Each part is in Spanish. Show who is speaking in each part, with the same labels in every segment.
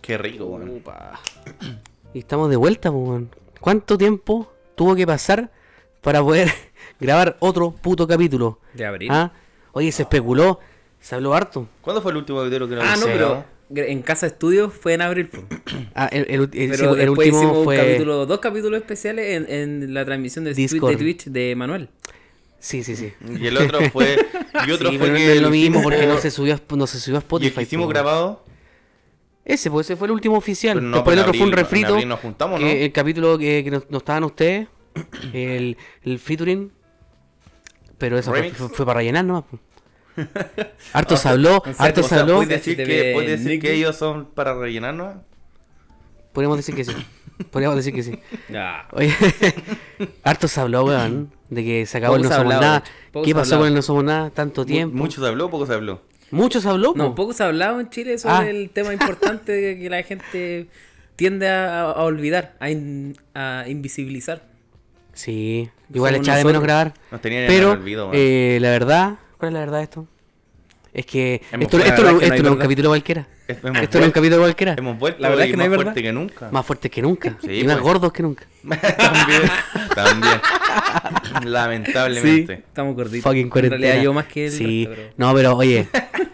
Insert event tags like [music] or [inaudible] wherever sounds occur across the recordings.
Speaker 1: Qué rico, weón.
Speaker 2: Upa. Y estamos de vuelta, pues, weón. ¿Cuánto tiempo tuvo que pasar para poder [laughs] grabar otro puto capítulo?
Speaker 3: De abril.
Speaker 2: ¿Ah? Oye, se especuló, se habló harto.
Speaker 1: ¿Cuándo fue el último capítulo que
Speaker 3: Ah, no,
Speaker 1: grabamos?
Speaker 3: pero gra- en Casa Estudios fue en abril. po.
Speaker 2: Ah, el, el- el- sí,
Speaker 3: Pero
Speaker 2: el
Speaker 3: después
Speaker 2: último
Speaker 3: hicimos
Speaker 2: fue.
Speaker 3: un capítulo, dos capítulos especiales en, en la transmisión de Twitch,
Speaker 2: Discord.
Speaker 3: de Twitch de Manuel.
Speaker 2: Sí, sí, sí.
Speaker 1: Y el otro fue. Y otro
Speaker 2: [laughs] Sí,
Speaker 1: fue
Speaker 2: pero
Speaker 1: que
Speaker 2: no es lo mismo
Speaker 1: hicimos- [laughs]
Speaker 2: porque no se subió, a- no se subió a
Speaker 1: Y el
Speaker 2: Spotify.
Speaker 1: que hicimos
Speaker 2: pues,
Speaker 1: grabado.
Speaker 2: weón. Ese, pues ese fue el último oficial.
Speaker 1: Pero no,
Speaker 2: Después el
Speaker 1: pero
Speaker 2: otro
Speaker 1: en
Speaker 2: fue un
Speaker 1: abril- en
Speaker 2: refrito.
Speaker 1: abril nos juntamos, ¿no?
Speaker 2: que- el capítulo que, que nos, nos
Speaker 1: [clears throat]
Speaker 2: estaban ustedes, el, el featuring. Pero eso fue,
Speaker 1: Remix. Ah,
Speaker 2: fue- fue para
Speaker 1: [laughs]
Speaker 2: llenar nomás. pues. Harto se habló,
Speaker 3: o sea,
Speaker 2: harto
Speaker 3: o
Speaker 2: se
Speaker 3: sea,
Speaker 2: habló.
Speaker 1: ¿Puedes decir,
Speaker 3: Te
Speaker 1: que,
Speaker 3: ve
Speaker 1: puedes decir
Speaker 3: Nicky.
Speaker 1: que ellos son para rellenarnos?
Speaker 2: Podríamos decir que sí. Podríamos decir que sí.
Speaker 3: Ah.
Speaker 2: Oye, [laughs] harto se habló, weón, de que se acabó el
Speaker 3: Poco
Speaker 2: No
Speaker 3: se
Speaker 2: Somos
Speaker 3: hablaba,
Speaker 2: Nada.
Speaker 3: poco
Speaker 2: ¿Qué
Speaker 3: se
Speaker 2: pasó
Speaker 3: hablaba.
Speaker 2: con el No Somos Nada? Tanto
Speaker 1: Mu-
Speaker 2: tiempo.
Speaker 1: ¿Mucho se habló o poco se habló?
Speaker 2: Mucho se habló,
Speaker 3: No,
Speaker 2: po.
Speaker 3: poco se ha hablado en Chile sobre
Speaker 2: Oh. Ah.
Speaker 3: el tema importante que la gente tiende a, a olvidar, a, in- a invisibilizar.
Speaker 2: Sí, igual
Speaker 3: Somos
Speaker 2: echaba de menos
Speaker 3: nosotros.
Speaker 2: grabar.
Speaker 1: Nos tenían en
Speaker 2: Pero,
Speaker 1: el olvido, weón.
Speaker 2: eh, la verdad, ¿cuál es la verdad de esto? Es que
Speaker 1: Hemos-
Speaker 2: esto,
Speaker 1: la
Speaker 2: esto,
Speaker 3: verdad
Speaker 2: no,
Speaker 3: es que
Speaker 2: esto no
Speaker 3: no hay
Speaker 2: es un
Speaker 3: verdad.
Speaker 2: capítulo cualquiera.
Speaker 1: Es-
Speaker 2: Esto
Speaker 1: hemos
Speaker 2: no es un
Speaker 1: vuelto-
Speaker 2: capítulo cualquiera.
Speaker 1: Hemos vuelto
Speaker 3: La verdad
Speaker 1: y
Speaker 3: es que no
Speaker 1: más
Speaker 3: hay verdad.
Speaker 1: fuerte que nunca.
Speaker 2: Más fuertes que nunca.
Speaker 1: Sí,
Speaker 2: y más
Speaker 1: pues.
Speaker 2: gordos que nunca.
Speaker 1: [laughs] también, también. [laughs] Lamentablemente.
Speaker 3: Estamos gorditos.
Speaker 2: Fucking cuarentena.
Speaker 3: En realidad yo más que él.
Speaker 2: Sí, no, pero oye,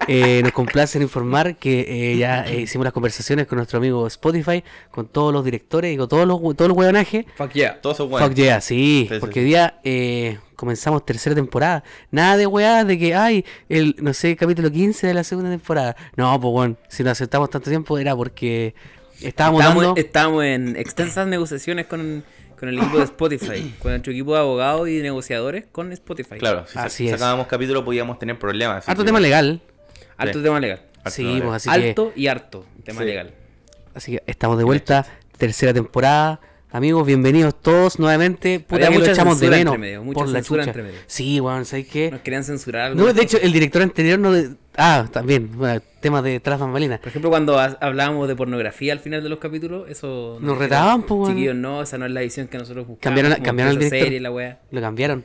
Speaker 2: eh, nos complace en informar que eh, ya eh, hicimos las conversaciones con nuestro amigo Spotify, con todos los directores y con todos los, todos los hueonajes.
Speaker 3: Fuck yeah.
Speaker 1: Todos son buenos.
Speaker 2: Fuck yeah, sí,
Speaker 1: Sí, sí,
Speaker 2: porque
Speaker 1: sí.
Speaker 2: hoy día eh, comenzamos tercera temporada. Nada de weas de que hay el, no sé, capítulo 15 de la segunda temporada. No, pues bueno, si nos aceptamos tanto tiempo era porque estábamos,
Speaker 3: Estábamos,
Speaker 2: dando...
Speaker 3: estábamos en extensas negociaciones con, con el equipo de Spotify, con nuestro equipo de abogados y negociadores con Spotify.
Speaker 1: Claro, si
Speaker 2: Así
Speaker 1: sa-
Speaker 2: es.
Speaker 1: sacábamos capítulo podíamos tener problemas. así
Speaker 2: Harto
Speaker 1: que-
Speaker 2: tema legal.
Speaker 3: Harto
Speaker 1: Sí.
Speaker 3: tema legal.
Speaker 1: Harto
Speaker 2: sí,
Speaker 1: tema legal.
Speaker 2: pues así que...
Speaker 3: Alto y harto tema
Speaker 1: Sí.
Speaker 3: legal.
Speaker 2: Así que estamos de vuelta, tercera temporada. Amigos, bienvenidos todos nuevamente. Puta
Speaker 3: Había
Speaker 2: que lo
Speaker 3: mucha
Speaker 2: echamos de
Speaker 3: censura
Speaker 2: menos.
Speaker 3: entre medio, mucha
Speaker 2: por la
Speaker 3: censura
Speaker 2: chucha.
Speaker 3: entre medio.
Speaker 2: Sí, weón, ¿sabes qué?
Speaker 3: Nos querían censurar algo.
Speaker 2: No, de hecho, el director anterior no. de- Ah, también, bueno, temas de tras bambalinas.
Speaker 3: Por ejemplo, cuando ha- hablábamos de pornografía al final de los capítulos, eso...
Speaker 2: Nos
Speaker 3: dijeron,
Speaker 2: retaban, po, weón.
Speaker 3: Chiquillos, no, esa no es la edición que nosotros buscamos.
Speaker 2: Cambiaron la-
Speaker 3: como
Speaker 2: cambiaron al
Speaker 3: empresa
Speaker 2: director.
Speaker 3: seria y la weá.
Speaker 2: Lo cambiaron.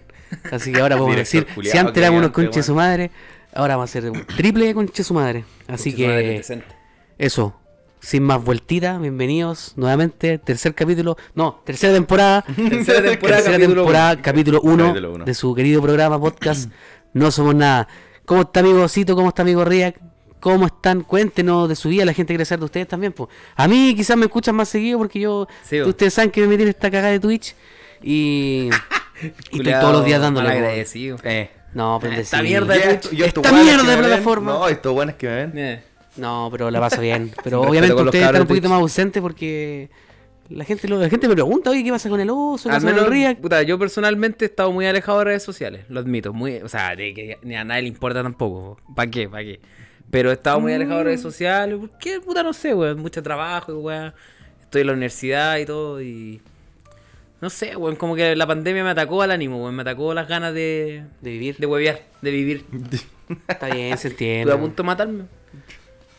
Speaker 2: Así que ahora podemos
Speaker 1: Director
Speaker 2: decir:
Speaker 1: culiao,
Speaker 2: si antes
Speaker 1: qué
Speaker 2: éramos unos
Speaker 1: gigante,
Speaker 2: conches
Speaker 1: weón.
Speaker 2: su madre, ahora vamos a ser un triple conche su madre. Así
Speaker 3: Conche
Speaker 2: que.
Speaker 3: su madre, decente.
Speaker 2: Eso. Sin más vueltita, bienvenidos nuevamente. Tercer capítulo. No, tercera temporada.
Speaker 3: [laughs]
Speaker 2: [laughs]
Speaker 3: Tercera temporada,
Speaker 2: Tercera
Speaker 3: capítulo
Speaker 2: temporada, capítulo 1
Speaker 1: Capítulo uno.
Speaker 2: de su querido programa podcast No Somos Nada. ¿Cómo está amigo Cito? ¿Cómo está amigo Riak? ¿Cómo están? Cuéntenos de su vida, la gente quiere saber de ustedes también. Po. A mí quizás me escuchan más seguido porque yo...
Speaker 3: Sí, po.
Speaker 2: ustedes saben que me metí en esta cagada de Twitch y...
Speaker 3: [laughs]
Speaker 2: y estoy
Speaker 3: Culeado,
Speaker 2: todos los días dándole. po.
Speaker 3: malagradecido.
Speaker 1: Eh.
Speaker 2: No, pues, pero
Speaker 3: Ah, Esta
Speaker 2: decí-
Speaker 3: mierda de
Speaker 1: Ya,
Speaker 3: Twitch.
Speaker 1: yo estos
Speaker 2: Esta
Speaker 1: buenos
Speaker 2: mierda
Speaker 1: que
Speaker 2: de
Speaker 1: me ven-
Speaker 2: plataforma.
Speaker 1: No, estos buenos que me
Speaker 3: [laughs]
Speaker 1: ven.
Speaker 3: Eh.
Speaker 2: No, pero la paso
Speaker 3: [laughs]
Speaker 2: bien. Pero
Speaker 3: respeto
Speaker 2: obviamente
Speaker 3: con los
Speaker 2: ustedes están
Speaker 3: cabros
Speaker 2: un poquito
Speaker 3: de
Speaker 2: más ausentes porque la gente lo- la gente me pregunta, oye, ¿qué pasa con el oso? ¿Qué
Speaker 3: Al
Speaker 2: pasa con el
Speaker 3: menos,
Speaker 2: Riak?
Speaker 3: puta, yo personalmente he estado muy alejado de redes sociales, lo admito. Muy, o sea, de que ni a nadie le importa tampoco. ¿Para qué? ¿Para qué? Pero he estado muy alejado de
Speaker 2: Mm.
Speaker 3: redes sociales. ¿Por qué? Puta, no sé, weón. Mucho trabajo, weón. Estoy en la universidad y todo. Y. No sé, weón. Como que la pandemia me atacó al ánimo, weón. Me atacó las ganas de.
Speaker 2: De vivir.
Speaker 3: de huevear, de vivir.
Speaker 2: Está bien, se
Speaker 3: Estuve
Speaker 2: entiende.
Speaker 3: a punto de matarme.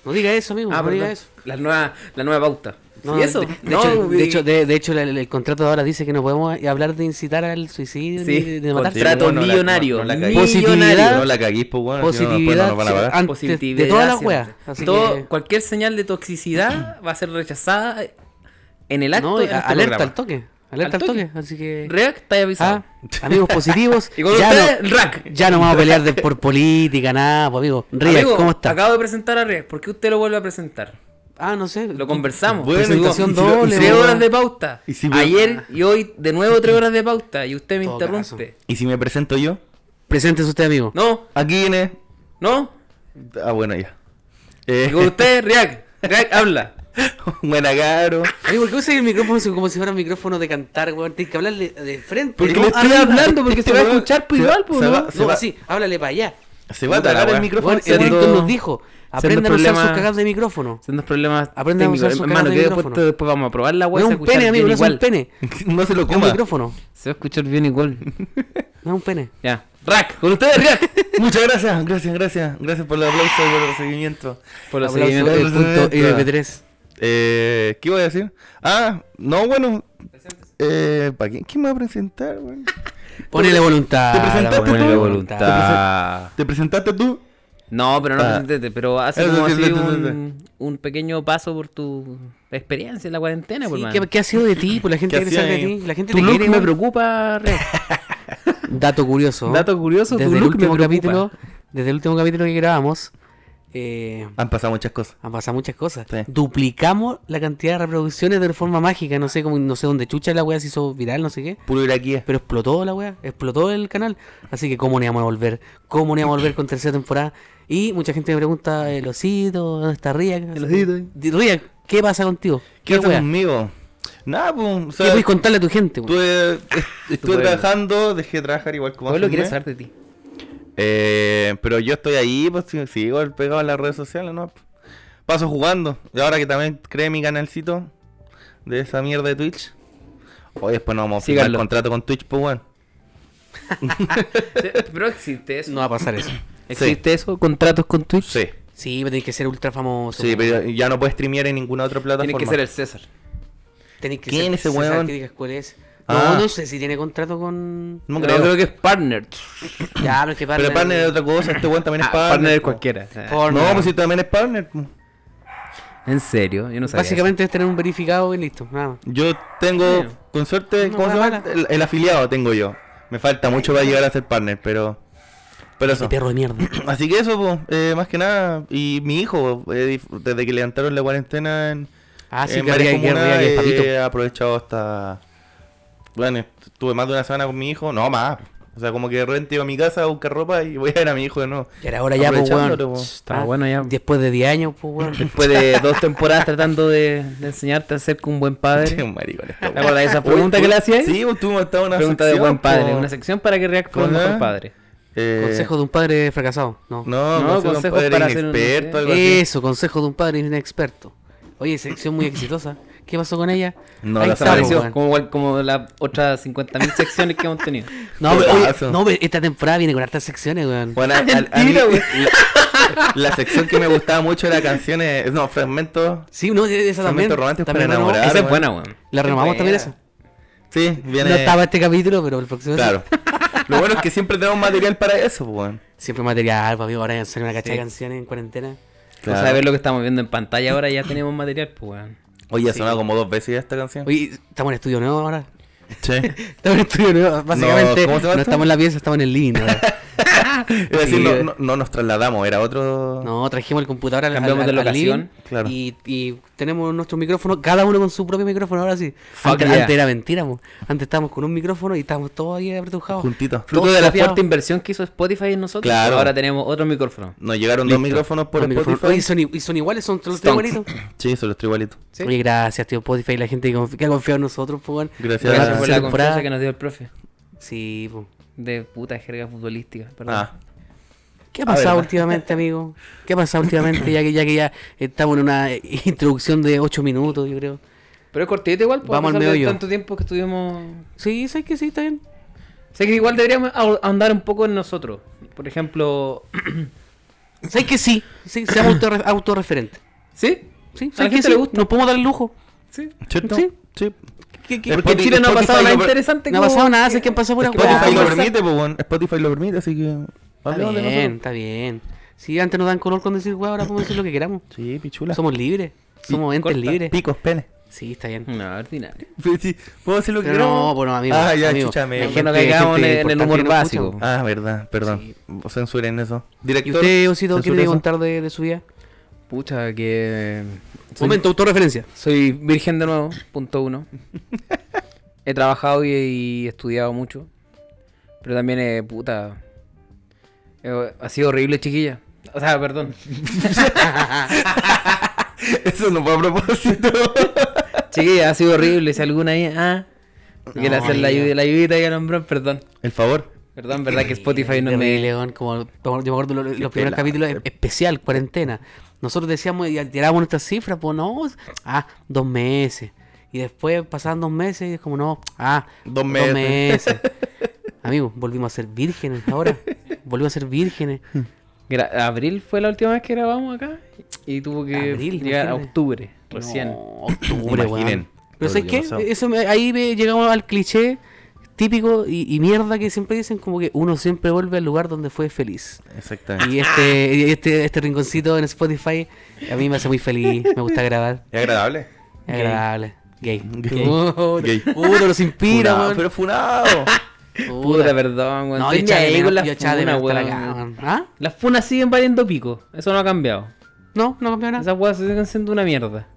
Speaker 2: No diga eso, amigo. no
Speaker 3: perdón.
Speaker 2: diga eso.
Speaker 3: La nueva, la nueva pauta.
Speaker 2: Ah, No,
Speaker 3: ¿Y eso?
Speaker 2: De, de
Speaker 3: No,
Speaker 2: hecho, de
Speaker 3: y-
Speaker 2: hecho, de- de hecho, la- la- el, contrato de ahora dice que no podemos hablar de incitar al suicidio ni de,
Speaker 3: Sí,
Speaker 2: de matar.
Speaker 1: Sí, pues,
Speaker 3: contrato
Speaker 1: bueno, no la-
Speaker 3: millonario.
Speaker 1: no- no la cagué.
Speaker 2: Positividad.
Speaker 3: millonario.
Speaker 1: No la caguís, pues bueno. si no, después
Speaker 2: Positividad,
Speaker 1: no nos van a pagar.
Speaker 2: sí. Ante-
Speaker 3: positividad.
Speaker 2: de todas las
Speaker 3: siempre.
Speaker 2: weas, así
Speaker 3: Todo-
Speaker 2: que-
Speaker 3: Cualquier señal de toxicidad va a ser rechazada en el acto.
Speaker 2: No,
Speaker 3: en
Speaker 2: a-
Speaker 3: este
Speaker 2: alerta
Speaker 3: programa.
Speaker 2: al toque. Alerta al
Speaker 3: Al
Speaker 2: toque.
Speaker 3: toque.
Speaker 2: Así que.
Speaker 3: React está avisado.
Speaker 2: Ah,
Speaker 3: [laughs]
Speaker 2: amigos positivos.
Speaker 3: Y con
Speaker 2: ya,
Speaker 3: ustedes,
Speaker 2: no,
Speaker 3: Rack.
Speaker 2: ya no vamos a pelear de- por política, nada, pues amigo. Riak,
Speaker 3: Amigo,
Speaker 2: ¿cómo está?
Speaker 3: Acabo de presentar a React. ¿Por qué usted lo vuelve a presentar?
Speaker 2: Ah, no sé.
Speaker 3: Lo conversamos.
Speaker 1: Bueno,
Speaker 2: Presentación
Speaker 1: y si lo-
Speaker 2: doble,
Speaker 3: Tres
Speaker 2: weón.
Speaker 3: horas de pauta.
Speaker 1: Y si-
Speaker 3: Ayer y hoy, de nuevo, tres horas de pauta. Y usted me
Speaker 2: Todo
Speaker 3: interrumpe.
Speaker 1: ¿Y si me presento yo?
Speaker 2: Preséntese usted, amigo.
Speaker 3: No,
Speaker 1: ¿Aquí viene?
Speaker 3: no.
Speaker 1: Ah, bueno, ya. Eh,
Speaker 3: Y con usted, React. React habla.
Speaker 1: [laughs] buena, caro.
Speaker 2: Amigo, ¿por qué usa el micrófono si- como si fuera un micrófono de cantar, weón? Tienes que hablarle de frente.
Speaker 1: Porque
Speaker 2: no
Speaker 1: le estoy
Speaker 2: arriba.
Speaker 1: hablando, [laughs] porque
Speaker 2: Este
Speaker 1: se va a
Speaker 2: weón-
Speaker 1: escuchar, pues,
Speaker 2: se
Speaker 1: igual,
Speaker 2: va-
Speaker 1: pues,
Speaker 2: se
Speaker 1: ¿no?
Speaker 2: va-
Speaker 1: Se
Speaker 2: no,
Speaker 1: va-
Speaker 2: así, háblale para allá.
Speaker 1: Se va a
Speaker 3: Puta la
Speaker 1: talar el
Speaker 3: wea.
Speaker 1: micrófono.
Speaker 2: Weón,
Speaker 1: se
Speaker 2: el
Speaker 1: va a-
Speaker 2: director
Speaker 3: no-
Speaker 2: nos dijo,
Speaker 3: siendo
Speaker 2: aprendan a usar sus
Speaker 3: problema-
Speaker 2: cagadas de micrófono.
Speaker 3: Son dos problemas
Speaker 2: Aprende a usar
Speaker 3: técnicos.
Speaker 2: su
Speaker 3: Hermano,
Speaker 2: canal de
Speaker 3: que
Speaker 2: micrófono.
Speaker 3: después, después vamos a probar la
Speaker 2: No es
Speaker 3: weá. se va a
Speaker 2: un
Speaker 3: escuchar
Speaker 2: pene, amigo,
Speaker 3: bien
Speaker 2: no es un
Speaker 3: igual.
Speaker 2: pene.
Speaker 1: [laughs] No se lo
Speaker 2: Es un
Speaker 1: coma.
Speaker 2: micrófono,
Speaker 3: Se va a escuchar bien igual.
Speaker 2: no es un pene.
Speaker 3: Ya. Rack, con ustedes, Rack.
Speaker 1: Muchas gracias, gracias, gracias. Gracias por el aplauso y por el seguimiento.
Speaker 3: Por los
Speaker 2: Aplauso,
Speaker 3: seguimientos.
Speaker 2: el punto
Speaker 1: Procedimiento.
Speaker 2: IDP3.
Speaker 1: Eh, ¿Qué voy a decir? Ah, no, bueno. Eh, ¿Para quién? ¿Quién me va a presentar, güey?
Speaker 2: Ponele voluntad.
Speaker 1: Te presentaste
Speaker 2: weón,
Speaker 1: tú.
Speaker 2: Ah, voluntad.
Speaker 1: ¿Te presentaste tú?
Speaker 3: [laughs] No, pero no
Speaker 1: Ah.
Speaker 3: preséntate, pero hace
Speaker 1: Eso
Speaker 3: como
Speaker 1: sí,
Speaker 3: así
Speaker 1: sí, sí,
Speaker 3: un, un pequeño paso por tu experiencia en la cuarentena, por
Speaker 2: Sí,
Speaker 3: mano.
Speaker 2: ¿qué, qué ha sido de ti? Por la gente
Speaker 1: ¿Qué
Speaker 2: que
Speaker 1: hacía
Speaker 2: sabe de
Speaker 1: ahí?
Speaker 2: ti. La gente
Speaker 3: Tu
Speaker 2: te
Speaker 3: look
Speaker 2: quiere,
Speaker 3: me
Speaker 2: weón.
Speaker 3: preocupa,
Speaker 2: [laughs]
Speaker 3: re.
Speaker 1: [laughs]
Speaker 2: Dato curioso.
Speaker 3: Dato curioso,
Speaker 2: desde
Speaker 3: tu
Speaker 2: el
Speaker 3: look me
Speaker 2: último
Speaker 3: preocupa.
Speaker 2: capítulo, desde el último capítulo que grabamos, eh,
Speaker 1: Han pasado muchas cosas.
Speaker 2: han pasado muchas cosas.
Speaker 1: Sí.
Speaker 2: Duplicamos la cantidad de reproducciones de forma mágica, no sé cómo, no sé dónde chucha la weá se hizo viral, no sé qué.
Speaker 1: Puro iraquía.
Speaker 2: Pero explotó la weá, explotó el canal. Así que cómo no íbamos a volver, cómo no íbamos a volver con tercera temporada. Y mucha gente me pregunta, el osito, ¿dónde está Riak?
Speaker 1: El osito, eh.
Speaker 2: Di- Riak, ¿qué pasa contigo?
Speaker 1: ¿Qué, haces
Speaker 2: weá?
Speaker 1: conmigo? Nada, pues. O
Speaker 2: ¿Qué
Speaker 1: sea,
Speaker 2: puedes contarle a tu gente? weón?
Speaker 1: estuve, est- estuve
Speaker 3: pueblo.
Speaker 1: trabajando, dejé de trabajar igual como.
Speaker 3: Todo
Speaker 1: hace
Speaker 3: lo
Speaker 1: un
Speaker 3: quieres
Speaker 1: mes.
Speaker 3: saber de ti.
Speaker 1: Eh, pero yo estoy ahí, pues sí- sigo pegado en las redes sociales, ¿no? Paso jugando. Y ahora que también creé mi canalcito de esa mierda de Twitch. Hoy después no vamos a firmar
Speaker 3: Síganlo.
Speaker 1: contrato con Twitch, pues bueno.
Speaker 3: Pero existe eso.
Speaker 2: No va a pasar eso.
Speaker 3: ¿Existe eso? ¿Contratos con Twitch?
Speaker 1: Sí.
Speaker 2: Sí, pero tenés que ser ultra famoso.
Speaker 1: Sí,
Speaker 2: weón.
Speaker 1: pero ya no puedes streamear en ninguna otra plataforma.
Speaker 3: Tienes que ser el César.
Speaker 2: Tenés que
Speaker 1: ¿Quién
Speaker 2: ser-
Speaker 1: es ese
Speaker 2: saber
Speaker 1: weón?
Speaker 2: que digas cuál es.
Speaker 1: Ah.
Speaker 2: No, no sé si tiene contrato con.
Speaker 1: No
Speaker 3: Pero
Speaker 1: creo.
Speaker 3: creo que es partner.
Speaker 2: Ya, pero es que
Speaker 1: Pero partner es otra cosa, este weón también es
Speaker 3: Ah,
Speaker 1: partner.
Speaker 3: partner
Speaker 1: po.
Speaker 3: cualquiera. Ah.
Speaker 2: Por-
Speaker 1: No, pues si también es partner. po.
Speaker 3: En serio, yo no sabía.
Speaker 2: Básicamente es tener un verificado y listo, nada más.
Speaker 1: Yo tengo,
Speaker 3: Sí.
Speaker 1: con suerte,
Speaker 2: No,
Speaker 1: ¿cómo se llama?
Speaker 2: para.
Speaker 1: El, el afiliado tengo yo. Me falta mucho para llegar a ser partner, pero. Pero eso.
Speaker 2: Ese perro de mierda.
Speaker 1: [clears throat] Así que eso, po, eh, más que nada. Y mi hijo, eh, dif- desde que levantaron la cuarentena en,
Speaker 2: Ah, sí,
Speaker 1: en
Speaker 2: que
Speaker 1: varias
Speaker 2: habría que
Speaker 1: comunas,
Speaker 2: habría que papito.
Speaker 1: he aprovechado hasta... Bueno, estuve más de una semana con mi hijo, no más. O sea, como que de repente iba a mi casa a buscar ropa y voy a ver a mi hijo de nuevo.
Speaker 2: Y ahora ya, pues,
Speaker 1: Aprovechándolo,
Speaker 2: weón.
Speaker 1: po.
Speaker 3: Está
Speaker 2: Ah,
Speaker 3: bueno ya.
Speaker 2: Después de 10 años, pues, weón.
Speaker 3: Después de dos temporadas tratando de, de enseñarte a ser un buen
Speaker 1: [laughs]
Speaker 3: padre.
Speaker 1: Sí, un maricón este, weón.
Speaker 3: ¿Te acuerdas de esa pregunta que le hacías?
Speaker 1: Sí, pues, tuvimos hasta una
Speaker 3: Pregunta de
Speaker 1: sección,
Speaker 3: buen padre.
Speaker 1: po.
Speaker 3: Una sección para que React fuera un
Speaker 1: Ajá.
Speaker 3: buen padre.
Speaker 1: Eh,
Speaker 2: Consejo de un padre fracasado. No.
Speaker 1: No,
Speaker 3: No,
Speaker 1: consejo
Speaker 3: Eh,
Speaker 1: de un
Speaker 3: consejos
Speaker 1: padre
Speaker 3: para ser un-
Speaker 1: inexperto, algo así.
Speaker 2: Eso, consejo de un padre inexperto. Oye, sección muy exitosa. ¿Qué pasó con ella?
Speaker 1: No,
Speaker 2: Ahí
Speaker 1: la
Speaker 2: está, pues,
Speaker 1: desapareció.
Speaker 2: weón.
Speaker 3: Pareció como, igual- como las otras 50.000 secciones que hemos tenido.
Speaker 2: No, pero, oye,
Speaker 1: Pedazo.
Speaker 2: no, pero esta temporada viene con hartas secciones, weón.
Speaker 3: [laughs]
Speaker 1: Bueno, a- a- a mí- la, la sección que me gustaba mucho era canciones, no, fragmentos.
Speaker 2: Sí, no, e- esa también.
Speaker 1: Momentos románticos
Speaker 2: también
Speaker 1: para
Speaker 2: la renovamos.
Speaker 1: enamorar.
Speaker 3: Esa es
Speaker 1: weón.
Speaker 3: buena, weón.
Speaker 2: La renovamos
Speaker 3: Qué
Speaker 2: también
Speaker 3: buena.
Speaker 2: esa.
Speaker 1: Sí, viene.
Speaker 2: No estaba este capítulo, pero el próximo sí.
Speaker 1: Claro. Lo bueno es que siempre tenemos material para eso, pues, weón.
Speaker 2: Siempre material, papi. Ahora ya salen una cachada de
Speaker 3: Sí.
Speaker 2: canciones en cuarentena.
Speaker 1: Claro.
Speaker 3: O sea, ver lo que estamos viendo en pantalla ahora ya tenemos material, pues, weón.
Speaker 1: Oye, ha sonado como dos veces ya esta canción.
Speaker 2: Oye, estamos en estudio nuevo ahora.
Speaker 1: Sí. [laughs]
Speaker 2: Estamos en estudio nuevo. Básicamente,
Speaker 1: ¿cómo
Speaker 2: no,
Speaker 1: se llama esto?
Speaker 2: estamos en la pieza, estamos en el living. ahora.
Speaker 1: Es decir,
Speaker 2: Sí,
Speaker 1: no,
Speaker 2: eh.
Speaker 1: no, no nos trasladamos, era otro.
Speaker 2: [laughs] no, trajimos el computador al,
Speaker 3: Cambiamos
Speaker 2: al-
Speaker 3: de
Speaker 2: al- al
Speaker 3: locación,
Speaker 2: living
Speaker 1: claro.
Speaker 2: Y, y tenemos nuestro micrófono, cada uno con su propio micrófono. Ahora sí.
Speaker 3: Fuck
Speaker 2: Antes,
Speaker 3: yeah.
Speaker 2: antes era mentira, mo. Antes estábamos con un micrófono y estábamos todos ahí apretujados.
Speaker 1: Juntitos.
Speaker 3: Fruto
Speaker 2: Todo
Speaker 3: de la
Speaker 2: copiado.
Speaker 3: fuerte inversión que hizo Spotify en nosotros.
Speaker 1: Claro.
Speaker 3: Ahora tenemos otro micrófono.
Speaker 1: Nos llegaron dos micrófonos por
Speaker 2: Con micrófono.
Speaker 1: Spotify.
Speaker 2: Oye, son, i- y son iguales, son los tres
Speaker 3: Stonks.
Speaker 2: igualitos.
Speaker 1: Sí, son los tres igualitos.
Speaker 3: Sí.
Speaker 2: Oye, gracias, tío Spotify, la gente que, confi- que ha confiado en nosotros, pues, weón.
Speaker 1: Gracias.
Speaker 2: Durante
Speaker 3: Gracias por
Speaker 2: tercera
Speaker 3: la
Speaker 2: temporada.
Speaker 3: confianza que nos dio el profe.
Speaker 2: Sí, pues.
Speaker 3: De puta jerga futbolística, perdón.
Speaker 1: Ah.
Speaker 2: ¿Qué ha
Speaker 1: A
Speaker 2: pasado
Speaker 1: ver.
Speaker 2: últimamente, amigo? ¿Qué ha pasado últimamente? Ya que ya, que ya estamos en una eh, introducción de 8 minutos, yo creo.
Speaker 3: Pero es cortito igual, pues,
Speaker 2: Vamos
Speaker 3: a
Speaker 2: al
Speaker 3: pesar de
Speaker 2: meollo.
Speaker 3: tanto tiempo que estuvimos...
Speaker 2: Sí, sé que sí, está bien.
Speaker 3: Sé que igual deberíamos ahon- ahondar un poco en nosotros. Por ejemplo...
Speaker 2: Sé que sí, sí, seamos autorre- autorreferentes.
Speaker 3: ¿Sí?
Speaker 2: Sí, sé
Speaker 3: ¿A la
Speaker 2: que
Speaker 3: gente
Speaker 2: sí,
Speaker 3: le gusta?
Speaker 2: nos podemos dar el lujo.
Speaker 3: Sí.
Speaker 1: ¿Cierto?
Speaker 2: Sí.
Speaker 1: sí.
Speaker 2: ¿Qué- qué-
Speaker 1: Es
Speaker 3: Porque en Chile no ha
Speaker 1: Spotify
Speaker 3: pasado nada
Speaker 1: lo per-
Speaker 3: interesante.
Speaker 2: No ha
Speaker 3: como-
Speaker 2: pasado nada, sé que han pasado pura
Speaker 1: Spotify
Speaker 2: weá.
Speaker 1: lo
Speaker 3: conversar.
Speaker 1: permite, pues, weón. Spotify lo permite, así que.
Speaker 2: Está
Speaker 1: hablemos de
Speaker 2: bien,
Speaker 1: nosotros.
Speaker 2: está bien. Sí, antes nos dan color con decir, weá, ahora podemos decir lo que queramos.
Speaker 1: Sí, pichula.
Speaker 2: Somos libres, somos entes
Speaker 3: corta.
Speaker 2: libres.
Speaker 1: Picos, pene. [laughs]
Speaker 2: Sí, está bien.
Speaker 3: No, ordinario.
Speaker 1: Sí, ¿Puedo decir lo que
Speaker 2: Pero no, bueno, amigo.
Speaker 1: Ah, ya,
Speaker 2: amigo.
Speaker 1: chucha, me-
Speaker 2: Hay
Speaker 1: me-
Speaker 2: gente-
Speaker 3: no
Speaker 2: hay
Speaker 3: caigamos
Speaker 2: gente
Speaker 3: en- en el
Speaker 2: importante
Speaker 3: humor
Speaker 2: que nos escucha,
Speaker 3: básico.
Speaker 2: po.
Speaker 1: Ah, verdad, perdón.
Speaker 2: Sí.
Speaker 1: Censuren eso.
Speaker 2: ¿Y
Speaker 1: Director.
Speaker 2: usted, Osito, qué
Speaker 1: censure
Speaker 2: quiere
Speaker 1: eso.
Speaker 2: contar de, de su vida?
Speaker 3: Pucha, que... eh, soy-
Speaker 2: Momento, autorreferencia.
Speaker 3: Soy virgen de nuevo, punto uno. he trabajado y, y estudiado mucho. Pero también, eh, puta. eh, ha sido horrible, chiquilla. O
Speaker 2: [laughs]
Speaker 3: sea, perdón.
Speaker 1: Eso no fue a propósito.
Speaker 3: Chiquilla, ha sido horrible. Si alguna ahí. Ah, quiere
Speaker 2: No,
Speaker 3: hacer la,
Speaker 2: amigo.
Speaker 3: ayuda, la ayudita y al hombrón, perdón.
Speaker 1: El favor.
Speaker 3: Perdón, verdad que Spotify no
Speaker 2: Terrible,
Speaker 3: me.
Speaker 2: weón, como, como- yo me acuerdo lo- los, primeros
Speaker 1: pelada,
Speaker 2: capítulos e- especial, cuarentena. Nosotros decíamos y tirábamos nuestras cifras, pues no, ah, dos meses. Y después pasaban dos meses y es como no, ah,
Speaker 1: Dos meses.
Speaker 2: meses.
Speaker 1: [laughs]
Speaker 2: Amigos, volvimos a ser vírgenes ahora. Volvimos a ser vírgenes.
Speaker 3: Gra- Abril fue la última vez que grabamos acá. Y tuvo que
Speaker 2: Abril,
Speaker 3: llegar a
Speaker 2: imagínate.
Speaker 3: octubre, recién.
Speaker 2: No, octubre,
Speaker 1: Imaginen
Speaker 2: weón.
Speaker 1: todo lo
Speaker 2: Pero ¿sabes
Speaker 1: que
Speaker 2: qué?
Speaker 1: pasó.
Speaker 2: Eso me- ahí ve- llegamos al cliché típico y, y mierda que siempre dicen como que uno siempre vuelve al lugar donde fue feliz.
Speaker 1: Exactamente.
Speaker 2: Y este, y este, este rinconcito en Spotify a mí me hace muy feliz, me gusta grabar,
Speaker 1: Es agradable.
Speaker 2: es
Speaker 3: Gay.
Speaker 2: agradable. Gay.
Speaker 1: Gay.
Speaker 2: Puta,
Speaker 1: Gay.
Speaker 2: puta, los inspira,
Speaker 1: Funado,
Speaker 2: weón.
Speaker 1: pero funado.
Speaker 2: Puta.
Speaker 3: Puta, perdón, weón.
Speaker 2: No, yo
Speaker 3: Estoy
Speaker 2: echaba
Speaker 3: ni ahí
Speaker 2: de
Speaker 3: con
Speaker 2: menos-
Speaker 3: la
Speaker 2: yo echaba de
Speaker 3: funa,
Speaker 2: menos hasta la
Speaker 3: weón.
Speaker 2: cagada, weón. ¿Ah?
Speaker 3: Las funas siguen valiendo pico. Eso no ha cambiado.
Speaker 2: No, no cambió nada.
Speaker 3: Esas weas se siguen siendo una mierda.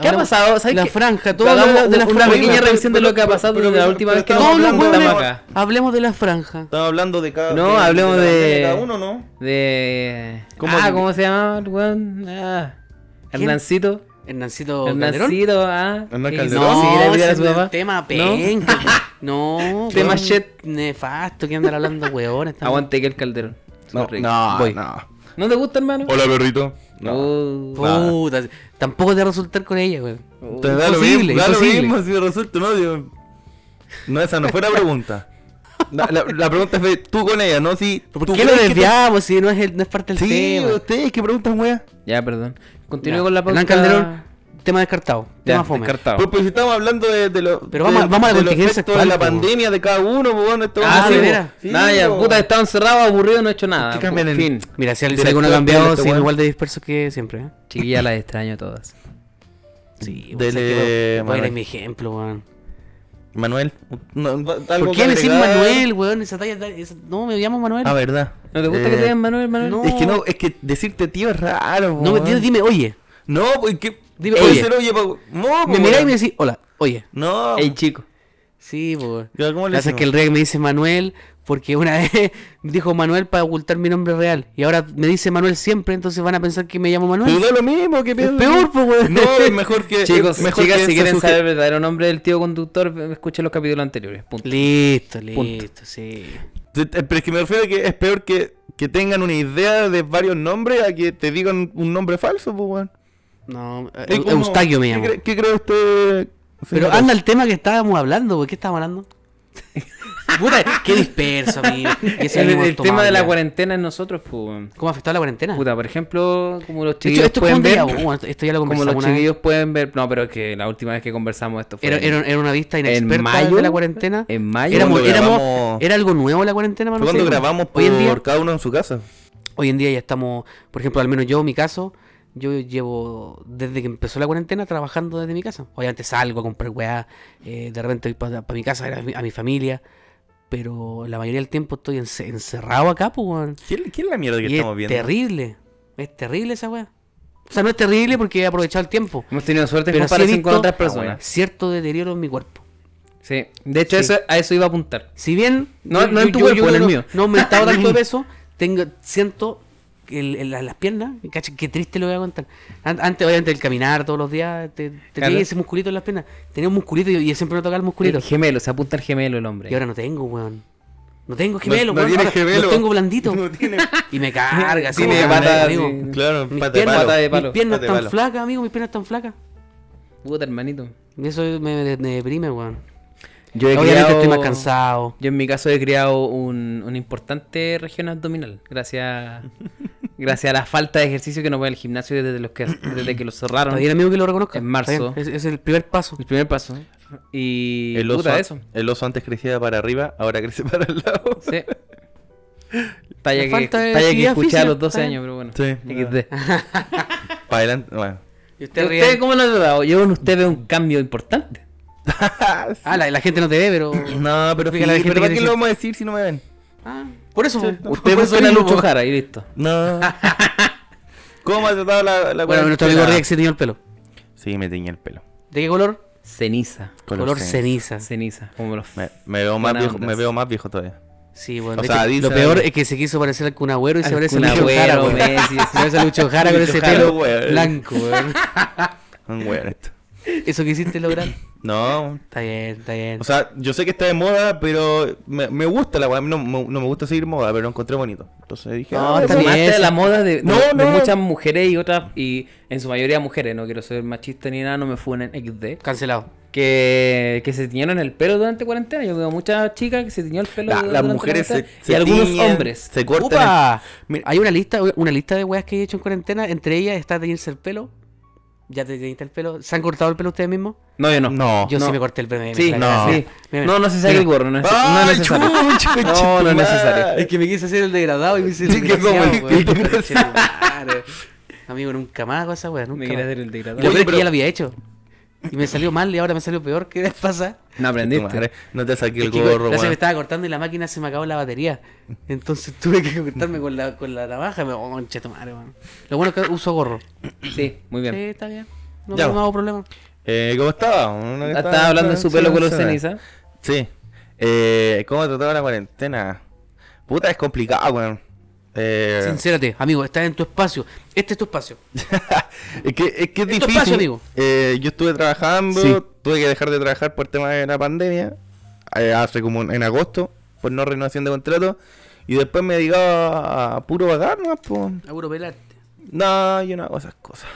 Speaker 3: ¿Qué ha
Speaker 2: Ahora,
Speaker 3: pasado? ¿Sabes
Speaker 2: La
Speaker 3: qué?
Speaker 2: franja, todo
Speaker 3: Hagamos
Speaker 2: lo- de la
Speaker 3: una
Speaker 2: franja.
Speaker 3: pequeña
Speaker 1: Pero-
Speaker 3: revisión de
Speaker 1: pero-
Speaker 3: lo que ha pasado
Speaker 1: pero-
Speaker 3: desde la
Speaker 1: pero-
Speaker 3: última
Speaker 1: pero-
Speaker 3: vez que
Speaker 1: pero-
Speaker 2: Todos
Speaker 3: nos
Speaker 2: los
Speaker 1: hablando
Speaker 3: juntamos
Speaker 1: de-
Speaker 2: hueones,
Speaker 3: acá.
Speaker 2: hablemos de la franja.
Speaker 1: Estamos hablando de cada.
Speaker 3: No, hablemos
Speaker 1: cada-
Speaker 3: de-
Speaker 1: Cada uno, ¿no?
Speaker 3: De.
Speaker 1: ¿Cómo
Speaker 3: ah,
Speaker 1: se-
Speaker 3: ¿cómo se llamaba el weón? Ah.
Speaker 2: ¿Quién?
Speaker 3: Hernancito.
Speaker 2: Hernancito Calderón.
Speaker 3: Hernancito, ah.
Speaker 1: Hernán
Speaker 3: que-
Speaker 1: Calderón.
Speaker 2: No,
Speaker 3: sí, le olvidé
Speaker 2: ese
Speaker 3: a
Speaker 2: es
Speaker 3: su
Speaker 2: un
Speaker 3: papá.
Speaker 2: tema
Speaker 3: ¿No? [laughs]
Speaker 2: penca. No,
Speaker 3: Tema
Speaker 2: weón,
Speaker 3: shit.
Speaker 2: Nefasto, que andan hablando hueones. también.
Speaker 3: Aguante que el Calderón.
Speaker 1: No,
Speaker 3: Sorry.
Speaker 1: no,
Speaker 3: Voy.
Speaker 1: no.
Speaker 3: ¿No te gusta, hermano?
Speaker 1: Hola, perrito. No.
Speaker 3: Oh.
Speaker 2: Puta, tampoco te va a resultar con ella, weón.
Speaker 1: Te da lo
Speaker 2: Uh, Imposible,
Speaker 1: mismo, da lo
Speaker 2: imposible.
Speaker 1: mismo si resulta, ¿no? Digo, no, esa no fue la pregunta. La, la- la pregunta fue tú con ella, ¿no? Si,
Speaker 2: ¿Por
Speaker 1: tú
Speaker 2: qué lo
Speaker 1: crees que te-
Speaker 2: desviamos si no es, el- no es parte del
Speaker 1: Sí,
Speaker 2: tema?
Speaker 1: ustedes que preguntan, wea.
Speaker 3: Ya, perdón. Continúe
Speaker 2: Ya.
Speaker 3: con la pauta.
Speaker 2: Hernán Calderón, tema descartado.
Speaker 3: Ya,
Speaker 2: tema fome.
Speaker 3: descartado.
Speaker 1: Pues, pues si estamos hablando de, de lo-
Speaker 2: Pero vamos a-
Speaker 1: de-
Speaker 2: vamos a la
Speaker 1: de los
Speaker 2: contingencia
Speaker 1: efectos de la
Speaker 2: actual, po.
Speaker 1: pandemia de cada uno, pues bueno, esto
Speaker 3: Ah,
Speaker 2: Ah,
Speaker 3: sí,
Speaker 2: de
Speaker 3: po.
Speaker 2: veras.
Speaker 1: Sí,
Speaker 3: Nada, ya,
Speaker 1: po.
Speaker 3: puta, estaba encerrado, aburrido, no he hecho nada.
Speaker 1: ¿Qué cambian el-
Speaker 3: Fin.
Speaker 2: Mira, si, al- si
Speaker 1: Director
Speaker 2: alguno ha cambiado,
Speaker 1: Violeta,
Speaker 2: sí,
Speaker 1: weón.
Speaker 2: igual de dispersos que siempre. ¿eh?
Speaker 3: Chiquilla, las extraño todas.
Speaker 2: Sí,
Speaker 1: Dele,
Speaker 2: Manuel.
Speaker 1: Manuel.
Speaker 2: mi ejemplo, weón.
Speaker 1: Manuel. No, no, algo
Speaker 2: ¿Por qué
Speaker 1: que
Speaker 2: me decís
Speaker 1: agregar.
Speaker 2: Manuel, weón? Esa talla, esa- No, me llamo Manuel.
Speaker 1: Ah, verdad.
Speaker 3: ¿No te gusta
Speaker 1: Eh,
Speaker 3: que te digan Manuel, Manuel?
Speaker 2: no.
Speaker 1: Es que no, es que decirte tío es raro,
Speaker 2: no, me-
Speaker 1: weón.
Speaker 2: di- dime, oye.
Speaker 1: No, pues que.
Speaker 2: Dime,
Speaker 1: puede
Speaker 2: oye.
Speaker 1: ser, oye, pa- no,
Speaker 2: Me
Speaker 1: pues,
Speaker 2: mirás y
Speaker 1: weón.
Speaker 2: me decís, hola, oye.
Speaker 1: No.
Speaker 3: Ey, chico.
Speaker 2: Sí, weón.
Speaker 1: Ya, ¿cómo
Speaker 2: Lo
Speaker 1: le
Speaker 2: que pasa es
Speaker 1: decimos?
Speaker 2: que el rey me dice Manuel porque una [laughs] vez dijo Manuel para ocultar mi nombre real. Y ahora me dice Manuel siempre, entonces van a pensar que me llamo
Speaker 1: Pero
Speaker 2: Manuel.
Speaker 1: da lo mismo que
Speaker 2: Es peor, pues, weón.
Speaker 1: No, es mejor
Speaker 2: [laughs]
Speaker 1: que.
Speaker 3: Chicos,
Speaker 1: es Eh, mejor
Speaker 3: chicas,
Speaker 1: que
Speaker 3: si
Speaker 1: se
Speaker 3: quieren
Speaker 1: suje-
Speaker 3: saber el verdadero nombre del tío conductor, escuchen los capítulos anteriores. Punto.
Speaker 2: Listo, listo,
Speaker 3: Punto.
Speaker 2: sí.
Speaker 1: Eh, Pero es que me refiero a que es peor que, que tengan una idea de varios nombres a que te digan un nombre falso, pues, weón.
Speaker 2: No, eh,
Speaker 1: Es como-
Speaker 2: Eustaquio me
Speaker 1: ¿qué
Speaker 2: llamo.
Speaker 1: cree- ¿Qué cree usted?
Speaker 2: Pero
Speaker 1: señor?
Speaker 2: anda el tema que estábamos hablando, ¿por qué estábamos
Speaker 3: [laughs]
Speaker 2: hablando? Puta, qué disperso, amigo. Y ese
Speaker 3: [laughs] el,
Speaker 2: ánimo
Speaker 3: el
Speaker 2: tomado,
Speaker 3: tema de la
Speaker 2: ya.
Speaker 3: cuarentena en nosotros, pues.
Speaker 2: ¿Cómo afectó la cuarentena?
Speaker 3: Puta, por ejemplo, como los
Speaker 2: De hecho,
Speaker 3: chiquillos
Speaker 2: esto es como
Speaker 3: pueden
Speaker 2: un
Speaker 3: ver.
Speaker 2: déjà vu, bueno, esto ya lo
Speaker 3: Como los
Speaker 2: conversamos una vez.
Speaker 3: chiquillos pueden ver. No, pero es que la última vez que conversamos esto fue.
Speaker 2: Era,
Speaker 3: en-
Speaker 2: era, era una vista
Speaker 3: en
Speaker 2: inexperta
Speaker 3: mayo,
Speaker 2: de la cuarentena.
Speaker 3: en mayo.
Speaker 2: Éramos-
Speaker 1: Cuando
Speaker 2: éramos-
Speaker 1: grabamos-
Speaker 2: era algo nuevo la cuarentena,
Speaker 1: Fue
Speaker 2: Manuel.
Speaker 1: cuando
Speaker 2: Sí.
Speaker 1: grabamos por
Speaker 2: hoy en día,
Speaker 1: cada uno en su casa.
Speaker 2: hoy en día ya estamos, por ejemplo, al menos yo, mi caso, yo llevo desde que empezó la cuarentena trabajando desde mi casa. Obviamente salgo a comprar weá, eh, de repente voy para mi casa, a ver a mi, a mi familia, pero la mayoría del tiempo estoy ence- encerrado acá, pues, weón.
Speaker 1: ¿Quién, quién es la mierda que
Speaker 2: Y es
Speaker 1: estamos viendo?
Speaker 2: terrible, es terrible esa weá. O sea, no es terrible porque he aprovechado el tiempo,
Speaker 3: Hemos tenido suerte en
Speaker 2: pero sí he
Speaker 3: comparación con
Speaker 2: visto
Speaker 3: otras
Speaker 2: ah, weón,
Speaker 3: personas.
Speaker 2: cierto deterioro en mi cuerpo.
Speaker 3: Sí. De hecho,
Speaker 2: Sí.
Speaker 3: eso, a eso iba a apuntar.
Speaker 2: Si bien
Speaker 3: No- no en tu cuerpo, en el
Speaker 2: no-
Speaker 3: mío.
Speaker 2: No he aumentado
Speaker 3: [laughs]
Speaker 2: tanto de peso, tengo, siento que el- el- las piernas, cacha, qué triste lo voy a contar. An- Antes, obviamente, el caminar todos los días, te, te
Speaker 3: Claro.
Speaker 2: tenía ese musculito en las piernas. Tenía un musculito y, y siempre no tocaba el musculito.
Speaker 3: El gemelo, se apunta al gemelo el hombre.
Speaker 2: Y ahora no tengo, weón. No tengo
Speaker 1: No-
Speaker 2: gemelo,
Speaker 1: no
Speaker 2: weón.
Speaker 1: tiene
Speaker 2: ahora
Speaker 1: gemelo.
Speaker 2: Lo tengo blandito.
Speaker 1: No [laughs] tiene-
Speaker 2: [laughs] Y me carga, así
Speaker 3: Tiene
Speaker 2: como
Speaker 3: pata
Speaker 2: carga,
Speaker 3: así.
Speaker 2: amigo.
Speaker 1: Claro,
Speaker 2: Mis
Speaker 1: pata de
Speaker 2: piernas-
Speaker 1: palo.
Speaker 3: pata de palo.
Speaker 2: Mis piernas
Speaker 1: Pata de
Speaker 2: tan
Speaker 1: palo.
Speaker 2: flacas, amigo, mis piernas tan flacas.
Speaker 3: Puta, hermanito.
Speaker 2: Y eso me, me- me deprime, weón.
Speaker 3: Yo
Speaker 2: Obviamente estoy más cansado.
Speaker 3: Yo en mi caso he creado un, una importante región abdominal,
Speaker 2: [laughs]
Speaker 3: gracias, gracias a la falta de ejercicio que no voy al gimnasio desde, los que, desde que lo cerraron.
Speaker 2: Está bien, amigo, que lo reconozca.
Speaker 3: En marzo.
Speaker 2: Está bien, Es, es el primer paso.
Speaker 3: El primer paso. Y
Speaker 1: El oso,
Speaker 3: puta eso.
Speaker 1: el oso antes crecía para arriba, ahora crece para el
Speaker 2: [laughs]
Speaker 1: lado.
Speaker 3: Sí. Talla que,
Speaker 2: falta de
Speaker 3: talla que
Speaker 2: actividad
Speaker 3: escuché
Speaker 2: física,
Speaker 3: a los 12
Speaker 2: está bien.
Speaker 3: años, pero bueno.
Speaker 1: Sí.
Speaker 3: XD.
Speaker 2: Ah,
Speaker 1: Para adelante.
Speaker 2: [laughs]
Speaker 1: Bueno.
Speaker 2: ¿Y usted,
Speaker 3: ¿Y ¿Usted cómo lo ha tratado? Yo en usted veo un cambio importante.
Speaker 2: Ah, la, la gente no te ve, pero.
Speaker 1: No, pero,
Speaker 2: Fíjate, la
Speaker 1: sí,
Speaker 2: gente
Speaker 1: pero ¿para
Speaker 2: que
Speaker 1: qué
Speaker 2: dice-
Speaker 1: lo vamos a decir si no me ven?
Speaker 2: Ah, por eso. po.
Speaker 3: Usted
Speaker 2: Por
Speaker 3: puso
Speaker 2: eso
Speaker 3: a
Speaker 2: mismo,
Speaker 3: Lucho
Speaker 2: po.
Speaker 3: Jara y listo.
Speaker 2: [laughs]
Speaker 1: No. ¿Cómo ha tratado la, la
Speaker 2: Bueno, nuestro amigo
Speaker 1: cuarentena?
Speaker 2: Rex se tiñó el pelo.
Speaker 1: Sí, me teñí el pelo.
Speaker 2: ¿De qué color?
Speaker 3: Ceniza.
Speaker 2: Color,
Speaker 1: ceniza.
Speaker 2: ceniza.
Speaker 3: Ceniza. Como los...
Speaker 1: Me, me veo más
Speaker 3: Buena
Speaker 1: viejo,
Speaker 3: onda.
Speaker 1: me veo más viejo todavía.
Speaker 2: Sí, bueno.
Speaker 1: O
Speaker 2: de
Speaker 1: sea,
Speaker 2: hecho,
Speaker 1: dice-
Speaker 2: lo peor es que se quiso parecer al Kun Agüero y se
Speaker 3: Al
Speaker 2: parece a
Speaker 3: Kun
Speaker 2: Lucho
Speaker 3: Agüero,
Speaker 2: Jara, weón.
Speaker 3: Messi,
Speaker 2: Se parece a Lucho Jara con
Speaker 3: Lucho
Speaker 2: ese
Speaker 3: Jara,
Speaker 2: pelo
Speaker 1: weón.
Speaker 2: blanco, weón.
Speaker 1: Un weón esto.
Speaker 2: Eso que hiciste lograr.
Speaker 1: [laughs] No.
Speaker 2: Está bien, está bien.
Speaker 1: O sea, yo sé que está de moda, pero me, me gusta la weá. No, me- no me gusta seguir moda, pero lo encontré bonito. Entonces dije,
Speaker 2: No,
Speaker 1: ah,
Speaker 2: está
Speaker 1: eso.
Speaker 2: bien.
Speaker 3: Tomaste de pues, la moda de, de-
Speaker 1: No,
Speaker 3: de
Speaker 1: no.
Speaker 3: muchas mujeres y otras, y en su mayoría mujeres, no quiero ser machista ni nada, no me funen XD,
Speaker 2: Cancelado.
Speaker 3: que, que se tiñeron el pelo durante cuarentena. Yo veo muchas chicas que se tiñó el pelo
Speaker 1: La-
Speaker 3: durante
Speaker 1: las mujeres se,
Speaker 3: cuarentena,
Speaker 1: se
Speaker 3: y algunos
Speaker 1: tiñen,
Speaker 3: hombres.
Speaker 1: se cortan.
Speaker 2: ¡Upa!
Speaker 1: el- Mira,
Speaker 2: Hay una lista, una lista de weas que he hecho en cuarentena. Entre ellas está teñirse el pelo, ¿Ya te teñiste el pelo? ¿Se han cortado el pelo ustedes mismos?
Speaker 3: No, yo no.
Speaker 1: No.
Speaker 2: Yo sí
Speaker 3: No.
Speaker 2: me corté el pelo. me- me
Speaker 3: Sí,
Speaker 2: saca-
Speaker 1: no.
Speaker 2: sí. Mira,
Speaker 3: No, no se saca
Speaker 2: mira.
Speaker 3: el gorro, no es, no es necesario. No, no es necesario.
Speaker 2: Es que me quise hacer el degradado y me hice
Speaker 1: [laughs]
Speaker 2: el
Speaker 1: Sí, que como
Speaker 2: desgraciado,
Speaker 1: el-
Speaker 2: weón.
Speaker 1: el desgraciado.
Speaker 2: Conche tu madre. Amigo, nunca más hago esa weá, nunca
Speaker 3: Me quería
Speaker 2: más.
Speaker 3: hacer el degradado.
Speaker 2: Yo
Speaker 1: Oye,
Speaker 2: creo que
Speaker 1: pero-
Speaker 2: ya lo había hecho. Y me salió mal y ahora me salió peor. ¿Qué [laughs] pasa?
Speaker 3: No aprendiste.
Speaker 1: Madre, No te saqué el
Speaker 2: Es que
Speaker 1: gorro,
Speaker 2: la se me
Speaker 1: weón.
Speaker 2: estaba cortando y la máquina se me acabó la batería. Entonces tuve que cortarme con la, con la navaja. Me oh, conche tu madre, weón. Lo bueno es que uso gorro.
Speaker 3: Sí, muy
Speaker 2: Sí,
Speaker 3: bien.
Speaker 2: está bien. No,
Speaker 1: Ya,
Speaker 2: no
Speaker 1: pues.
Speaker 2: hago problema.
Speaker 1: Eh, ¿Cómo estaba? Uno que
Speaker 3: Ah, Estaba hablando de su pelo color
Speaker 1: sí,
Speaker 3: ceniza.
Speaker 1: Sí. Eh, ¿Cómo trataba la cuarentena? Puta, es complicado, weón. Eh,
Speaker 2: Sincérate, amigo, estás en tu espacio. Este es tu espacio.
Speaker 1: [laughs] es que es, que es
Speaker 2: Es tu
Speaker 1: difícil.
Speaker 2: espacio, amigo.
Speaker 1: Eh, yo estuve trabajando,
Speaker 3: Sí.
Speaker 1: tuve que dejar de trabajar por tema de la pandemia. eh, hace como en agosto, por no renovación de contrato. Y después me dedicaba a puro vagar, ¿no? Pues,
Speaker 2: Seguro pelarte.
Speaker 1: no, yo no hago esas cosas.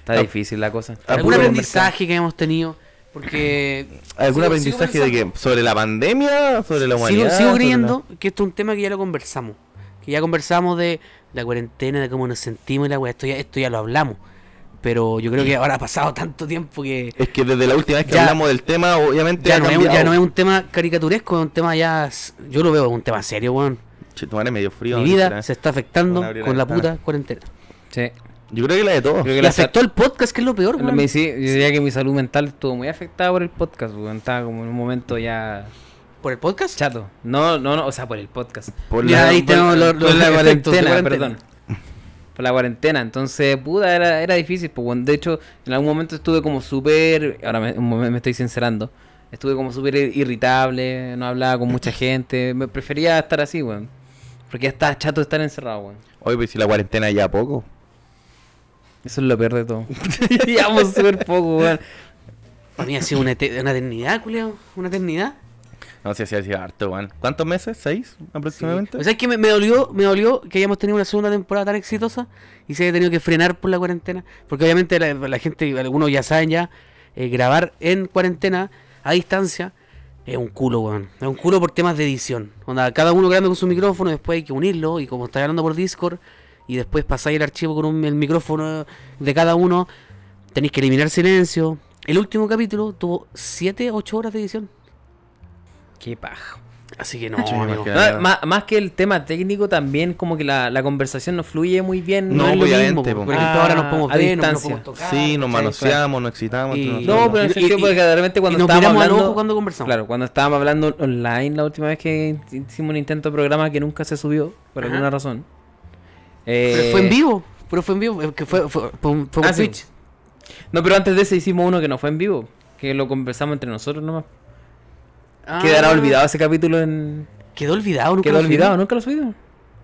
Speaker 3: Está difícil la cosa.
Speaker 1: Ah,
Speaker 2: ¿Algún
Speaker 1: puro
Speaker 2: aprendizaje que hemos tenido? Porque.
Speaker 1: ¿Algún
Speaker 2: sigo-
Speaker 1: aprendizaje
Speaker 2: sigo
Speaker 1: de qué?
Speaker 2: pensando-
Speaker 1: ¿Sobre la pandemia? ¿Sobre la humanidad?
Speaker 2: Sigo, sigo
Speaker 1: ¿Sobre la-
Speaker 2: creyendo que esto es un tema que ya lo conversamos. Que ya conversamos de la cuarentena, de cómo nos sentimos y la weá. Esto ya, esto ya lo hablamos. Pero yo creo que ahora ha pasado tanto tiempo que.
Speaker 1: Es que desde la última vez que
Speaker 2: Ya-
Speaker 1: hablamos del tema, obviamente
Speaker 2: Ya
Speaker 1: ha
Speaker 2: no, es, un-
Speaker 1: cambiado.
Speaker 2: ya no es un tema caricaturesco, es un tema ya. s- Yo lo veo como un tema serio, weón.
Speaker 1: Che, tu madre medio frío.
Speaker 2: Mi
Speaker 1: literal.
Speaker 2: vida se está afectando
Speaker 1: Vamos a abrir
Speaker 2: con
Speaker 1: la
Speaker 2: la puta
Speaker 1: ventana.
Speaker 2: cuarentena.
Speaker 3: Sí.
Speaker 1: Yo creo que la de todos.
Speaker 3: Creo que
Speaker 2: Y
Speaker 3: la
Speaker 2: afectó el podcast, que es lo peor,
Speaker 3: Lo-
Speaker 2: weón.
Speaker 3: Me, sí, yo diría que mi salud mental estuvo muy afectada por el podcast, weón. Estaba como en un momento ya
Speaker 2: ¿Por el podcast?
Speaker 3: chato. No, no, no, o sea, por el podcast.
Speaker 1: Por
Speaker 2: Ya,
Speaker 1: la-
Speaker 2: ahí
Speaker 1: por-
Speaker 2: tenemos los-
Speaker 3: por
Speaker 2: los
Speaker 3: la
Speaker 2: efectos de
Speaker 3: cuarentena,
Speaker 2: cuarentena.
Speaker 3: perdón. Por la cuarentena, entonces, puta, era, era difícil. Pues, bueno, de hecho, en algún momento estuve como súper. Ahora me, un momen- me estoy sincerando. Estuve como súper ir- irritable, no hablaba con mucha gente. Me prefería estar así, weón. Porque ya estaba chato de estar encerrado, weón.
Speaker 1: Oye, pues si la cuarentena ya poco.
Speaker 3: Eso es lo peor de todo. [laughs] Llevamos súper poco, weón.
Speaker 2: Para mí ha sido una, ete- una eternidad, culiao. Una eternidad.
Speaker 1: No sé si ha sido harto, weón. ¿Cuántos meses? ¿Seis aproximadamente?
Speaker 2: O sea, es que me, me dolió, me dolió que hayamos tenido una segunda temporada tan exitosa y se haya tenido que frenar por la cuarentena. Porque obviamente la, la gente, algunos ya saben ya, eh, grabar en cuarentena, a distancia, es un culo, weón. Es un culo por temas de edición. Onda, cada uno graba con su micrófono, después hay que unirlo y como estáis hablando por Discord y después pasáis el archivo con un- el micrófono de cada uno, tenéis que eliminar silencio. El último capítulo tuvo 7, 8 horas de edición.
Speaker 3: Qué paja.
Speaker 2: Así que no,
Speaker 1: Sí,
Speaker 2: amigo.
Speaker 1: imagínate.
Speaker 3: No,
Speaker 1: Claro.
Speaker 3: más, más que el tema técnico, también como que la, la conversación no fluye muy bien.
Speaker 1: No,
Speaker 2: no, pues, es lo
Speaker 1: obviamente,
Speaker 2: mismo, po.
Speaker 1: po.
Speaker 2: por ejemplo,
Speaker 3: Ah,
Speaker 2: ahora nos podemos
Speaker 3: a
Speaker 2: ver, no nos
Speaker 3: distancia.
Speaker 2: podemos tocar.
Speaker 1: sí, nos
Speaker 2: ¿cachai?
Speaker 1: manoseamos, nos excitamos.
Speaker 2: Y-
Speaker 1: nos-
Speaker 3: No, pero en el
Speaker 2: Y-
Speaker 3: sentido
Speaker 2: y-
Speaker 3: porque de repente
Speaker 2: y
Speaker 3: cuando
Speaker 2: nos
Speaker 3: estábamos
Speaker 2: miramos al
Speaker 3: hablando.
Speaker 2: ojo cuando conversamos.
Speaker 3: Claro, cuando estábamos hablando online la última vez que hicimos un intento de programa que nunca se subió, por
Speaker 2: Ajá.
Speaker 3: alguna razón.
Speaker 2: Pero
Speaker 3: Eh,
Speaker 2: fue en vivo, pero fue en vivo, eh, que fue, fue, fue un- fue por
Speaker 3: Ah, sí.
Speaker 2: Twitch.
Speaker 3: No, pero antes de ese hicimos uno que no fue en vivo, que lo conversamos entre nosotros nomás.
Speaker 2: Ah,
Speaker 3: Quedará olvidado ese capítulo en.
Speaker 2: Quedó olvidado, nunca
Speaker 3: Quedó
Speaker 2: lo subí.
Speaker 3: olvidado, nunca lo subimos.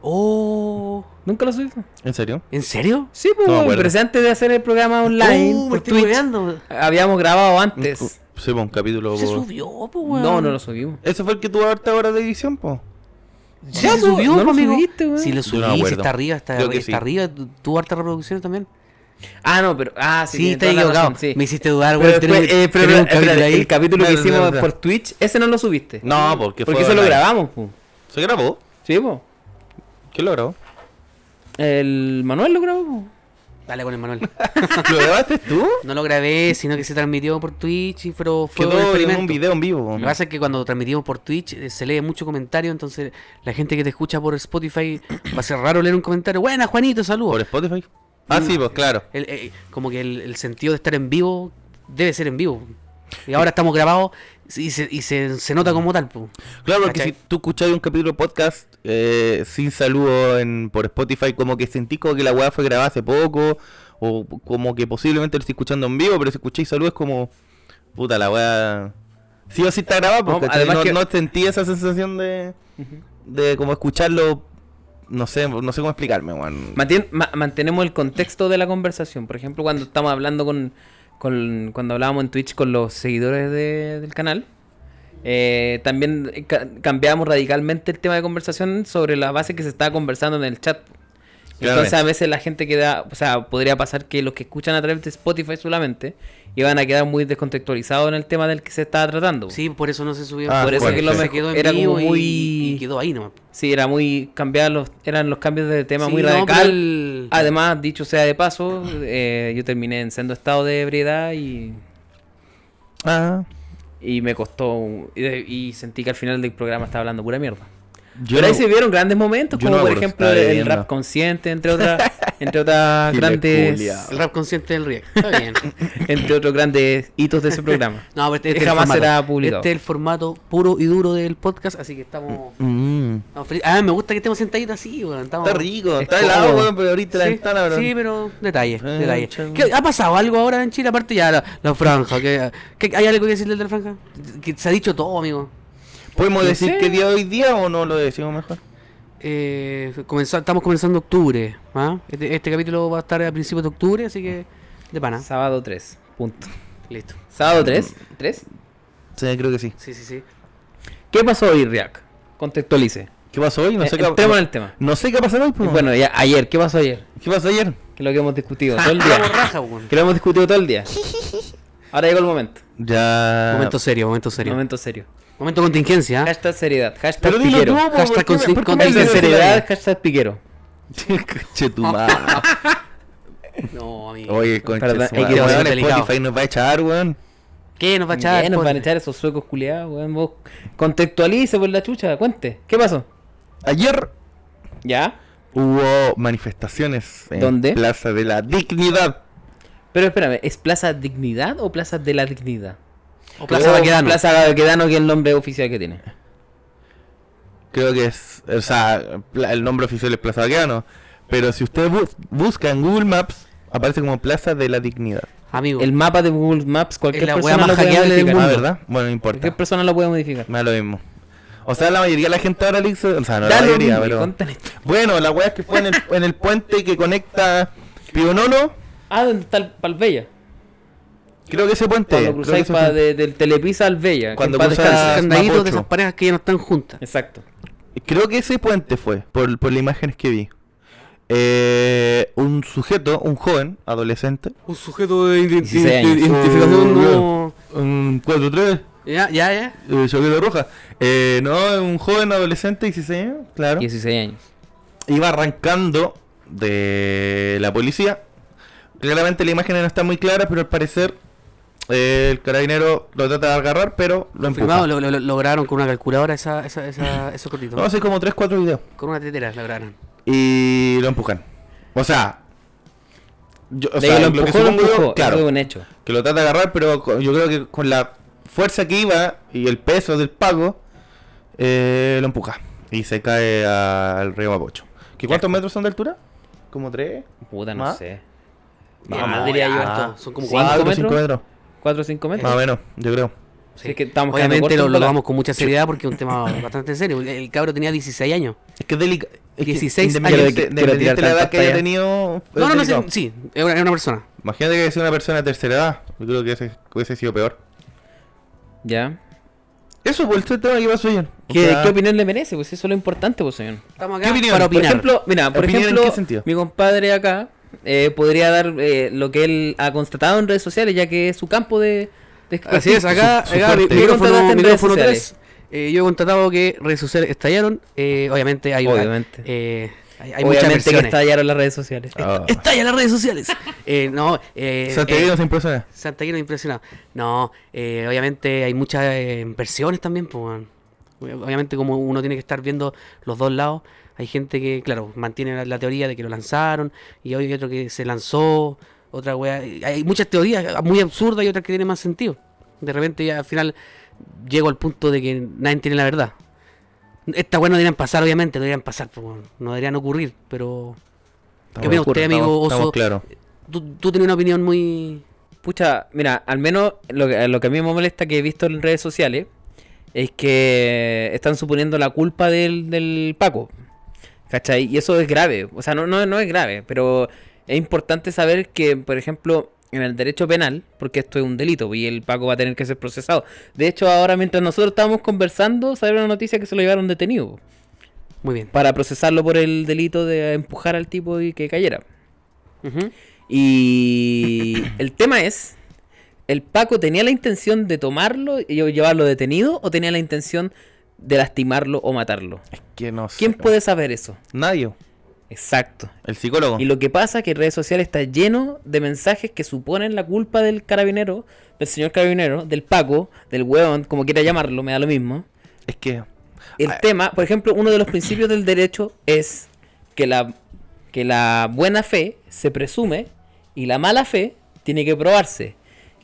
Speaker 2: Oh,
Speaker 3: Nunca lo subimos.
Speaker 1: ¿En serio?
Speaker 2: ¿en serio?
Speaker 3: Sí,
Speaker 1: No
Speaker 3: pues,
Speaker 1: me
Speaker 3: weón,
Speaker 1: acuerdo.
Speaker 3: pero si antes de hacer el programa online,
Speaker 2: Oh, me
Speaker 3: por
Speaker 2: estoy
Speaker 3: Twitch,
Speaker 2: hueveando.
Speaker 3: habíamos grabado antes.
Speaker 1: Uh, Sí, po, un capítulo.
Speaker 2: Se
Speaker 1: po.
Speaker 2: subió, pues, weón.
Speaker 3: No, no lo subimos.
Speaker 1: ¿Eso fue el que tuvo harta hora de edición, po?
Speaker 2: Sí
Speaker 3: Ya,
Speaker 2: se
Speaker 3: po,
Speaker 2: subió,
Speaker 3: no lo
Speaker 2: po, amigo.
Speaker 3: subiste, weón.
Speaker 2: Sí, lo
Speaker 1: Yo
Speaker 2: subí,
Speaker 1: no me
Speaker 2: sí,
Speaker 1: acuerdo.
Speaker 2: está arriba, está,
Speaker 1: Creo que
Speaker 2: está
Speaker 1: sí.
Speaker 2: arriba. Tuvo harta reproducción también.
Speaker 3: Ah, no, pero. Ah,
Speaker 2: Sí,
Speaker 3: sí, tiene
Speaker 2: está
Speaker 3: toda la
Speaker 2: equivocado.
Speaker 3: razón, sí.
Speaker 2: Me hiciste dudar,
Speaker 3: Pero
Speaker 2: weón.
Speaker 3: después,
Speaker 2: tenemos-
Speaker 3: eh, pero-
Speaker 2: tenemos un
Speaker 3: espérate,
Speaker 2: capítulo ahí.
Speaker 3: el capítulo que
Speaker 1: Espera,
Speaker 3: hicimos
Speaker 1: espera.
Speaker 3: por Twitch, ese no lo subiste.
Speaker 1: No, porque fue.
Speaker 3: porque eso lo
Speaker 1: online.
Speaker 3: grabamos, pu.
Speaker 1: ¿Se grabó?
Speaker 3: Sí, po.
Speaker 1: ¿Quién lo grabó?
Speaker 3: El Manuel lo grabó, pu.
Speaker 2: Dale con el Manuel.
Speaker 1: ¿Lo grabaste tú?
Speaker 2: No lo grabé, sino que se transmitió por Twitch, y- pero fue un
Speaker 1: Quedó en un
Speaker 2: experimento.
Speaker 1: video en vivo.
Speaker 2: Lo que pasa es que cuando transmitimos por Twitch eh, se lee mucho comentario, entonces la gente que te escucha por Spotify va a ser raro leer un comentario. Buena, Juanito,
Speaker 1: ¿Por
Speaker 2: saludos.
Speaker 1: Spotify? Ah, sí, pues claro.
Speaker 2: El- eh, como que el, el sentido de estar en vivo debe ser en vivo. Y ahora estamos grabados y se, y se, se nota como tal. po.
Speaker 1: Claro, porque
Speaker 2: ¿Cachai?
Speaker 1: si tú escucháis un capítulo de podcast eh, sin saludo en, por Spotify, como que sentís como que la weá fue grabada hace poco, o como que posiblemente lo estoy escuchando en vivo, pero si escucháis saludos es como, puta, la weá. Sí o sí está grabada,
Speaker 3: No,
Speaker 1: porque
Speaker 3: además
Speaker 1: no,
Speaker 3: que-
Speaker 1: no sentí esa sensación de, de como escucharlo, no sé, no sé cómo explicarme, weón.
Speaker 3: Mantien- ma- mantenemos el contexto de la conversación. Por ejemplo, cuando estamos hablando con. con- cuando hablábamos en Twitch con los seguidores de- del canal. eh, también eh, ca- cambiamos radicalmente el tema de conversación sobre la base que se estaba conversando en el chat. Entonces
Speaker 1: Claramente.
Speaker 3: a veces la gente queda, o sea, podría pasar que los que escuchan a través de Spotify solamente iban a quedar muy descontextualizados en el tema del que se estaba tratando.
Speaker 2: Sí, por eso no se subió.
Speaker 1: Ah, Por eso que lo
Speaker 2: se
Speaker 1: mejor-
Speaker 2: quedó en
Speaker 3: era como
Speaker 2: vivo y-
Speaker 3: muy-
Speaker 2: y, quedó ahí nomás.
Speaker 3: Sí, era muy cambiar los, eran los cambios de tema
Speaker 2: Sí,
Speaker 3: muy
Speaker 2: no, pero
Speaker 3: radical. Ah,
Speaker 2: el-
Speaker 3: Además, dicho sea de paso, eh, yo terminé en sendo estado de ebriedad y,
Speaker 1: Ah,
Speaker 3: y me costó un- y, y sentí que al final del programa estaba hablando pura mierda.
Speaker 1: yo
Speaker 3: Pero ahí
Speaker 1: no-
Speaker 3: se vieron grandes momentos,
Speaker 1: yo
Speaker 3: como
Speaker 1: no me
Speaker 3: por
Speaker 1: acuerdo,
Speaker 3: ejemplo
Speaker 1: estaba
Speaker 3: el
Speaker 1: bebiendo.
Speaker 3: rap consciente, entre
Speaker 1: [laughs]
Speaker 3: otras, entre otras
Speaker 1: Chile
Speaker 3: grandes,
Speaker 1: culiao.
Speaker 2: El rap consciente del riesgo. Está bien.
Speaker 3: [laughs] entre otros grandes hitos de ese programa.
Speaker 1: [laughs]
Speaker 2: No, pero este,
Speaker 3: Que
Speaker 2: este es el
Speaker 3: jamás
Speaker 2: formato.
Speaker 3: será publicado.
Speaker 2: Este es el formato puro y duro del podcast, así que estamos.
Speaker 1: Mm.
Speaker 2: estamos felices. Ah, me gusta que estemos sentaditos así, weón. Estamos...
Speaker 1: Está rico,
Speaker 3: Es
Speaker 1: está helado,
Speaker 3: cómodo.
Speaker 1: weón, pero ahorita la
Speaker 2: sí,
Speaker 1: ventana, bro.
Speaker 2: sí, pero detalles,
Speaker 1: Ah,
Speaker 2: detalles.
Speaker 1: chao.
Speaker 2: ¿Qué- ¿Ha pasado algo ahora en Chile? Aparte ya la, la franja. ¿qué- qué- ¿Hay algo que decirle de la franja? Que se ha dicho todo, amigo.
Speaker 1: ¿Podemos
Speaker 3: No
Speaker 1: decir
Speaker 3: sé.
Speaker 1: qué día hoy día o no lo decimos mejor?
Speaker 2: Eh, comenzó- estamos comenzando octubre. ¿ah? Este, este capítulo va a estar a principios de octubre, así que de pana.
Speaker 3: Sábado 3, punto.
Speaker 2: Listo.
Speaker 3: Sábado 3, 3.
Speaker 1: Sí, creo que sí.
Speaker 2: Sí, sí, sí.
Speaker 3: ¿Qué pasó hoy, React? Contextualice.
Speaker 1: ¿Qué pasó hoy? No sé,
Speaker 3: Eh,
Speaker 1: qué, ha-
Speaker 3: entremos en el tema.
Speaker 1: no sé qué ha pasado hoy,
Speaker 3: Y
Speaker 1: pues.
Speaker 3: bueno, ya ayer, ¿qué pasó ayer?
Speaker 1: ¿Qué pasó ayer?
Speaker 3: Que es lo que hemos discutido todo el
Speaker 2: Estamos
Speaker 1: [laughs]
Speaker 3: día.
Speaker 2: raja, weón.
Speaker 3: que lo hemos discutido todo el día. Ahora llegó el momento.
Speaker 1: Ya.
Speaker 2: Momento serio, momento serio. Momento,
Speaker 3: Momento serio.
Speaker 2: contingencia. ¿ah?
Speaker 3: Hashtag seriedad. Hashtag
Speaker 1: Pero dilo tú,
Speaker 3: piquero.
Speaker 1: po,
Speaker 2: Hashtag
Speaker 1: ¿por qué me-
Speaker 2: consi-
Speaker 1: por qué me
Speaker 2: con-
Speaker 1: dices
Speaker 3: Hashtag
Speaker 1: eso?
Speaker 3: seriedad.
Speaker 1: [laughs]
Speaker 3: Hashtag piquero.
Speaker 1: Conche tu madre.
Speaker 2: No,
Speaker 1: [laughs]
Speaker 2: amigo.
Speaker 1: Oye, conche
Speaker 3: Perdón,
Speaker 1: tu
Speaker 3: hay que
Speaker 1: madre.
Speaker 2: ser
Speaker 1: Weón,
Speaker 2: delicado.
Speaker 1: Spotify nos va a echar, weón.
Speaker 2: ¿Qué nos va a echar?
Speaker 3: Ya nos van a
Speaker 2: Ponte.
Speaker 3: echar esos suecos culiados, weón. Vos contextualice por la chucha, cuente. ¿Qué pasó?
Speaker 1: Ayer
Speaker 3: Ya.
Speaker 1: hubo manifestaciones en
Speaker 3: ¿Dónde?
Speaker 1: Plaza de la Dignidad.
Speaker 3: Pero espérame, ¿es Plaza Dignidad o Plaza de la Dignidad?
Speaker 2: O Plaza Baquedano.
Speaker 3: Oh, Plaza Baquedano, que es el nombre oficial que tiene.
Speaker 1: Creo que es. O sea, pla- el nombre oficial es Plaza Baqueano. Pero si usted bu- busca en Google Maps, aparece como Plaza de la Dignidad.
Speaker 2: Amigo.
Speaker 3: El mapa de Google Maps, cualquier
Speaker 2: Es la
Speaker 3: persona
Speaker 2: wea
Speaker 3: lo
Speaker 2: más
Speaker 3: puede
Speaker 2: hackeable del
Speaker 3: modificar.
Speaker 1: Ah,
Speaker 2: mundo.
Speaker 1: ¿verdad? Bueno, no importa.
Speaker 3: Cualquier persona lo puede modificar.
Speaker 1: Me da lo mismo. O sea, la mayoría de la gente ahora le hizo- O sea, no
Speaker 3: Da
Speaker 1: la
Speaker 3: lo
Speaker 1: mayoría,
Speaker 3: mismo,
Speaker 1: pero.
Speaker 3: contale.
Speaker 1: Bueno, la weá es que fue en
Speaker 3: [laughs]
Speaker 1: el, en el puente que conecta Pionolo.
Speaker 3: Ah, ¿dónde está el Palbella?
Speaker 1: Creo que ese puente.
Speaker 3: Cuando
Speaker 1: creo que
Speaker 3: cruzáis
Speaker 1: ese
Speaker 3: pa-
Speaker 1: puente.
Speaker 3: de- del Telepisa al Bella. que
Speaker 1: Cuando
Speaker 3: en paz
Speaker 1: cruzas-
Speaker 2: Los
Speaker 3: descanse.
Speaker 2: candaditos
Speaker 1: Mapocho.
Speaker 2: de esas parejas que ya no están juntas.
Speaker 3: Exacto.
Speaker 1: Creo que ese puente fue, por, por las imágenes que vi. Eh, un sujeto, un joven, adolescente.
Speaker 2: Un sujeto de
Speaker 3: 16 años.
Speaker 2: identificación no.
Speaker 1: Un 4-3,
Speaker 2: Ya, ya, ya.
Speaker 1: eh, chaqueta roja. Eh, no, un joven adolescente, 16 años, claro.
Speaker 3: 16 años.
Speaker 1: iba arrancando de la policía. Claramente la imagen no está muy clara, pero al parecer eh, el carabinero lo trata de agarrar, pero lo
Speaker 2: Firmado,
Speaker 1: empuja.
Speaker 2: lo, lo- lo lograron con una calculadora esa, esa, esa, esos cortitos.
Speaker 1: No, hace como 3, 4 videos.
Speaker 2: Con una tetera lograron.
Speaker 1: Y lo empujan. O sea, yo, o
Speaker 3: De
Speaker 1: sea,
Speaker 3: que
Speaker 1: lo,
Speaker 3: lo
Speaker 1: que
Speaker 3: empujó, lo
Speaker 1: supongo yo,
Speaker 3: empujó.
Speaker 1: claro,
Speaker 3: Eso es un e- hecho.
Speaker 1: que lo trata de agarrar, pero co- yo creo que con la fuerza que iba y el peso del pago, eh, lo empuja. Y se cae a- al río Mapocho. ¿Que ¿Cuántos metros son de altura? ¿Como 3?
Speaker 3: Puta, no
Speaker 1: ¿Más?
Speaker 3: sé.
Speaker 1: Más,
Speaker 2: Ya,
Speaker 1: más,
Speaker 2: diría yo,
Speaker 1: ¿Ah? ya.
Speaker 2: harto. Son como
Speaker 3: Sí.
Speaker 2: cuatro.
Speaker 1: Cuatro,
Speaker 3: metros?
Speaker 1: cinco metros.
Speaker 3: 4 o 5 metros.
Speaker 1: Más o menos, yo creo.
Speaker 3: Sí, es que estamos quedando
Speaker 2: Obviamente
Speaker 3: cortos
Speaker 2: lo,
Speaker 3: en
Speaker 2: lo
Speaker 3: volar.
Speaker 2: tomamos con mucha seriedad porque es un tema bastante serio. El- El cabro tenía 16 años.
Speaker 1: Es que es delicado.
Speaker 2: 16 años.
Speaker 1: Independiente,
Speaker 3: Quiero- quiero
Speaker 1: independiente
Speaker 3: tirar
Speaker 1: de la edad
Speaker 3: tantas
Speaker 1: que haya
Speaker 3: tallas.
Speaker 1: tenido. eh, es
Speaker 2: No, no, no, sí,
Speaker 1: delicado.
Speaker 2: sí, es una, es una persona.
Speaker 1: Imagínate que sea una persona de tercera edad. Yo creo que ese- hubiese sido peor.
Speaker 3: Ya.
Speaker 1: Eso por el tema que pasó ayer.
Speaker 3: ¿Qué,
Speaker 1: O sea,
Speaker 3: ¿Qué opinión le merece? Pues eso es lo importante, pues, señor.
Speaker 2: Estamos
Speaker 1: ¿Qué
Speaker 2: acá
Speaker 1: opinión? Por
Speaker 2: para
Speaker 3: Por
Speaker 2: opinar.
Speaker 3: [laughs] ejemplo, mira, por
Speaker 1: ¿Opinión en
Speaker 3: ejemplo,
Speaker 1: qué sentido?
Speaker 3: mi compadre acá eh, podría dar eh, lo que él ha constatado en redes sociales, ya que es su campo de, de
Speaker 2: Así es, acá,
Speaker 1: Su- su
Speaker 2: acá mi-
Speaker 1: fuerte.
Speaker 2: micrófono,
Speaker 3: Contrataste en
Speaker 2: micrófono 3.
Speaker 3: redes
Speaker 2: Eh, yo he contratado que redes sociales estallaron. Eh, obviamente hay,
Speaker 3: Obviamente.
Speaker 2: eh, hay, hay muchas
Speaker 3: Obviamente que
Speaker 2: versiones.
Speaker 3: estallaron las redes sociales.
Speaker 1: Ah.
Speaker 2: Estalla las redes sociales. [laughs] Eh, no, eh,
Speaker 1: O sea, te
Speaker 2: eh,
Speaker 1: digo sin persona.
Speaker 2: Santaguino impresionado. No, eh, obviamente hay muchas eh, versiones también, pues, weón. Ob- Obviamente como uno tiene que estar viendo los dos lados, hay gente que, claro, mantiene la, la teoría de que lo lanzaron, y hoy hay otro que se lanzó, otra wea... y Hay muchas teorías ah, muy absurdas y otras que tienen más sentido. De repente ya al final llego al punto de que nadie tiene la verdad. Estas weas no deberían pasar, obviamente, no deberían pasar, pues, weón. no deberían ocurrir, pero... ¿Qué opina usted, amigo
Speaker 1: Estamos-
Speaker 2: Oso?
Speaker 1: estamos claro.
Speaker 2: Tú, tú tienes una opinión muy...
Speaker 3: Pucha, mira, al menos lo que, lo que a mí me molesta que he visto en redes sociales es que están suponiendo la culpa del, del Paco. ¿Cachai? Y eso es grave. O sea, no, no, no es grave, pero es importante saber que, por ejemplo, en el derecho penal, porque esto es un delito y el Paco va a tener que ser procesado. De hecho, ahora mientras nosotros estábamos conversando, salió una noticia que se lo llevaron detenido.
Speaker 2: Muy bien.
Speaker 3: para procesarlo por el delito de empujar al tipo y que cayera.
Speaker 2: Ujú.
Speaker 3: Y el tema es, ¿el Paco tenía la intención de tomarlo y llevarlo detenido o tenía la intención de lastimarlo o matarlo?
Speaker 1: Es que no sé.
Speaker 3: ¿Quién puede saber eso?
Speaker 1: Nadie.
Speaker 3: Exacto.
Speaker 1: El psicólogo.
Speaker 3: Y lo que pasa es que redes sociales está lleno de mensajes que suponen la culpa del carabinero, del señor carabinero, del Paco, del hueón, como quiera llamarlo, me da lo mismo.
Speaker 1: Es que.
Speaker 3: El
Speaker 1: Ah.
Speaker 3: tema, por ejemplo, uno de los principios del derecho es que la, que la buena fe se presume y la mala fe tiene que probarse.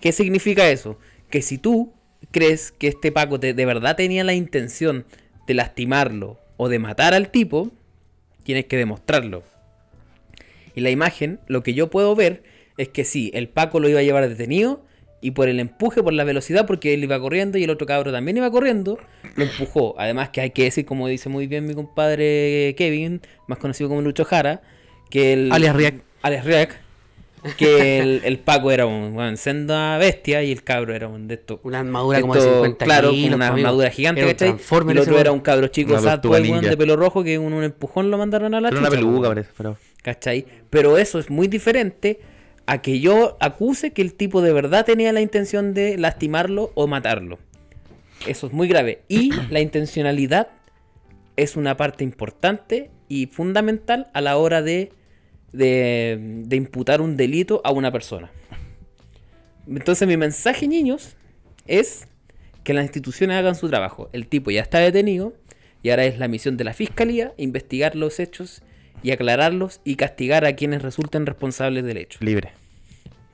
Speaker 3: ¿Qué significa eso? Que si tú crees que este Paco te- de verdad tenía la intención de lastimarlo o de matar al tipo, tienes que demostrarlo. Y la imagen, lo que yo puedo ver es que sí, el Paco lo iba a llevar detenido y por el empuje, por la velocidad, porque él iba corriendo y el otro cabro también iba corriendo, lo empujó. Además que hay que decir, como dice muy bien mi compadre Kevin, más conocido como Lucho Jara, que el...
Speaker 2: Alias Riak.
Speaker 3: Alias Riak, que el, el Paco era un, weón, senda bestia y el cabro era un de estos...
Speaker 2: Una armadura como
Speaker 3: Esto,
Speaker 2: de 50
Speaker 3: claro, con
Speaker 2: kilos, pues,
Speaker 3: una
Speaker 2: amigo.
Speaker 3: armadura gigante,
Speaker 2: Era un
Speaker 3: ¿cachai? Y
Speaker 2: Transformer
Speaker 3: el
Speaker 2: ese
Speaker 3: otro era
Speaker 2: weón.
Speaker 3: un cabro chico,
Speaker 1: Una
Speaker 3: sad
Speaker 1: tortuga
Speaker 3: boy, weón,
Speaker 1: ninja.
Speaker 3: de pelo rojo, que con un empujón lo mandaron a la
Speaker 1: Tiene una
Speaker 3: chucha,
Speaker 1: peluca,
Speaker 3: weón.
Speaker 1: parece. Pero.
Speaker 3: ¿Cachai? Pero eso es muy diferente a que yo acuse que el tipo de verdad tenía la intención de lastimarlo o matarlo. Eso es muy grave. Y la intencionalidad es una parte importante y fundamental a la hora de, de, de imputar un delito a una persona. Entonces mi mensaje, niños, es que las instituciones hagan su trabajo. El tipo ya está detenido y ahora es la misión de la fiscalía investigar los hechos y aclararlos y castigar a quienes resulten responsables del hecho.
Speaker 1: Libre.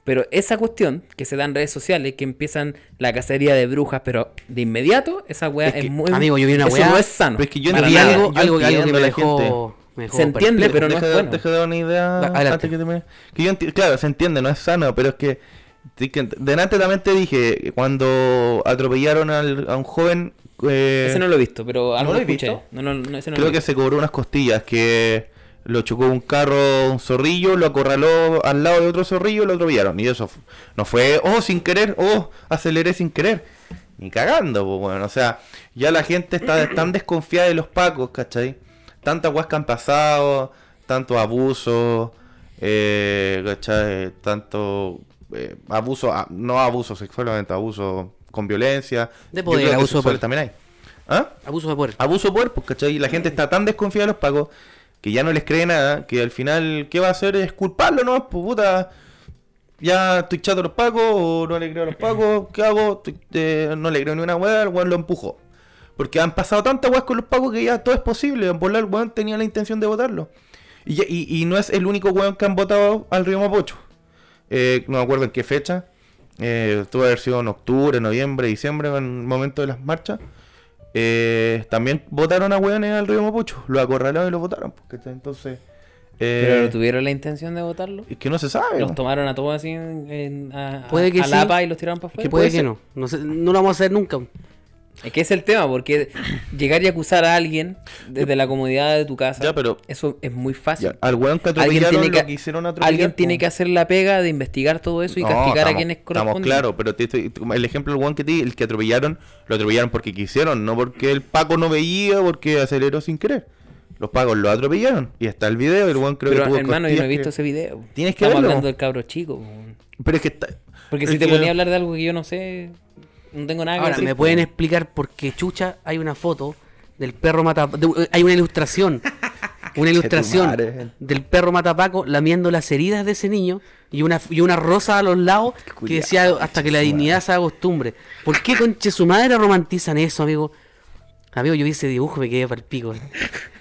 Speaker 3: Pero esa cuestión que se da en redes sociales, que empiezan la cacería de brujas, pero de inmediato, esa weá
Speaker 1: Es
Speaker 3: es,
Speaker 1: que,
Speaker 3: muy...
Speaker 2: amigo, yo vi una
Speaker 3: eso
Speaker 2: weá,
Speaker 3: no es sano.
Speaker 1: pero es que yo
Speaker 3: para
Speaker 1: no vi
Speaker 3: nada.
Speaker 2: algo,
Speaker 1: yo
Speaker 2: algo, algo que
Speaker 1: entiendo
Speaker 2: me
Speaker 1: la
Speaker 2: dejó, me dejó
Speaker 3: Se entiende,
Speaker 2: perplejo.
Speaker 3: pero no
Speaker 1: deja,
Speaker 3: es
Speaker 1: de-
Speaker 3: bueno.
Speaker 1: deja de dar una idea
Speaker 2: Da- adelante.
Speaker 1: antes que termine. Que yo enti- claro, se entiende, no es sano, pero es que. te- que- Delante también te dije, que cuando atropellaron al- a un joven. eh,
Speaker 3: Ese no lo he visto, pero algo
Speaker 1: lo he
Speaker 3: escuché.
Speaker 1: visto?
Speaker 3: No, no, no, ese no lo
Speaker 1: creo
Speaker 3: he
Speaker 1: que se cobró unas costillas, que lo chocó un carro, un zorrillo, lo acorraló al lado de otro zorrillo y lo atropellaron. Y eso fu- no fue, oh, sin querer, oh, aceleré sin querer. Ni cagando, pues bueno, o sea, ya la gente está tan desconfiada de los pacos, ¿cachai? Tantas guas que han pasado, tanto abuso, eh, ¿cachai? Tanto eh, abuso, ah, no abuso sexual, obviamente, abuso con violencia.
Speaker 2: De
Speaker 1: Yo
Speaker 2: poder,
Speaker 1: creo que
Speaker 2: abuso de
Speaker 1: sexuales
Speaker 2: poder.
Speaker 1: también hay. ¿Ah?
Speaker 2: Abuso de poder.
Speaker 1: abuso de poder, pues, ¿cachai? Y la gente está tan desconfiada de los pacos que ya no les cree nada, que al final, ¿qué va a hacer? Es culparlo, ¿no? Pues puta, ya estoy chato a los pacos, o no le creo a los pacos, ¿qué hago? Estoy- eh, no le creo ni una weá, el weón lo empujó. Porque han pasado tantas weas con los pacos que ya todo es posible. En volar, el weón tenía la intención de votarlo. Y, ya- y- y no es el único weón que han votado al río Mapocho. Eh, no me acuerdo en qué fecha. Eh, tuvo que haber sido en octubre, noviembre, diciembre, en el momento de las marchas. Eh, también votaron a weones al río Mapucho. Los acorralaron y los votaron. Porque, entonces. eh,
Speaker 3: Pero tuvieron la intención de votarlo.
Speaker 1: es que no se sabe.
Speaker 3: Los
Speaker 1: ¿no?
Speaker 3: tomaron a todos así en, en- a,
Speaker 2: Puede que
Speaker 3: a
Speaker 2: sí.
Speaker 3: Lapa y los tiraron para
Speaker 2: Que
Speaker 3: afuera.
Speaker 2: puede que no. No, sé- no lo vamos a hacer nunca.
Speaker 3: Es que es el tema, porque llegar y acusar a alguien desde la comodidad de tu casa,
Speaker 1: Ya, pero-
Speaker 3: eso es muy fácil.
Speaker 1: Ya, al weón que
Speaker 3: Alguien
Speaker 1: atropellaron
Speaker 3: tiene,
Speaker 1: lo
Speaker 3: que,
Speaker 1: que hicieron atropellar.
Speaker 3: alguien tiene
Speaker 1: pues.
Speaker 3: que hacer la pega de investigar todo eso y
Speaker 1: No,
Speaker 3: castigar a
Speaker 1: estamos-
Speaker 3: quienes
Speaker 1: Estamos
Speaker 3: corresponden.
Speaker 1: claro, pero te estoy- el ejemplo del one que te el que atropellaron, lo atropellaron porque quisieron, no porque el Paco no veía, porque aceleró sin querer. Los Pacos lo atropellaron. Y está el video, el one creo
Speaker 3: Pero,
Speaker 1: que tuvo
Speaker 3: hermano, yo no he
Speaker 1: costillas
Speaker 3: visto
Speaker 1: que-
Speaker 3: ese video.
Speaker 1: Tienes que
Speaker 3: Estamos
Speaker 1: verlo.
Speaker 3: hablando del cabro chico. po.
Speaker 1: Pero es que está...
Speaker 3: Porque
Speaker 1: es
Speaker 3: si te
Speaker 1: que-
Speaker 3: ponía a hablar de algo que yo no sé, no tengo nada que
Speaker 2: Ahora,
Speaker 3: decir, pues.
Speaker 2: ¿me
Speaker 3: po.
Speaker 2: pueden explicar por qué chucha hay una foto del perro matapaco? Hay
Speaker 1: [laughs]
Speaker 2: una ilustración. Una ilustración
Speaker 1: madre. eh.
Speaker 2: del perro matapaco lamiendo las heridas de ese niño y una, y una rosa a los lados que
Speaker 1: culiao,
Speaker 2: decía hasta que la dignidad se haga costumbre. ¿Por qué conche su madre romantizan eso, amigo? Amigo, yo vi ese dibujo y me quedé para el pico.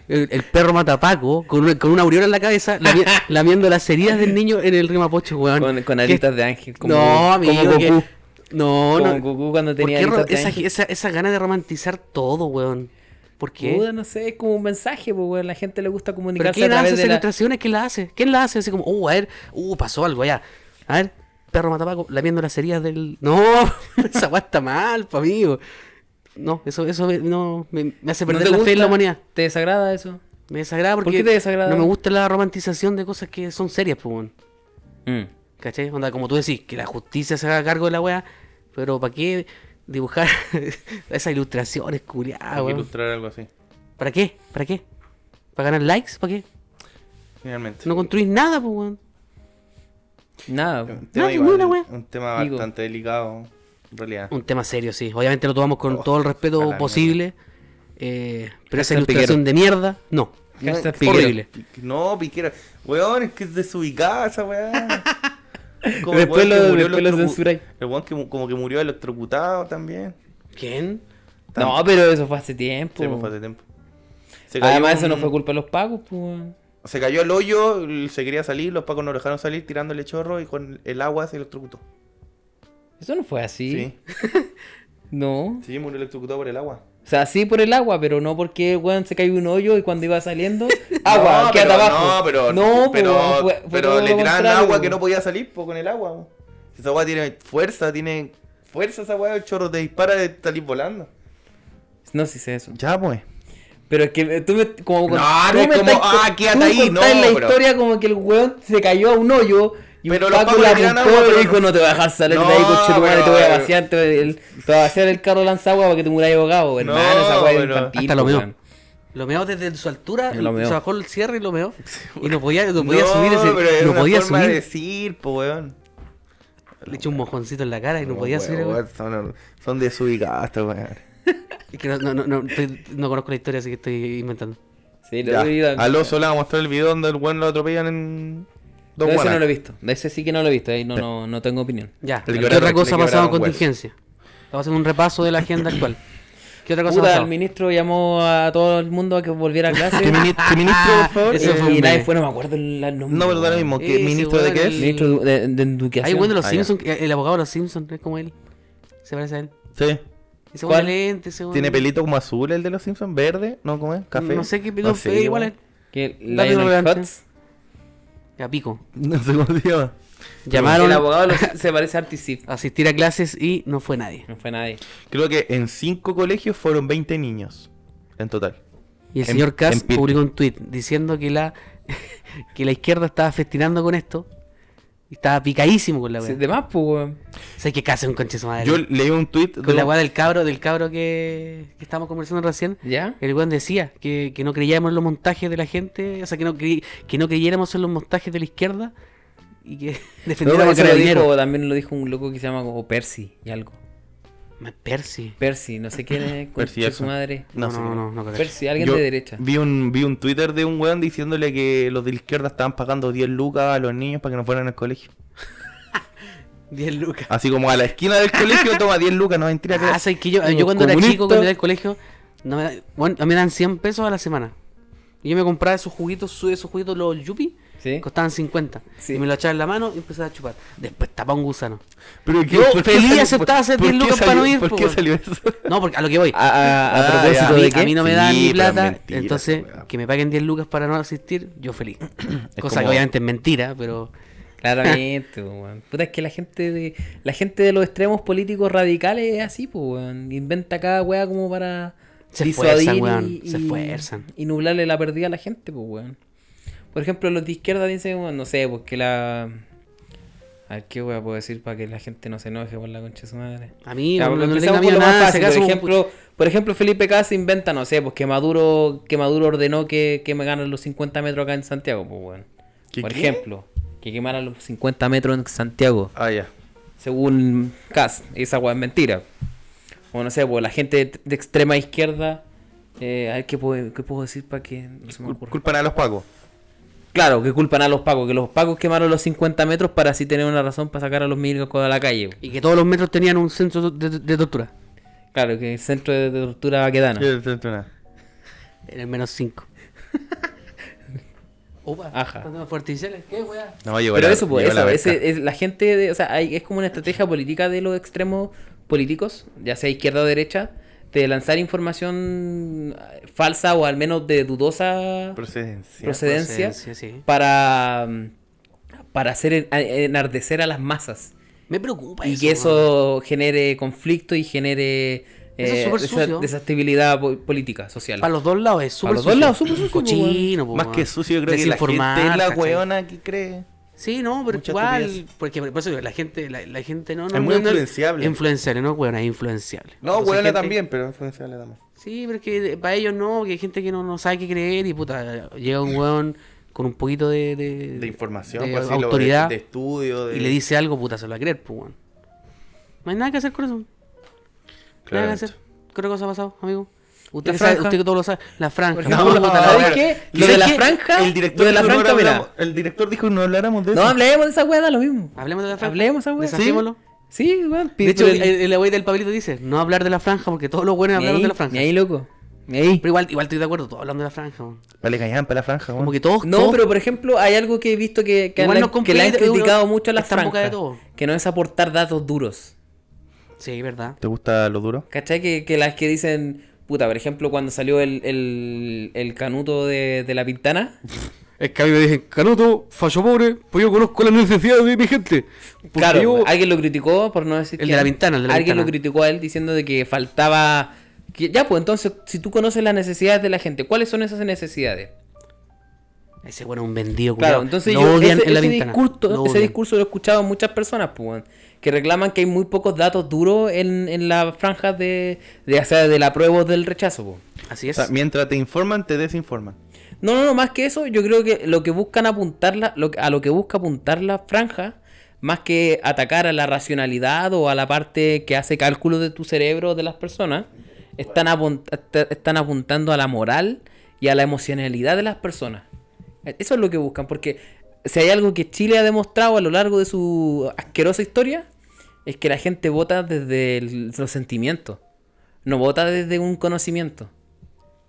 Speaker 2: El, el perro matapaco con una, con una aureola en la cabeza lami- lamiendo las heridas del niño en el rimapocho, weón.
Speaker 3: Con, con
Speaker 2: ¿Qué-
Speaker 3: alitas de ángel. Como,
Speaker 2: no, amigo,
Speaker 3: como
Speaker 2: que-
Speaker 3: Goku.
Speaker 2: No,
Speaker 3: Como
Speaker 2: no.
Speaker 3: Goku cuando
Speaker 2: ¿Por
Speaker 3: tenía
Speaker 2: qué ro-
Speaker 3: alitas de
Speaker 2: esa,
Speaker 3: ángel.
Speaker 2: esa, esa gana de romantizar todo, weón? ¿Por qué?
Speaker 3: Puta, no sé, es como un mensaje, po, weón. La gente le gusta
Speaker 2: ¿Pero
Speaker 3: comunicarse a
Speaker 2: quién hace
Speaker 3: través
Speaker 2: esas
Speaker 3: de la...
Speaker 2: ilustraciones? ¿Quién la hace? ¿Quién la hace? Así como, uh, a ver, uh, pasó algo allá. A ver, perro matapaco, lamiendo las heridas del. [laughs] No, esa weá está mal, pa' amigo. No, eso, eso me, no, me, me hace
Speaker 3: ¿No
Speaker 2: perder
Speaker 3: te
Speaker 2: la fe en
Speaker 3: gusta?
Speaker 2: la humanidad.
Speaker 3: ¿Te desagrada eso?
Speaker 2: Me desagrada
Speaker 3: ¿Por
Speaker 2: porque
Speaker 3: qué te desagrada?
Speaker 2: no me gusta la romantización de cosas que son serias, pues, weón.
Speaker 3: Mm.
Speaker 2: ¿Cachai? Onda, como tú decís, que la justicia se haga cargo de la weá, pero ¿para qué dibujar [laughs] esas ilustraciones, culiadas,
Speaker 1: Hay que
Speaker 2: weón?
Speaker 1: pues? ilustrar algo así.
Speaker 2: ¿Para qué? ¿Para qué? ¿Para ganar likes? ¿Para qué?
Speaker 1: Finalmente.
Speaker 2: No construís nada, pues, weón.
Speaker 3: Nada.
Speaker 1: Un
Speaker 3: po.
Speaker 1: tema,
Speaker 2: no,
Speaker 1: igual,
Speaker 2: ninguna, wea.
Speaker 1: un tema
Speaker 3: Digo.
Speaker 1: bastante delicado, en realidad.
Speaker 2: Un tema serio, sí. Obviamente lo tomamos con
Speaker 1: Oh,
Speaker 2: todo el respeto
Speaker 1: ojalá,
Speaker 2: posible. eh, pero esa
Speaker 3: Hashtag
Speaker 2: ilustración de mierda, no.
Speaker 1: No,
Speaker 3: Hashtag
Speaker 1: es
Speaker 3: piquero.
Speaker 2: horrible.
Speaker 1: No, piquera. Weón, es que es desubicada esa [laughs] weá. Como el
Speaker 3: Después
Speaker 1: weón que
Speaker 3: lo,
Speaker 1: murió
Speaker 3: después lo
Speaker 1: electrocu-
Speaker 3: censuráis.
Speaker 1: El weón que mu- como que murió electrocutado también.
Speaker 2: ¿Quién?
Speaker 3: No, pero eso fue hace tiempo.
Speaker 1: Sí, pues, fue hace tiempo. Se cayó
Speaker 3: Además, eso
Speaker 1: un-
Speaker 3: no fue culpa de los pagos, pues.
Speaker 1: Se cayó al hoyo, l- se quería salir, los pacos no lo dejaron salir tirándole chorro y con el agua se electrocutó.
Speaker 3: Eso no fue así.
Speaker 1: Sí,
Speaker 3: No.
Speaker 1: sí, murió electrocutado por el agua.
Speaker 3: O sea, sí por el agua, pero no porque, weón, se cayó un hoyo y cuando iba saliendo,
Speaker 1: [laughs]
Speaker 3: [laughs] agua,
Speaker 1: no,
Speaker 3: quédate
Speaker 1: pero,
Speaker 3: abajo.
Speaker 1: No, pero,
Speaker 3: no,
Speaker 1: pero,
Speaker 3: po, fue- fue
Speaker 1: pero
Speaker 3: todo
Speaker 1: le
Speaker 3: lo
Speaker 1: tiraban
Speaker 3: contrario,
Speaker 1: agua que
Speaker 3: po.
Speaker 1: no podía salir po, con el agua. po. Si esa agua tiene fuerza, tiene fuerza esa agua, el chorro te dispara de salir volando.
Speaker 3: No, sí sé eso.
Speaker 1: Ya, pues.
Speaker 3: Pero es que eh, tú me, como,
Speaker 1: No,
Speaker 3: tú
Speaker 1: no es
Speaker 3: me
Speaker 1: como,
Speaker 3: estás-
Speaker 1: ah, quédate
Speaker 3: tú
Speaker 1: ahí,
Speaker 3: contás
Speaker 1: no,
Speaker 3: la
Speaker 1: pero-
Speaker 3: historia como que el weón se cayó a un hoyo y
Speaker 1: Pero
Speaker 3: un
Speaker 1: los
Speaker 3: paco
Speaker 1: pacos
Speaker 3: le
Speaker 1: le tiran
Speaker 3: apuntó
Speaker 1: agua,
Speaker 3: y
Speaker 1: pero
Speaker 3: le dijo,
Speaker 1: no-
Speaker 3: no te vas a dejar salir de ahí,
Speaker 1: No,
Speaker 3: conchetumare, te
Speaker 1: pero-
Speaker 3: voy a vaciar, te, voy a- el, te voy a vaciar el carro lanzagua para que te muráis ahogado, hermano, esa weá es
Speaker 1: pero-
Speaker 3: infantil.
Speaker 2: Hasta lo
Speaker 3: pues,
Speaker 2: meó.
Speaker 3: weón.
Speaker 2: Lo meó desde su altura,
Speaker 3: Lo meó.
Speaker 2: se bajó el cierre y
Speaker 1: [laughs]
Speaker 2: lo meó. Y no podía, no podía subir ese.
Speaker 1: pero es
Speaker 2: no
Speaker 1: una
Speaker 2: podía
Speaker 1: forma
Speaker 2: subir.
Speaker 1: de decir, po, weón.
Speaker 2: Le echó un mojoncito en la cara y no,
Speaker 1: No,
Speaker 2: podía subir.
Speaker 1: weón, Son, son desubicados, estos weón.
Speaker 2: Es que no, no, no, no, estoy- no conozco la historia, así que estoy inventando.
Speaker 3: Sí, lo
Speaker 1: Ya,
Speaker 3: vi también.
Speaker 1: Al oso le va a mostrar el video donde el weón lo atropellan en
Speaker 3: No,
Speaker 1: dos
Speaker 3: ese
Speaker 1: guanas.
Speaker 3: no lo he visto. De ese sí que no lo he visto, ahí no, no, no tengo opinión.
Speaker 2: Ya,
Speaker 1: Le
Speaker 2: ¿qué
Speaker 1: quebraron-
Speaker 2: otra cosa
Speaker 1: le
Speaker 2: ha pasado en
Speaker 1: quebraron
Speaker 2: contingencia? Estamos haciendo un repaso de la agenda actual. ¿Qué otra cosa ha
Speaker 3: Puta,
Speaker 2: pasado?
Speaker 3: el ministro llamó a todo el mundo a que volviera a clase.
Speaker 1: ¿Qué mini- qué ministro, por favor?
Speaker 2: Ah, Eso
Speaker 3: Eh,
Speaker 2: fue un
Speaker 3: y nadie
Speaker 2: meme.
Speaker 3: fue, no me acuerdo el el nombre.
Speaker 1: No, pero da lo mismo. ¿Qué,
Speaker 2: Ese
Speaker 1: ¿Ministro de
Speaker 2: weón,
Speaker 1: qué
Speaker 2: el-
Speaker 1: es?
Speaker 3: Ministro de, de, de educación.
Speaker 2: Hay bueno de los
Speaker 1: Ah, ya.
Speaker 2: Simpsons, que el abogado de los Simpsons, es como él. Se parece a él.
Speaker 1: Sí.
Speaker 2: Ese
Speaker 3: ¿Cuál?
Speaker 2: weón lente, ese weón-
Speaker 1: ¿Tiene pelito como azul el de los Simpsons? ¿Verde? ¿No? ¿Cómo es? ¿Café? Ah,
Speaker 2: No sé qué pelito,
Speaker 1: sé,
Speaker 2: pero igual
Speaker 1: weón.
Speaker 3: Que
Speaker 2: Dale
Speaker 3: Lionel
Speaker 2: adelante.
Speaker 3: Hutz,
Speaker 2: Ya pico.
Speaker 1: No sé cómo se llama.
Speaker 3: El
Speaker 2: Llamaron
Speaker 3: abogado de los- se parece a Artisif.
Speaker 2: a asistir a clases y no fue nadie.
Speaker 3: No fue nadie.
Speaker 1: Creo que en cinco colegios fueron 20 niños en total.
Speaker 2: Y el
Speaker 1: En-
Speaker 2: señor Kass
Speaker 1: en Pirque.
Speaker 2: publicó un tuit diciendo que la [laughs] que la izquierda estaba festinando con esto y estaba picadísimo con la
Speaker 3: Sí,
Speaker 2: weá.
Speaker 3: De más, pues, weón.
Speaker 2: Sé que Kass es un conche su madre.
Speaker 1: Yo leí un tweet de
Speaker 2: con la
Speaker 1: un-
Speaker 2: weá del cabro, del cabro que, que estábamos conversando recién.
Speaker 3: ¿Ya?
Speaker 2: El weón decía que, que no creíamos en los montajes de la gente, o sea, que no, creí- que no creyéramos en los montajes de la izquierda y que [laughs]
Speaker 3: No,
Speaker 2: defendiéramos
Speaker 3: porque
Speaker 2: el
Speaker 3: lo
Speaker 2: dinero.
Speaker 3: dijo, también lo dijo un loco que se llama como Percy y algo.
Speaker 2: Percy.
Speaker 3: Percy, no sé quién es.
Speaker 1: Percy
Speaker 3: Percy su
Speaker 1: Jackson.
Speaker 3: madre.
Speaker 1: No
Speaker 2: No,
Speaker 1: sé
Speaker 2: no,
Speaker 1: quién
Speaker 2: no,
Speaker 1: es.
Speaker 2: no, no, cacho.
Speaker 3: Percy, alguien
Speaker 1: Yo
Speaker 3: de derecha.
Speaker 1: Vi un, vi un Twitter de un weón diciéndole que los de la izquierda estaban pagando 10 lucas a los niños para que no fueran al colegio.
Speaker 2: 10 lucas.
Speaker 1: Así como a la esquina del
Speaker 2: [laughs]
Speaker 1: colegio toma 10 lucas, no mentira.
Speaker 2: Ah,
Speaker 1: clase.
Speaker 2: ¿sabes que yo,
Speaker 3: Los
Speaker 2: yo cuando era
Speaker 3: comunistas.
Speaker 2: chico, cuando iba al colegio, no me, da- bueno, a mí me dan 100 pesos a la semana. Y yo me compraba esos juguitos, su- esos juguitos, los yupi,
Speaker 3: ¿Sí?
Speaker 2: costaban 50.
Speaker 3: Sí.
Speaker 2: Y me lo echaba en la mano y empezaba a chupar. Después tapaba un gusano.
Speaker 1: Pero que-
Speaker 2: yo
Speaker 1: ¿por qué
Speaker 2: feliz
Speaker 1: salió-
Speaker 2: aceptaba hacer
Speaker 1: por-
Speaker 2: 10
Speaker 1: por qué
Speaker 2: lucas para no
Speaker 1: salió-
Speaker 2: ir,
Speaker 1: ¿Por
Speaker 2: po,
Speaker 1: qué
Speaker 2: weón?
Speaker 1: salió
Speaker 2: [laughs]
Speaker 1: eso?
Speaker 2: No, porque a lo que voy.
Speaker 3: A, a- a
Speaker 1: Ah,
Speaker 3: propósito
Speaker 1: ya.
Speaker 2: mí-
Speaker 3: de qué.
Speaker 2: a mí no me
Speaker 1: Sí,
Speaker 2: dan ni
Speaker 1: pero
Speaker 2: plata,
Speaker 1: mentira,
Speaker 2: entonces
Speaker 1: weá.
Speaker 2: que me paguen 10 lucas para no asistir, yo feliz.
Speaker 1: Es
Speaker 2: Cosa
Speaker 1: como-
Speaker 2: que obviamente [clears throat] es mentira, pero
Speaker 3: Claramente, [laughs] po, weón. Puta, es que la gente de la gente de los extremos políticos radicales es así, pues, weón. Inventa cada weá como para
Speaker 2: Se esfuerzan,
Speaker 3: disuadir
Speaker 2: weón. Se esfuerzan.
Speaker 3: y nublarle la pérdida a la gente, pues, weón. Por ejemplo, los de izquierda dicen, weón, no sé, porque la. A ver, ¿qué weá puedo decir para que la gente no se enoje por la concha de su madre?
Speaker 2: a mí
Speaker 3: Ya,
Speaker 2: no, no le
Speaker 3: empecemos
Speaker 2: tengo
Speaker 3: con
Speaker 2: miedo
Speaker 3: lo
Speaker 2: a
Speaker 3: más
Speaker 2: nada.
Speaker 3: fácil.
Speaker 2: si acaso
Speaker 3: por,
Speaker 2: un-
Speaker 3: ejemplo, por ejemplo, Felipe Casa inventa, no sé, pues que Maduro, que Maduro ordenó que, que me ganan los 50 metros acá en Santiago, pues, weón.
Speaker 1: ¿Que
Speaker 3: por
Speaker 1: qué?
Speaker 3: ejemplo, que quemaran los 50 metros en Santiago,
Speaker 1: Ah, ya.
Speaker 3: según Cas. Esa weá es mentira. O no sé, pues la gente de, de extrema izquierda. eh, a ver, ¿qué puedo, qué puedo decir para que no se me
Speaker 1: Cul-
Speaker 3: ocurra?
Speaker 1: Culpan a los pacos.
Speaker 3: Claro, que culpan a los pacos, que los pacos quemaron los 50 metros para así tener una razón para sacar a los milicos a la calle.
Speaker 2: Y que todos los metros tenían un centro de, de tortura.
Speaker 3: Claro, que el centro de de tortura vaquedana.
Speaker 1: Yo no siento nada.
Speaker 2: En el menos 5. [laughs] Opa,
Speaker 3: Ajá.
Speaker 2: ¿cuántos fuegos artificiales? ¿Qué, weá?
Speaker 1: No, llegó
Speaker 3: Pero
Speaker 1: la-
Speaker 3: eso, pues,
Speaker 1: llegó la
Speaker 3: eso,
Speaker 1: verca.
Speaker 3: ese- es, la gente, de- o sea, hay- es como una estrategia política de los extremos políticos, ya sea izquierda o derecha, de lanzar información eh, falsa o al menos de dudosa
Speaker 1: Procedencia.
Speaker 3: procedencia
Speaker 2: Procedencia, sí.
Speaker 3: para, mm, para hacer en- a- enardecer a las masas.
Speaker 2: Me preocupa Pues
Speaker 3: Y
Speaker 2: eso.
Speaker 3: que
Speaker 2: weón.
Speaker 3: eso genere conflicto y genere eh,
Speaker 2: Eso es súper
Speaker 3: desa-
Speaker 2: sucio.
Speaker 3: desestabilidad po- política, social.
Speaker 2: Para los dos lados es súper
Speaker 3: los dos
Speaker 2: sucio.
Speaker 3: lados, súper sucio, po,
Speaker 2: Cochino, po,
Speaker 1: Más
Speaker 2: weón.
Speaker 1: que sucio, yo creo que la
Speaker 2: Desinformar,
Speaker 1: gente es la
Speaker 2: ¿cachai?
Speaker 1: weona que cree.
Speaker 2: Sí, no, pero
Speaker 1: Mucha
Speaker 2: igual,
Speaker 1: estupidez.
Speaker 2: porque por eso digo, la gente, la, la gente no, no
Speaker 1: Es muy
Speaker 2: no- no-
Speaker 1: influenciable.
Speaker 2: influenciable, no, weón, es influenciable.
Speaker 1: No,
Speaker 2: Entonces,
Speaker 1: hueones
Speaker 2: gente-
Speaker 1: también, pero influenciable también.
Speaker 2: Sí, pero es que para ellos no, que hay gente que no, no sabe qué creer y puta, llega un weón con un poquito de, de,
Speaker 1: De información,
Speaker 2: de
Speaker 1: por así, lo- de-
Speaker 2: autoridad
Speaker 1: de, estudio, de...
Speaker 2: y le dice algo, puta, se lo va a creer, pues weón. No hay nada que hacer con eso. Nada que
Speaker 1: Claramente.
Speaker 2: hacer. ¿Qué otra cosa ha pasado, amigo? Usted,
Speaker 3: La
Speaker 2: sabe-
Speaker 3: franja.
Speaker 2: usted que todo lo sabe. La franja.
Speaker 3: No,
Speaker 2: puta, la
Speaker 3: ¿sabes
Speaker 2: wea.
Speaker 3: qué?
Speaker 1: Lo de la franja, el director
Speaker 3: lo de la
Speaker 1: dijo que no
Speaker 3: franja, mira.
Speaker 1: habláramos- el director dijo que no habláramos de
Speaker 3: No
Speaker 1: eso.
Speaker 3: hablemos de esa weá, da lo mismo.
Speaker 2: Hablemos de la franja.
Speaker 3: Hablemos de esa weá.
Speaker 2: Deshacémoslo.
Speaker 3: Sí, weón.
Speaker 2: Ah. De hecho, el, el, el wey del Pablito dice, no hablar de la franja porque todos los buenos
Speaker 3: ni
Speaker 2: hablaron
Speaker 3: ahí,
Speaker 2: de la franja.
Speaker 3: ni ahí, loco. Ni ahí.
Speaker 2: Pero igual, igual estoy de acuerdo, todos hablando de la franja. weón.
Speaker 1: Vale, callan para la franja, weón.
Speaker 2: Como que todos...
Speaker 3: Ah. No,
Speaker 2: todos-
Speaker 3: pero por ejemplo, hay algo que he visto que, que,
Speaker 2: Igual
Speaker 3: la-
Speaker 2: no
Speaker 3: que le han
Speaker 2: complete,
Speaker 3: criticado
Speaker 2: uno
Speaker 3: mucho a la
Speaker 2: está en boca
Speaker 3: franja.
Speaker 2: de todo.
Speaker 3: Que no es aportar datos duros.
Speaker 2: Sí, verdad.
Speaker 1: ¿Te gusta lo duro?
Speaker 3: ¿Cachai? Que, que las que dicen, puta, por ejemplo, cuando salió el, el, el canuto de, de la pintana.
Speaker 2: [laughs] Es que a mí me dicen, Canuto, fallo pobre, pues yo conozco las necesidades de mi gente. Porque
Speaker 3: claro,
Speaker 2: yo-
Speaker 3: alguien lo criticó por no decir
Speaker 2: El
Speaker 3: que-
Speaker 2: de la Pintana, el de la
Speaker 3: Alguien
Speaker 2: Pintana.
Speaker 3: lo criticó a él diciendo de que faltaba. que- ya, pues entonces, si tú conoces las necesidades de la gente, ¿cuáles son esas necesidades?
Speaker 2: Ese bueno es un vendido,
Speaker 3: Claro,
Speaker 2: culiao.
Speaker 3: entonces
Speaker 2: lo
Speaker 3: yo
Speaker 2: odian
Speaker 3: ese,
Speaker 2: en la
Speaker 3: ese
Speaker 2: ventana.
Speaker 3: discurso,
Speaker 2: Lo
Speaker 3: ese
Speaker 2: odian.
Speaker 3: discurso lo he escuchado a muchas personas, pues, weón, que reclaman que hay muy pocos datos duros en, en las franjas de, de, o sea, del apruebo o del rechazo, pues.
Speaker 2: Así
Speaker 1: O
Speaker 2: es.
Speaker 1: sea, mientras te informan, te desinforman.
Speaker 3: No, no, no, más que eso, yo creo que lo que buscan apuntar la- lo, que- a lo que busca apuntar la franja, más que atacar a la racionalidad o a la parte que hace cálculo de tu cerebro de las personas, están, apun- est- están apuntando a la moral y a la emocionalidad de las personas. Eso es lo que buscan, porque si hay algo que Chile ha demostrado a lo largo de su asquerosa historia, es que la gente vota desde el- los sentimientos, no vota desde un conocimiento.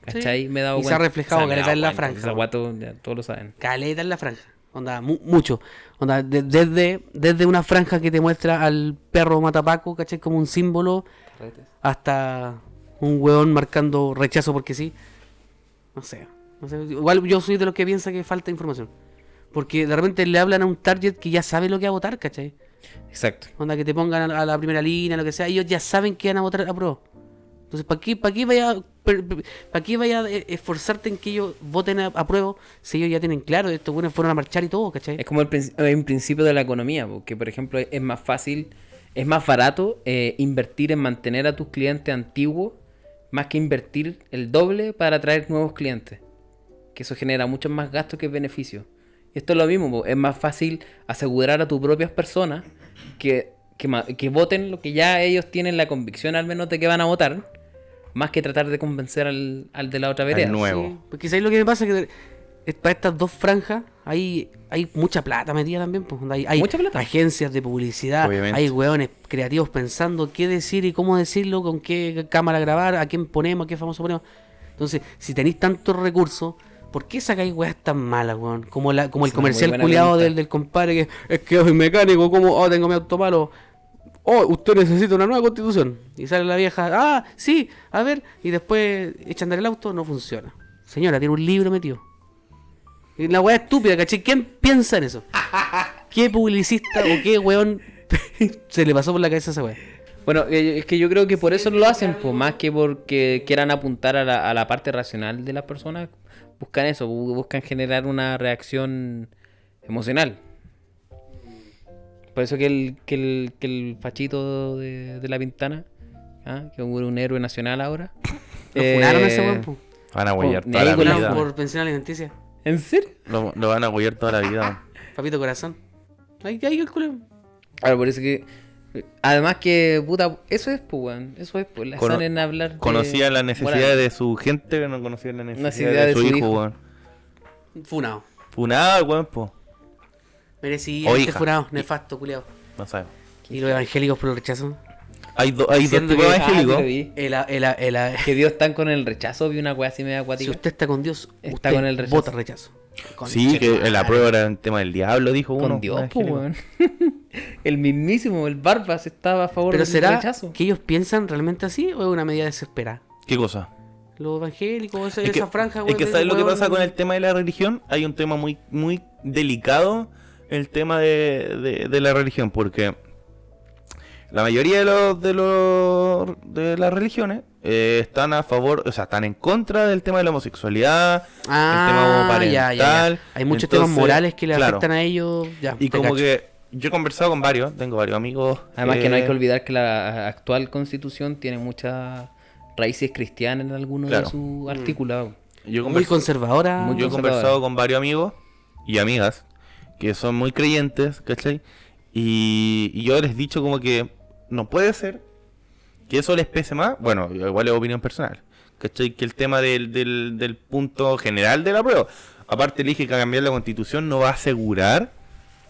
Speaker 2: Sí.
Speaker 3: ¿Cachai? Me he dado
Speaker 2: Y se ha reflejado
Speaker 3: me he
Speaker 2: caleta en
Speaker 3: dado
Speaker 2: la
Speaker 3: cuenta,
Speaker 2: franja,
Speaker 3: esa guato, ya todos lo saben.
Speaker 2: Caleta en la franja. Onda, mu- mucho. Onda, de- desde, desde una franja que te muestra al perro matapaco, ¿cachai? Como un símbolo, hasta un hueón marcando rechazo porque sí. No sé. No sé. Igual yo soy de los que piensa que falta información. Porque de repente le hablan a un target que ya sabe lo que va a votar, ¿cachai?
Speaker 3: Exacto.
Speaker 2: Onda que te pongan a a la primera línea, lo que sea, ellos ya saben que van a votar a pro. Entonces, ¿para qué, para qué vaya, per- per- pa' qué vaya a eh, esforzarte en que ellos voten a, a prueba si ellos ya tienen claro, estos buenos fueron a marchar y todo, ¿cachai?
Speaker 3: Es como el princi- eh, un principio de la economía, porque por ejemplo es más fácil, es más barato eh, invertir en mantener a tus clientes antiguos más que invertir el doble para atraer nuevos clientes. Que eso genera muchos más gastos que beneficios. Y esto es lo mismo, po, es más fácil asegurar a tus propias personas que, que, ma- que voten lo que ya ellos tienen la convicción al menos de que van a votar, más que tratar de convencer al, al de la otra vereda.
Speaker 1: nuevo.
Speaker 2: Sí, porque ¿sabes lo que me pasa? Que es- para estas dos franjas hay, hay mucha plata metida también. Pues, onda, hay, hay
Speaker 3: Mucha plata.
Speaker 2: agencias de publicidad,
Speaker 1: Obviamente.
Speaker 2: hay hueones creativos pensando qué decir y cómo decirlo, con qué cámara grabar, a quién ponemos, a qué famoso ponemos. Entonces, si tenéis tantos recursos, ¿por qué sacáis weas tan malas, weón? Como, la, como el
Speaker 3: Es una muy
Speaker 2: comercial
Speaker 3: buena
Speaker 2: culiado
Speaker 3: pregunta.
Speaker 2: del, del compadre que es que soy mecánico, como, oh, tengo mi auto malo. Oh, usted necesita una nueva constitución. Y sale la vieja, ah, sí, a ver. Y después echa a andar el auto, no funciona. Señora, tiene un libro metido. Y La wea estúpida, ¿cachai? ¿Quién piensa en
Speaker 3: [laughs]
Speaker 2: eso? ¿Qué publicista o qué weón [laughs] se le pasó por la cabeza a esa wea?
Speaker 3: Bueno, eh, es que yo creo que por eso lo hacen, pues, más que porque quieran apuntar a la, a la parte racional de las personas, buscan eso, bu- buscan generar una reacción emocional. Por eso que el, que el, que el fachito de, de la pintana, ¿ah? que es un, un héroe nacional ahora.
Speaker 2: [laughs] Lo funaron a ese
Speaker 3: eh,
Speaker 2: weón, po.
Speaker 1: Van a huellar
Speaker 3: Por-
Speaker 1: toda la
Speaker 3: Nicolás,
Speaker 2: Funaron
Speaker 1: vida.
Speaker 2: por pensión alimenticia.
Speaker 3: ¿En serio?
Speaker 1: Lo, lo van a huellar toda la vida.
Speaker 2: Papito corazón. Ahí, ahí el culo.
Speaker 3: Ahora, por eso que. Además que, puta, eso es, pues, weón. Eso es, pues, la
Speaker 1: Cono-
Speaker 3: salen a hablar. de-
Speaker 1: Conocía las necesidades
Speaker 3: moral.
Speaker 1: de su gente, pero no conocía las necesidades
Speaker 3: idea
Speaker 1: de, su, hijo, weón.
Speaker 2: Funado.
Speaker 1: Funado, weón, po.
Speaker 2: Merecido,
Speaker 3: Oh,
Speaker 1: O
Speaker 2: este
Speaker 1: hija.
Speaker 2: funado, nefasto, culiado.
Speaker 1: No sabemos.
Speaker 2: Y los evangélicos por el rechazo.
Speaker 1: Hay, do- hay dos
Speaker 2: Siendo
Speaker 1: tipos
Speaker 2: que-
Speaker 3: Ah,
Speaker 1: evangélicos.
Speaker 3: te vi.
Speaker 2: El, a- el a- el a-
Speaker 3: Que Dios están con el rechazo, vi una wea así media acuática.
Speaker 2: si usted está con Dios,
Speaker 3: Está
Speaker 2: usted
Speaker 3: con el rechazo.
Speaker 2: vota rechazo.
Speaker 1: Sí, que la prueba era un tema del diablo, dijo uno.
Speaker 3: con Dios, po,
Speaker 1: evangélico.
Speaker 3: weón. [laughs] el mismísimo, el Barbas estaba a favor
Speaker 2: Pero
Speaker 3: del
Speaker 2: será
Speaker 3: rechazo.
Speaker 2: que ellos piensan realmente así o es una medida desesperada.
Speaker 1: ¿Qué cosa?
Speaker 2: Los evangélicos, esa,
Speaker 1: Es que,
Speaker 2: esa franja,
Speaker 1: es que ¿sabes lo que pasa con el tema de la religión? Hay un tema muy, muy delicado, el tema de, de- de la religión, porque la mayoría de los, de los de las religiones eh, están a favor, o sea, están en contra del tema de la homosexualidad,
Speaker 2: Ah,
Speaker 1: el tema
Speaker 2: ya, ya,
Speaker 1: parental.
Speaker 2: ya. Hay muchos temas
Speaker 1: Entonces,
Speaker 2: morales que le
Speaker 1: claro.
Speaker 2: afectan a ellos.
Speaker 3: Ah,
Speaker 2: Ya,
Speaker 1: Y
Speaker 2: te
Speaker 1: como
Speaker 2: cacho.
Speaker 1: que yo he conversado con varios, tengo varios amigos.
Speaker 3: Además que no hay que
Speaker 1: eh,
Speaker 3: olvidar que la actual constitución tiene muchas raíces cristianas en algunos
Speaker 1: Claro.
Speaker 3: de sus articulados.
Speaker 1: Yo he
Speaker 2: Muy
Speaker 1: conversado-
Speaker 2: conservadora.
Speaker 3: Muy
Speaker 1: yo he
Speaker 3: conservadora.
Speaker 1: conversado con varios amigos y amigas que son muy creyentes, ¿cachai? Y, y yo les he dicho como que no puede ser que eso les pese más. Bueno, igual es opinión personal, ¿cachai? Que el tema del, del, del punto general de la prueba. Aparte, elige que cambiar la constitución no va a asegurar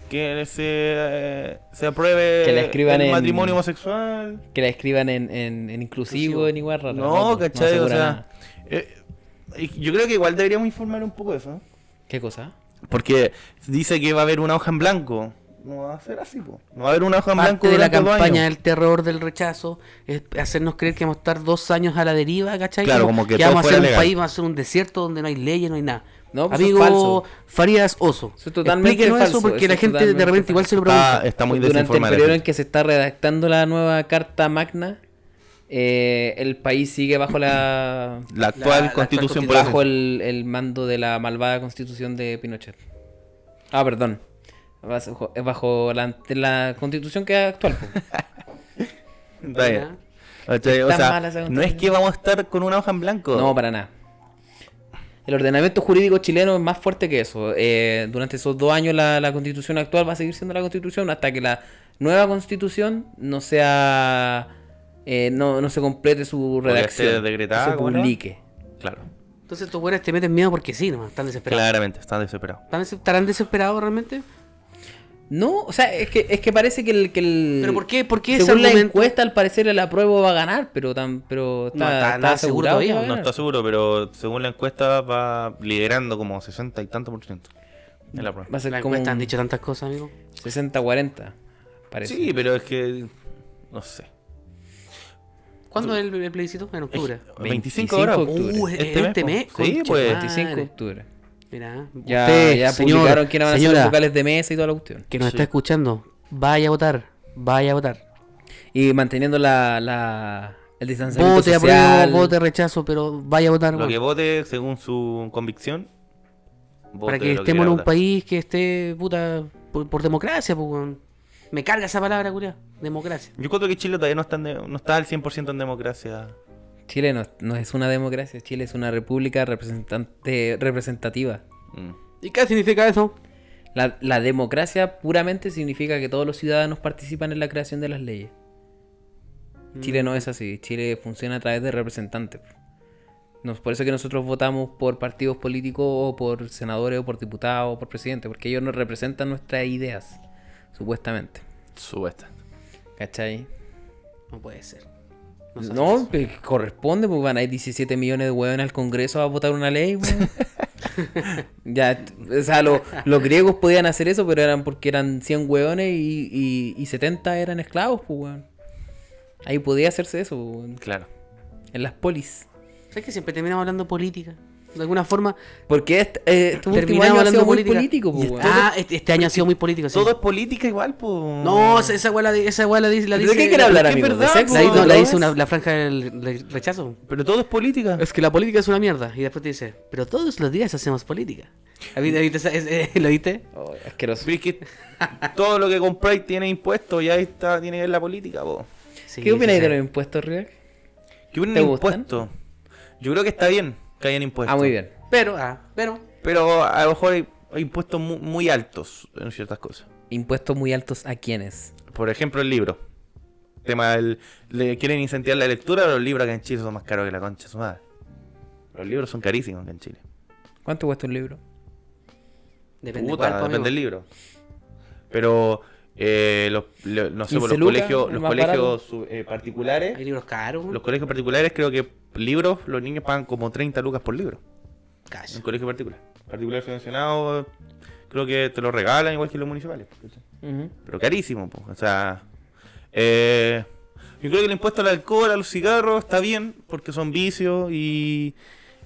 Speaker 1: que se, eh, se apruebe
Speaker 3: Que la escriban
Speaker 1: el
Speaker 3: en-
Speaker 1: matrimonio homosexual.
Speaker 3: Que la escriban en, en, en
Speaker 2: Inclusivo.
Speaker 3: inclusivo, en igual rara.
Speaker 1: No,
Speaker 3: pues,
Speaker 1: ¿cachai? o
Speaker 3: asegura
Speaker 1: sea,
Speaker 3: nada.
Speaker 1: eh, eh, yo creo que igual deberíamos informar un poco de eso. ¿eh?
Speaker 3: ¿Qué cosa?
Speaker 1: Porque dice que va a haber una hoja en blanco. No va a ser así, po. No va a haber una hoja en blanco
Speaker 2: Parte de la
Speaker 1: durante dos
Speaker 2: campaña
Speaker 1: años.
Speaker 2: del terror, del rechazo, es hacernos creer que vamos a estar dos años a la deriva, ¿cachai?
Speaker 1: Claro, como que todo
Speaker 2: vamos a
Speaker 1: fuera
Speaker 2: ser un
Speaker 1: legal.
Speaker 2: país, vamos a ser un desierto donde no hay leyes, no hay nada.
Speaker 3: No, pues
Speaker 2: Amigo
Speaker 3: es falso.
Speaker 2: Farías Oso,
Speaker 3: Eso es totalmente
Speaker 2: explíquenos
Speaker 3: falso,
Speaker 2: eso porque
Speaker 3: eso
Speaker 2: la
Speaker 3: es
Speaker 2: gente de repente
Speaker 3: totalmente
Speaker 2: igual se lo pregunta.
Speaker 1: Ah, Está, está muy
Speaker 3: Durante el
Speaker 1: desinformada.
Speaker 3: periodo
Speaker 1: la
Speaker 3: en
Speaker 1: gente.
Speaker 3: que se está redactando la nueva Carta Magna, eh, el país sigue bajo la
Speaker 1: La actual
Speaker 2: La- la
Speaker 1: constitución
Speaker 2: actual
Speaker 1: por
Speaker 3: bajo el, el mando de la malvada constitución de Pinochet. Ah, perdón. Bajo, bajo la, la constitución que es
Speaker 1: [laughs]
Speaker 3: actual. po.
Speaker 1: Está bien. ¿Cachai? O
Speaker 3: Está
Speaker 1: sea,
Speaker 3: mala esa
Speaker 1: no es que vamos a estar con una hoja en blanco.
Speaker 3: No, para nada. El ordenamiento jurídico chileno es más fuerte que eso. Eh, durante esos dos años la, la constitución actual va a seguir siendo la constitución hasta que la nueva constitución no sea... eh, no, no se complete su
Speaker 1: Podría
Speaker 3: redacción.
Speaker 1: ser decretada,
Speaker 3: se
Speaker 1: ¿cómo era?
Speaker 3: publique.
Speaker 1: Claro.
Speaker 2: Entonces estos güeyes te meten miedo porque sí, nomás, están desesperados.
Speaker 1: Claramente, están desesperados.
Speaker 2: ¿Están des- ¿Estarán desesperados realmente?
Speaker 3: No, o sea, es que, es que parece que el... Que el...
Speaker 2: ¿Pero por qué, por qué ese
Speaker 3: Según la
Speaker 2: argumento?
Speaker 3: encuesta, al parecer el apruebo va a ganar, pero, tan, pero está,
Speaker 2: No, está-
Speaker 3: está
Speaker 2: nada seguro
Speaker 3: asegurado
Speaker 2: todavía,
Speaker 3: que va a
Speaker 1: No
Speaker 3: ganar.
Speaker 1: está seguro, pero según la encuesta va liderando como 60 y tanto por ciento en la
Speaker 3: Va
Speaker 1: prueba.
Speaker 3: a ser
Speaker 2: La
Speaker 3: como
Speaker 2: encuesta han
Speaker 3: un
Speaker 2: dicho tantas cosas, amigo.
Speaker 3: 60-40, parece.
Speaker 1: Sí, pero es que. No sé.
Speaker 2: ¿Cuándo es el, el plebiscito? En octubre.
Speaker 1: 25 horas.
Speaker 3: de octubre.
Speaker 2: Uh,
Speaker 1: Este
Speaker 2: este,
Speaker 1: mes,
Speaker 2: este
Speaker 1: po.
Speaker 2: mes.
Speaker 1: Sí,
Speaker 2: concha
Speaker 1: pues.
Speaker 2: tu madre.
Speaker 3: 25 de octubre.
Speaker 2: Mira,
Speaker 3: Ya,
Speaker 2: usted,
Speaker 3: ya
Speaker 2: señor,
Speaker 3: publicaron quiénes van a ser
Speaker 2: señora,
Speaker 3: los vocales de mesa y toda la cuestión.
Speaker 2: que nos
Speaker 1: Sí.
Speaker 2: está escuchando, vaya a votar, vaya a votar.
Speaker 3: Y manteniendo la, la, el distanciamiento
Speaker 2: Vote
Speaker 3: social.
Speaker 2: apruebo, vote rechazo, pero vaya a votar.
Speaker 1: Lo
Speaker 2: weón.
Speaker 1: que vote según su convicción.
Speaker 2: para
Speaker 1: vote
Speaker 2: que
Speaker 1: lo
Speaker 2: estemos en
Speaker 1: quiera
Speaker 2: un
Speaker 1: votar.
Speaker 2: país que esté, puta, por, por democracia, pues, weón. Me carga esa palabra, culia. Democracia.
Speaker 1: Yo creo que Chile todavía no está, en de- no está al 100% en democracia.
Speaker 3: Chile no, no es una democracia, Chile es una república representante, representativa.
Speaker 1: Mm.
Speaker 2: ¿Y qué significa eso?
Speaker 3: La, la democracia puramente significa que todos los ciudadanos participan en la creación de las leyes. Chile no es así, Chile funciona a través de representantes. No, por eso que nosotros votamos por partidos políticos o por senadores o por diputados o por presidente, porque ellos nos representan nuestras ideas, supuestamente.
Speaker 1: Supuesta.
Speaker 3: ¿Cachai?
Speaker 2: No puede ser. No seas
Speaker 3: No,
Speaker 2: así.
Speaker 3: pues, corresponde, pues van a ir 17 millones de hueones al Congreso a votar una
Speaker 2: [laughs]
Speaker 3: ley, weón. Ya, t- o sea, lo- los griegos podían hacer eso, pero eran porque eran 100 hueones y, y- y 70 eran esclavos, pues, weón. Ahí podía hacerse eso, pues, weón,
Speaker 1: Claro.
Speaker 3: en las polis.
Speaker 2: ¿Sabes que siempre terminamos hablando política? De alguna forma,
Speaker 3: Porque este, eh, este último
Speaker 2: terminamos
Speaker 3: año ha
Speaker 2: hablando
Speaker 3: sido muy
Speaker 2: política.
Speaker 3: político, pues,
Speaker 2: Y
Speaker 3: weón.
Speaker 2: Ah, este, este año ha sido muy político, sí.
Speaker 1: Todo es política igual, pues.
Speaker 2: No, esa esa weá la, di- esa weá la, di- la
Speaker 3: ¿De
Speaker 2: dice...
Speaker 3: qué quiere hablar,
Speaker 1: es
Speaker 3: amigo? ¿De
Speaker 1: verdad,
Speaker 3: sexo?
Speaker 2: La, di- no, la
Speaker 3: ¿De
Speaker 2: dice una-
Speaker 3: drogas?
Speaker 2: la franja del del rechazo.
Speaker 1: Pero todo es política.
Speaker 2: Es que la política es una mierda. Y después te dice, pero todos los días hacemos política. ¿Ah, viste- viste esa- es- eh, ¿Lo viste?
Speaker 3: Oh, asqueroso.
Speaker 1: Pero es que todo lo que compráis tiene impuestos y ahí está, tiene que ver la política, po.
Speaker 2: Sí,
Speaker 3: ¿Qué opináis
Speaker 2: sí,
Speaker 3: de
Speaker 2: sí.
Speaker 3: los impuestos, Ah, Rick?
Speaker 1: ¿Qué un
Speaker 3: ¿Te gustan?
Speaker 1: impuesto? Yo creo que está bien que hayan impuestos.
Speaker 3: Ah, muy bien.
Speaker 2: Pero, ah, pero...
Speaker 1: Pero a lo mejor hay, hay impuestos mu- muy altos en ciertas cosas.
Speaker 3: ¿Impuestos muy altos a quiénes?
Speaker 1: Por ejemplo, el libro. Tema del, le quieren incentivar la lectura, los libros acá en Chile son más caros que la concha de su madre. Los libros son carísimos acá en Chile.
Speaker 3: ¿Cuánto cuesta un libro?
Speaker 2: Depende
Speaker 1: Puta,
Speaker 2: cuál, pues,
Speaker 1: depende
Speaker 2: amigo.
Speaker 1: del libro. Pero eh, los, lo- no sé,
Speaker 3: 15
Speaker 1: pues, los
Speaker 3: lucas,
Speaker 1: colegios,
Speaker 3: el
Speaker 1: los
Speaker 3: más barato.
Speaker 1: colegios su- eh,
Speaker 2: Hay
Speaker 1: particulares,
Speaker 2: libros caros.
Speaker 1: los colegios particulares creo que libros, los niños pagan como 30 lucas por libro. En
Speaker 2: Cacho.
Speaker 1: un colegio particular. Particular subvencionado, creo que te lo regalan igual que los municipales. ¿cachai? Pero carísimo, po. o sea. eh, yo creo que el impuesto al alcohol, a los cigarros, está bien, porque son vicios y,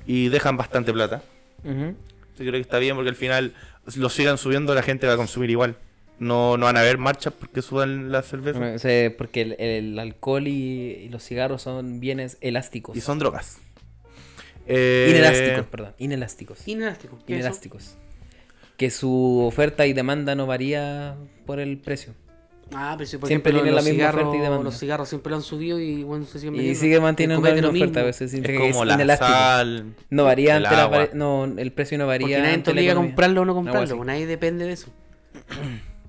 Speaker 1: y dejan bastante plata.
Speaker 3: Ujú.
Speaker 1: Yo creo que está bien porque al final lo sigan subiendo, la gente va a consumir igual. no, no van a haber marchas porque suban la cerveza.
Speaker 3: O sea, porque el, el alcohol y, y los cigarros son bienes elásticos.
Speaker 1: Y son drogas. Eh,
Speaker 3: Inelásticos, perdón. Inelásticos.
Speaker 2: Inelástico. ¿qué es eso?
Speaker 3: Inelásticos. Que su oferta y demanda no varía por el precio.
Speaker 2: Ah, pero sí, por
Speaker 3: Siempre
Speaker 2: ejemplo,
Speaker 3: tiene
Speaker 2: los
Speaker 3: la misma
Speaker 2: cigarros-
Speaker 3: oferta y demanda.
Speaker 2: Los cigarros siempre lo han subido y bueno, se siguen
Speaker 3: Y
Speaker 2: vendiendo.
Speaker 3: sigue manteniendo
Speaker 2: El copete
Speaker 3: la misma
Speaker 2: lo mismo.
Speaker 3: oferta pues, a veces.
Speaker 1: Es
Speaker 3: significa que
Speaker 1: como
Speaker 3: es
Speaker 1: la
Speaker 3: inelástico.
Speaker 1: sal.
Speaker 3: No varía
Speaker 1: el
Speaker 3: ante la
Speaker 1: agua.
Speaker 3: vari- no, el precio no varía.
Speaker 2: Porque nadie
Speaker 3: ante
Speaker 2: te
Speaker 3: la
Speaker 2: obliga a
Speaker 3: economía.
Speaker 2: comprarlo o no
Speaker 3: Una wea
Speaker 2: comprarlo. pues,
Speaker 3: así.
Speaker 2: Nadie depende de eso.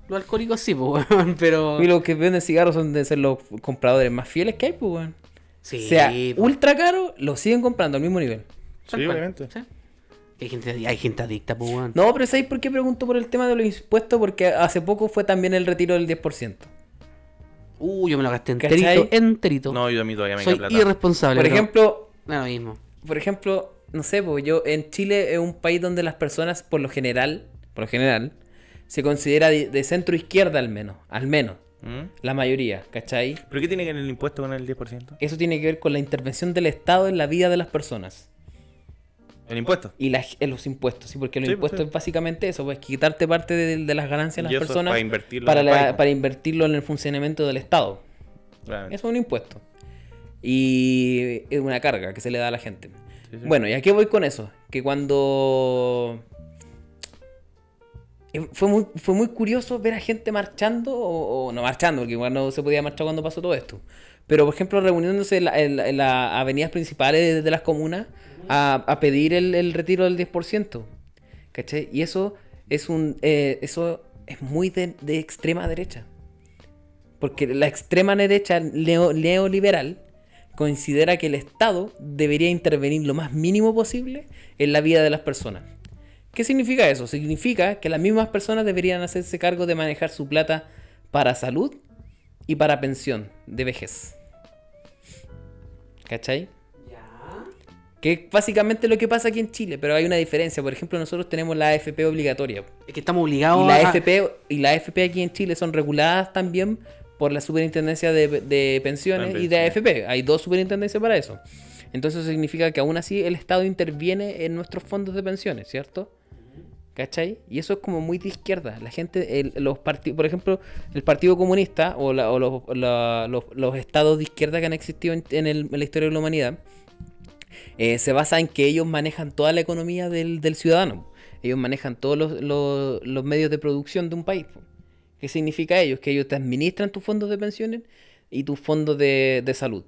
Speaker 2: Los alcohólicos sí, pues, weón, [laughs] pero...
Speaker 3: Y los que venden cigarros son de ser los compradores más fieles que hay, pues, weón.
Speaker 2: Sí,
Speaker 3: sea
Speaker 2: pues,
Speaker 3: ultra caro, lo siguen comprando al mismo nivel.
Speaker 2: tal
Speaker 1: Sí,
Speaker 2: cual,
Speaker 1: obviamente.
Speaker 2: sí. Hay gente, hay gente adicta, pues, weón.
Speaker 3: No, pero ¿sabéis por qué pregunto por el tema de los impuestos? Porque hace poco fue también el retiro del 10%.
Speaker 2: Uh, yo me lo gasté
Speaker 3: ¿Cachai?
Speaker 2: enterito, enterito.
Speaker 1: No, yo a mí todavía me
Speaker 2: Soy
Speaker 1: queda plata.
Speaker 2: irresponsable.
Speaker 3: Por
Speaker 2: pero
Speaker 3: ejemplo,
Speaker 2: da lo mismo.
Speaker 3: por ejemplo, no sé, pues yo en Chile es un país donde las personas por lo general, por lo general, se considera de, de centro izquierda al menos, al menos,
Speaker 1: ¿Mm?
Speaker 3: la mayoría, ¿cachai?
Speaker 1: ¿Pero qué tiene que ver el impuesto con el 10%?
Speaker 3: Eso tiene que ver con la intervención del Estado en la vida de las personas.
Speaker 1: El impuesto.
Speaker 3: Y las- en los impuestos, ¿sí? porque los
Speaker 1: Sí, pues,
Speaker 3: impuestos
Speaker 1: sí.
Speaker 3: es básicamente eso, pues quitarte parte de, de las ganancias de
Speaker 1: Y
Speaker 3: las
Speaker 1: eso es
Speaker 3: personas
Speaker 1: para invertirlo
Speaker 3: para,
Speaker 1: en el
Speaker 3: la-
Speaker 1: país, pues.
Speaker 3: para invertirlo en el funcionamiento del Estado.
Speaker 1: Claramente.
Speaker 3: Eso es un impuesto. Y es una carga que se le da a la gente.
Speaker 1: Sí, sí.
Speaker 3: Bueno, ¿y a qué voy con eso? Que cuando... Eh, Fue muy, fue muy curioso ver a gente marchando, o, o no marchando, porque igual no se podía marchar cuando pasó todo esto. Pero, por ejemplo, reuniéndose en, la- en la- en las avenidas principales de, de las comunas a, a pedir el, el retiro del 10%. ¿Cachai? Y eso es un eh, eso es muy de, de extrema derecha. Porque la extrema derecha neo- neoliberal considera que el Estado debería intervenir lo más mínimo posible en la vida de las personas. ¿Qué significa eso? Significa que las mismas personas deberían hacerse cargo de manejar su plata para salud y para pensión de vejez. ¿Cachai? Que es básicamente lo que pasa aquí en Chile, pero hay una diferencia. Por ejemplo, nosotros tenemos la AFP obligatoria.
Speaker 2: Es que estamos obligados
Speaker 3: Y la,
Speaker 2: a-
Speaker 3: AFP, y la AFP aquí en Chile son reguladas también por la Superintendencia de, de Pensiones
Speaker 1: Ah,
Speaker 3: y de
Speaker 1: pensiones.
Speaker 3: AFP. Hay dos superintendencias para eso. Entonces eso significa que aún así el Estado interviene en nuestros fondos de pensiones, ¿cierto? ¿Cachai? Y eso es como muy de izquierda. La gente, el- los parti- por ejemplo, el Partido Comunista o, la- o los, la- los- los estados de izquierda que han existido en, en el- en la historia de la humanidad, eh, se basa en que ellos manejan toda la economía del, del ciudadano. Ellos manejan todos los, los- los medios de producción de un país. po. ¿Qué significa ellos? Que ellos te administran tus fondos de pensiones y tus fondos de, de salud.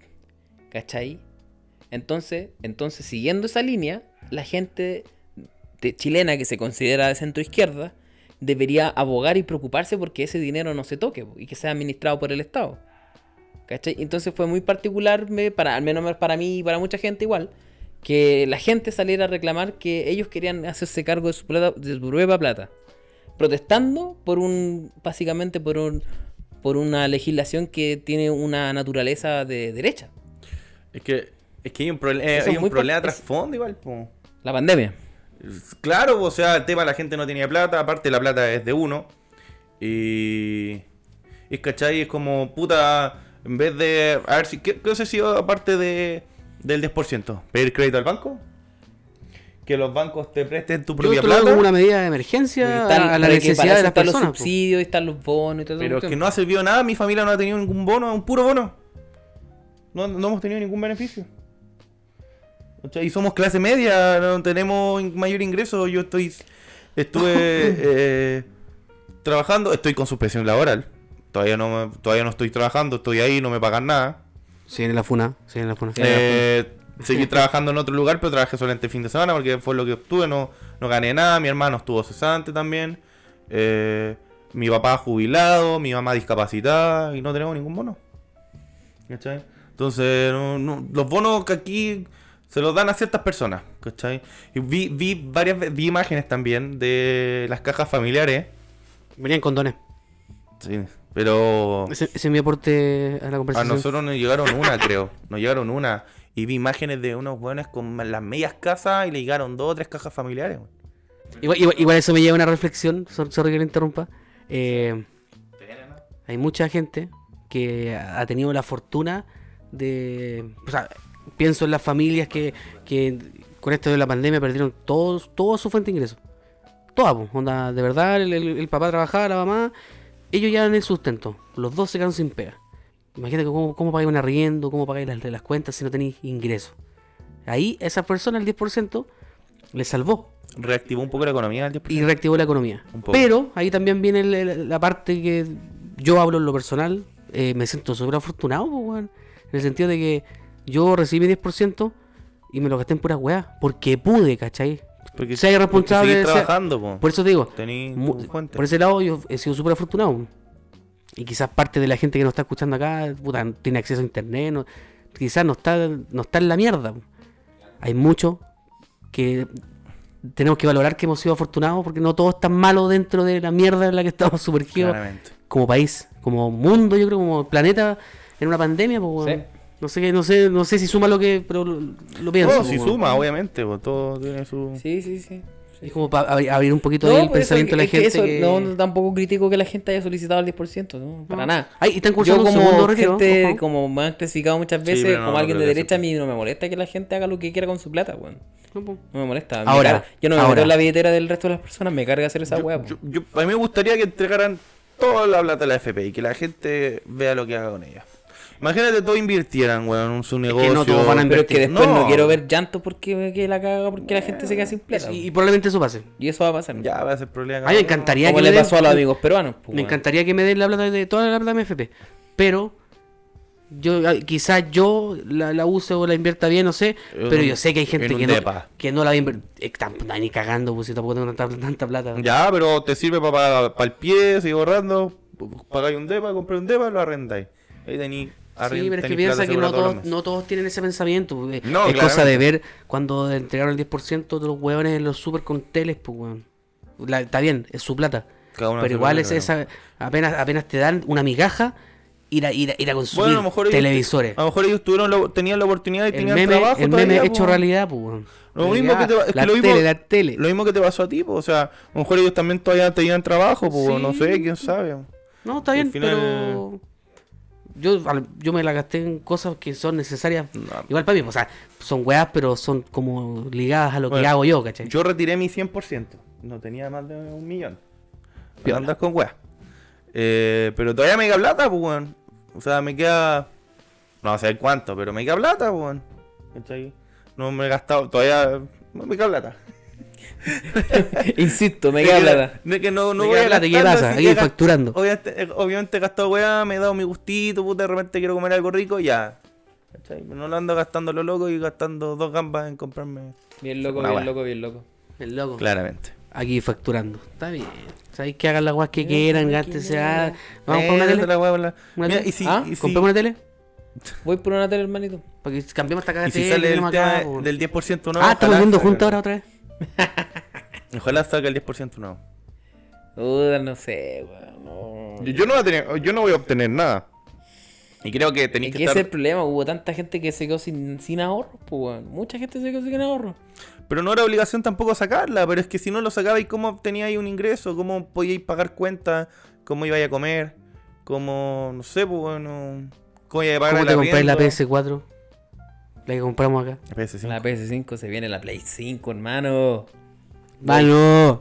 Speaker 3: ¿Cachai? Entonces, entonces, siguiendo esa línea, la gente de- chilena que se considera de centro izquierda debería abogar y preocuparse porque ese dinero no se toque po, y que sea administrado por el Estado. ¿Cachai? Entonces fue muy particular, me- para, al menos para mí y para mucha gente igual, que la gente saliera a reclamar que ellos querían hacerse cargo de su, plata, de su propia plata. Protestando por un, básicamente por un, por una legislación que tiene una naturaleza de derecha.
Speaker 1: Es que, es que hay un, proble- eh,
Speaker 3: Eso es
Speaker 1: hay un
Speaker 3: muy
Speaker 1: problema de
Speaker 3: par- es-
Speaker 1: trasfondo igual, po.
Speaker 3: La pandemia.
Speaker 1: Claro, o sea, el tema la gente no tenía plata, aparte la plata es de uno. Y. Es cachai, es como puta. En vez de. A ver si. ¿Qué, qué hubiese sido aparte de, del 10%? ¿Pedir crédito al banco? Que los bancos te presten tu
Speaker 2: Yo
Speaker 1: propia
Speaker 2: esto lo veo
Speaker 1: plata.
Speaker 2: como una medida de emergencia Ah, a la
Speaker 3: Están- para que- para
Speaker 2: necesidad
Speaker 3: eso
Speaker 2: de las
Speaker 3: están los
Speaker 2: personas. po.
Speaker 3: subsidios, están los bonos y todo
Speaker 1: Pero es que no ha servido nada, mi familia no ha tenido ningún bono, un puro bono. No, no hemos tenido ningún beneficio. O sea, y somos clase media, no tenemos in- mayor ingreso. Yo estoy. Estuve eh, trabajando, estoy con suspensión laboral. Todavía no, me- todavía no estoy trabajando, estoy ahí, no me pagan nada.
Speaker 2: Se viene la funa, se viene la funa.
Speaker 1: Eh, seguí trabajando en otro lugar, pero trabajé solamente el fin de semana porque fue lo que obtuve, no, no gané nada. Mi hermano estuvo cesante también. eh, mi papá jubilado, mi mamá discapacitada y no tenemos ningún bono. ¿Cachai? Entonces, no- no- los bonos que aquí se los dan a ciertas personas. ¿Cachai? Y vi, vi varias ve- vi imágenes también de las cajas familiares.
Speaker 2: Venían condones.
Speaker 1: Sí, pero.
Speaker 2: Ese, ese es mi aporte a la
Speaker 1: A
Speaker 2: conversación.
Speaker 1: nosotros nos llegaron una, creo. Nos llegaron una. Y vi imágenes de unos buenos con las medias casas y le llegaron dos o tres cajas familiares. weón.
Speaker 2: Igual, igual- igual eso me lleva a una reflexión, sor- sorry que le interrumpa. Eh, hay mucha gente que ha tenido la fortuna de... O sea, pienso en las familias que, que con esto de la pandemia perdieron todos, toda su fuente de ingreso. Toda, po, onda, de verdad, el, el- el papá trabajaba, la mamá, ellos ya dan el sustento. Los dos se quedan sin pega. Imagínate cómo, cómo pagáis un arriendo, cómo pagáis las, las cuentas si no tenéis ingresos. Ahí esa persona, el 10%, le salvó
Speaker 1: Reactivó un poco la economía al 10%.
Speaker 2: y reactivó la economía.
Speaker 1: Un poco.
Speaker 2: Pero ahí también viene el- el- la parte que yo hablo en lo personal. eh, me siento súper afortunado, po, weón. En el sentido de que yo recibí 10% y me lo gasté en puras weas. Porque pude, ¿cachai?
Speaker 1: Porque
Speaker 2: sea irresponsable,
Speaker 1: porque seguís
Speaker 2: sea-
Speaker 1: trabajando, po.
Speaker 2: Por eso te digo,
Speaker 1: Tení
Speaker 2: mu-
Speaker 1: tu fuente.
Speaker 2: por ese lado yo he sido súper afortunado. Y quizás parte de la gente que nos está escuchando acá puta, no tiene acceso a internet, no- quizás no está, no está en la mierda. Hay mucho que tenemos que valorar que hemos sido afortunados porque no todo es tan malo dentro de la mierda en la que estamos [laughs] sumergidos
Speaker 1: Claramente.
Speaker 2: como país, como mundo, yo creo, como planeta en una pandemia. pues,
Speaker 3: Sí.
Speaker 2: weón. No sé qué, no sé, no sé si suma lo que, pero lo, lo pienso.
Speaker 1: No,
Speaker 2: pues,
Speaker 1: si
Speaker 2: weón.
Speaker 1: suma, obviamente, po, todo tiene su...
Speaker 3: Sí, sí, sí.
Speaker 2: Es como para abrir, abrir un poquito ahí el
Speaker 3: por eso
Speaker 2: pensamiento de la
Speaker 3: es que
Speaker 2: gente.
Speaker 3: eso,
Speaker 2: que-
Speaker 3: no, no, tampoco critico que la gente haya solicitado el 10%, no, para
Speaker 2: No.
Speaker 3: nada.
Speaker 2: Ay, y están
Speaker 3: Yo
Speaker 2: cursando un segundo
Speaker 3: como
Speaker 2: retiro.
Speaker 3: gente,
Speaker 2: ojo.
Speaker 3: como me han clasificado muchas veces,
Speaker 1: pero no,
Speaker 3: como
Speaker 1: no
Speaker 3: alguien de
Speaker 1: creo que
Speaker 3: derecha, a
Speaker 1: sea
Speaker 3: mí no me molesta que la gente haga lo que quiera con su plata, weón.
Speaker 2: No, po.
Speaker 3: No me molesta. Me
Speaker 2: Ahora,
Speaker 3: carga- yo no me meto
Speaker 2: ahora.
Speaker 3: en la billetera del resto de las personas, me carga hacer esa
Speaker 1: Yo-
Speaker 3: weá.
Speaker 1: yo-
Speaker 3: weón.
Speaker 1: yo- a mí me gustaría que entregaran toda la plata a la FP y que la gente vea lo que haga con ella. Imagínate, todos invirtieran, weón, en su negocio.
Speaker 2: no todos van a
Speaker 3: Pero es que
Speaker 2: invertir.
Speaker 3: después no,
Speaker 1: No.
Speaker 3: quiero ver llanto porque que la caga, porque la gente se queda sin plata.
Speaker 2: Y,
Speaker 3: weón.
Speaker 2: y probablemente eso pase.
Speaker 3: Y eso va a pasar.
Speaker 1: Ya va a ser problema.
Speaker 2: A mí
Speaker 1: cabrón.
Speaker 2: me encantaría
Speaker 3: Como
Speaker 2: que
Speaker 3: le
Speaker 2: me den,
Speaker 3: pasó a los amigos peruanos. pues,
Speaker 2: Me
Speaker 3: weón.
Speaker 2: encantaría que me den la plata de toda la plata de mi FP. Pero yo ah, quizás yo la, la use o la invierta bien, no sé.
Speaker 1: En
Speaker 2: Pero
Speaker 1: un-
Speaker 2: yo sé que hay
Speaker 1: en
Speaker 2: gente
Speaker 1: un
Speaker 2: que no,
Speaker 1: depa.
Speaker 2: que no la va a invertir. Ni cagando, pues si tampoco tengo tanta, tanta plata.
Speaker 1: Ya, pero te sirve para pagar para el pie, sigo ahorrando, pagáis un depa, compráis un depa, lo arrendáis. Ahí tenéis
Speaker 2: Sí,
Speaker 1: arren-
Speaker 2: pero es que
Speaker 1: tenéis
Speaker 2: piensa
Speaker 1: plata
Speaker 2: que no
Speaker 1: asegurada todos
Speaker 2: todos,
Speaker 1: los meses.
Speaker 2: no todos tienen ese pensamiento. eh,
Speaker 1: No,
Speaker 2: es cosa
Speaker 1: claramente.
Speaker 2: de ver cuando entregaron el 10% de los hueones en los super con teles, pues, weón. La- está bien, es su plata.
Speaker 1: Cada uno
Speaker 2: Pero
Speaker 1: hace lo
Speaker 2: igual
Speaker 1: que
Speaker 2: es
Speaker 1: quiere,
Speaker 2: esa, apenas, apenas te dan una migaja, ir a, ir a, ir a consumir
Speaker 1: Bueno, a lo mejor ellos,
Speaker 2: televisores.
Speaker 1: A lo mejor ellos tuvieron la- tenían la oportunidad y
Speaker 2: el
Speaker 1: tenían
Speaker 2: meme,
Speaker 1: trabajo.
Speaker 2: el
Speaker 1: todavía,
Speaker 2: meme
Speaker 1: po.
Speaker 2: hecho realidad, pues, weón.
Speaker 1: Lo mismo que te va- es que
Speaker 2: la
Speaker 1: lo mismo-
Speaker 2: tele, la tele.
Speaker 1: Lo mismo que te pasó a ti, po, o sea, a lo mejor ellos también todavía tenían trabajo, po,
Speaker 2: Sí.
Speaker 1: no sé, quién sabe.
Speaker 2: No, está
Speaker 1: Al
Speaker 2: bien,
Speaker 1: final-
Speaker 2: pero. Yo, al- yo me la gasté en cosas que son necesarias.
Speaker 1: No.
Speaker 2: Igual para mí, o sea, son weas, pero son como ligadas a lo que
Speaker 1: Bueno,
Speaker 2: hago yo, ¿cachai?
Speaker 1: Yo retiré mi 100%. No tenía más de un millón. Para
Speaker 2: Piola.
Speaker 1: andar con weas. Eh, pero todavía me queda plata, pues, weón. O sea, me queda. No sé cuánto, pero me queda plata, pues, weón. ¿Cachai? No me he gastado, todavía. no Me queda plata.
Speaker 3: [laughs] Insisto, me queda plata.
Speaker 1: De que no, no
Speaker 2: Me
Speaker 1: voy
Speaker 2: queda
Speaker 1: a
Speaker 2: plata, ¿qué
Speaker 1: gastarlo,
Speaker 2: pasa?
Speaker 1: así
Speaker 2: Ahí
Speaker 1: que gast-
Speaker 2: facturando.
Speaker 1: Obviamente, eh, obviamente he gastado weá, me he dado mi gustito, puta, de repente quiero comer algo rico, ya. ¿Cachai? No lo ando gastando lo loco y gastando dos gambas en comprarme.
Speaker 3: Bien loco,
Speaker 1: Una
Speaker 3: bien
Speaker 1: weá.
Speaker 3: loco, bien loco.
Speaker 2: El loco.
Speaker 1: Claramente.
Speaker 2: Aquí facturando. Está bien. Sabéis que hagan las guas que quieran, gástense. ah, Vamos
Speaker 1: Eh,
Speaker 2: para una
Speaker 1: date
Speaker 2: tele.
Speaker 1: la weá, la-
Speaker 2: ¿Una
Speaker 1: Mira,
Speaker 2: tele?
Speaker 1: y si-
Speaker 3: ¿Ah?
Speaker 1: y si-
Speaker 2: ¿Compramos una tele?
Speaker 3: Voy por una tele, hermanito.
Speaker 2: Para que cambiemos esta caga
Speaker 1: Y
Speaker 2: de
Speaker 1: si
Speaker 2: tele.
Speaker 1: sale el
Speaker 2: tenemos
Speaker 1: tema
Speaker 2: acá,
Speaker 3: pues.
Speaker 2: po.
Speaker 1: del 10% no.
Speaker 2: ah,
Speaker 1: ojalá
Speaker 2: estamos viendo
Speaker 1: salga.
Speaker 2: juntos ahora otra vez.
Speaker 1: Ojalá salga el 10% no.
Speaker 3: Puta, no sé, weón. no.
Speaker 1: Yo, yo no voy a tener, yo no voy a obtener nada. Y creo que tenéis
Speaker 3: Es
Speaker 1: que
Speaker 3: que ese
Speaker 1: estar.
Speaker 3: es el problema, hubo tanta gente que se quedó sin, sin ahorros, pues, weón. Mucha gente se quedó sin ahorros.
Speaker 1: Pero no era obligación tampoco sacarla. Pero es que si no lo sacabais, ¿cómo obteníais un ingreso? ¿Cómo podíais pagar cuentas? ¿Cómo ibais a comer? ¿Cómo, no sé, pues bueno. ¿Cómo ibais a pagar
Speaker 2: ¿Cómo te compráis la
Speaker 1: arriendo?
Speaker 2: PS4? La que compramos acá.
Speaker 1: La PS, sí.
Speaker 3: La PS5 se viene la Play 5, hermano.
Speaker 2: Mano.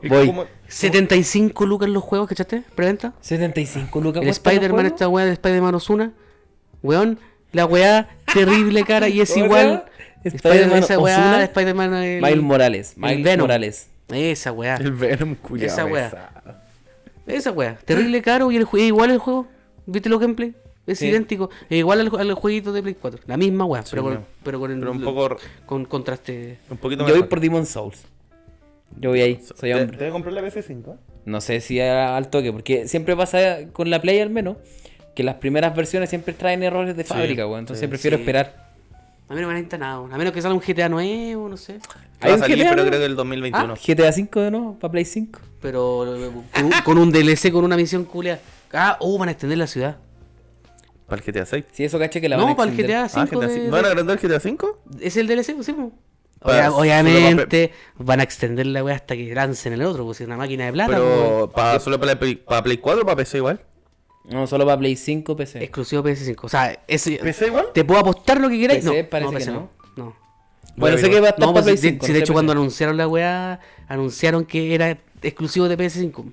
Speaker 1: Es que
Speaker 3: voy.
Speaker 1: como-
Speaker 2: 75 lucas los juegos, ¿cachaste? Preventa.
Speaker 3: 75 lucas.
Speaker 2: Ah, El
Speaker 3: cuesta
Speaker 2: Spider-Man,
Speaker 3: juego.
Speaker 2: esta weá de Spider-Man Osuna. Weón. La weá terrible cara y es
Speaker 3: ¿Cómo se
Speaker 2: igual.
Speaker 3: llama?
Speaker 2: Spider-Man,
Speaker 3: Spider-Man
Speaker 2: esa weá,
Speaker 3: Ozuna.
Speaker 2: Spider-Man. el-
Speaker 3: Miles Morales.
Speaker 2: el
Speaker 3: Miles
Speaker 2: Venom.
Speaker 3: Morales.
Speaker 2: Esa weá.
Speaker 1: El Venom, culiao,
Speaker 2: Esa wea.
Speaker 1: pesado.
Speaker 2: Esa weá, terrible caro y el jue- es igual el juego. ¿Viste los gameplay? Es
Speaker 3: Sí.
Speaker 2: idéntico, es igual al, al jueguito de Play 4. La misma weá, pero, con,
Speaker 1: no.
Speaker 2: pero con el-
Speaker 1: Pero un poco.
Speaker 2: con contraste.
Speaker 1: Un poquito
Speaker 3: Yo voy
Speaker 1: mejor.
Speaker 3: por Demon Souls. Yo voy ahí, soy
Speaker 1: ¿Te-
Speaker 3: hombre.
Speaker 1: ¿Te voy a comprar la PS5?
Speaker 3: No sé si a- al toque, porque siempre pasa con la Play al menos, que las primeras versiones siempre traen errores de fábrica, weón. Entonces prefiero
Speaker 2: sí.
Speaker 3: esperar.
Speaker 2: A mí no me alenta nada, a menos que salga un GTA nuevo, no sé.
Speaker 1: Va
Speaker 3: Hay
Speaker 1: a
Speaker 3: un
Speaker 1: salir,
Speaker 3: GTA,
Speaker 1: pero
Speaker 3: ¿no?
Speaker 1: creo que el 2021.
Speaker 3: GTA V de nuevo, para Play 5.
Speaker 2: Pero eh, con un, con un DLC, con una misión culia. Ah, oh, van a extender la ciudad.
Speaker 1: Para el GTA 6.
Speaker 3: Si eso caché que la van a
Speaker 2: no, para el
Speaker 3: extender.
Speaker 2: GTA
Speaker 1: Ah,
Speaker 2: 5
Speaker 1: GTA
Speaker 2: de-
Speaker 1: 5. ¿Van a agrandar el GTA 5?
Speaker 2: ¿Es el DLC? pues, Sí, pues.
Speaker 1: Para-
Speaker 2: Obvia- obviamente van a extender la weá hasta que lancen el otro, pues es una máquina de plata. pues, weón.
Speaker 1: Pero para solo para, la Play- para Play 4 o para PC igual.
Speaker 3: No, solo para Play 5, PC.
Speaker 2: Exclusivo PS5. O sea, ese,
Speaker 1: ¿PC igual?
Speaker 2: te puedo apostar lo que queráis.
Speaker 3: PC
Speaker 2: no,
Speaker 3: parece
Speaker 2: no,
Speaker 3: que
Speaker 2: PC
Speaker 3: no.
Speaker 2: no. no.
Speaker 3: Bueno,
Speaker 1: Ya,
Speaker 3: sé
Speaker 1: amigo.
Speaker 3: que va a estar
Speaker 2: No, pues,
Speaker 3: para Play
Speaker 2: si, de-
Speaker 3: 5.
Speaker 2: si de
Speaker 3: no
Speaker 2: hecho
Speaker 3: sé,
Speaker 2: cuando
Speaker 3: PC.
Speaker 2: anunciaron la weá, anunciaron que era exclusivo de PS5.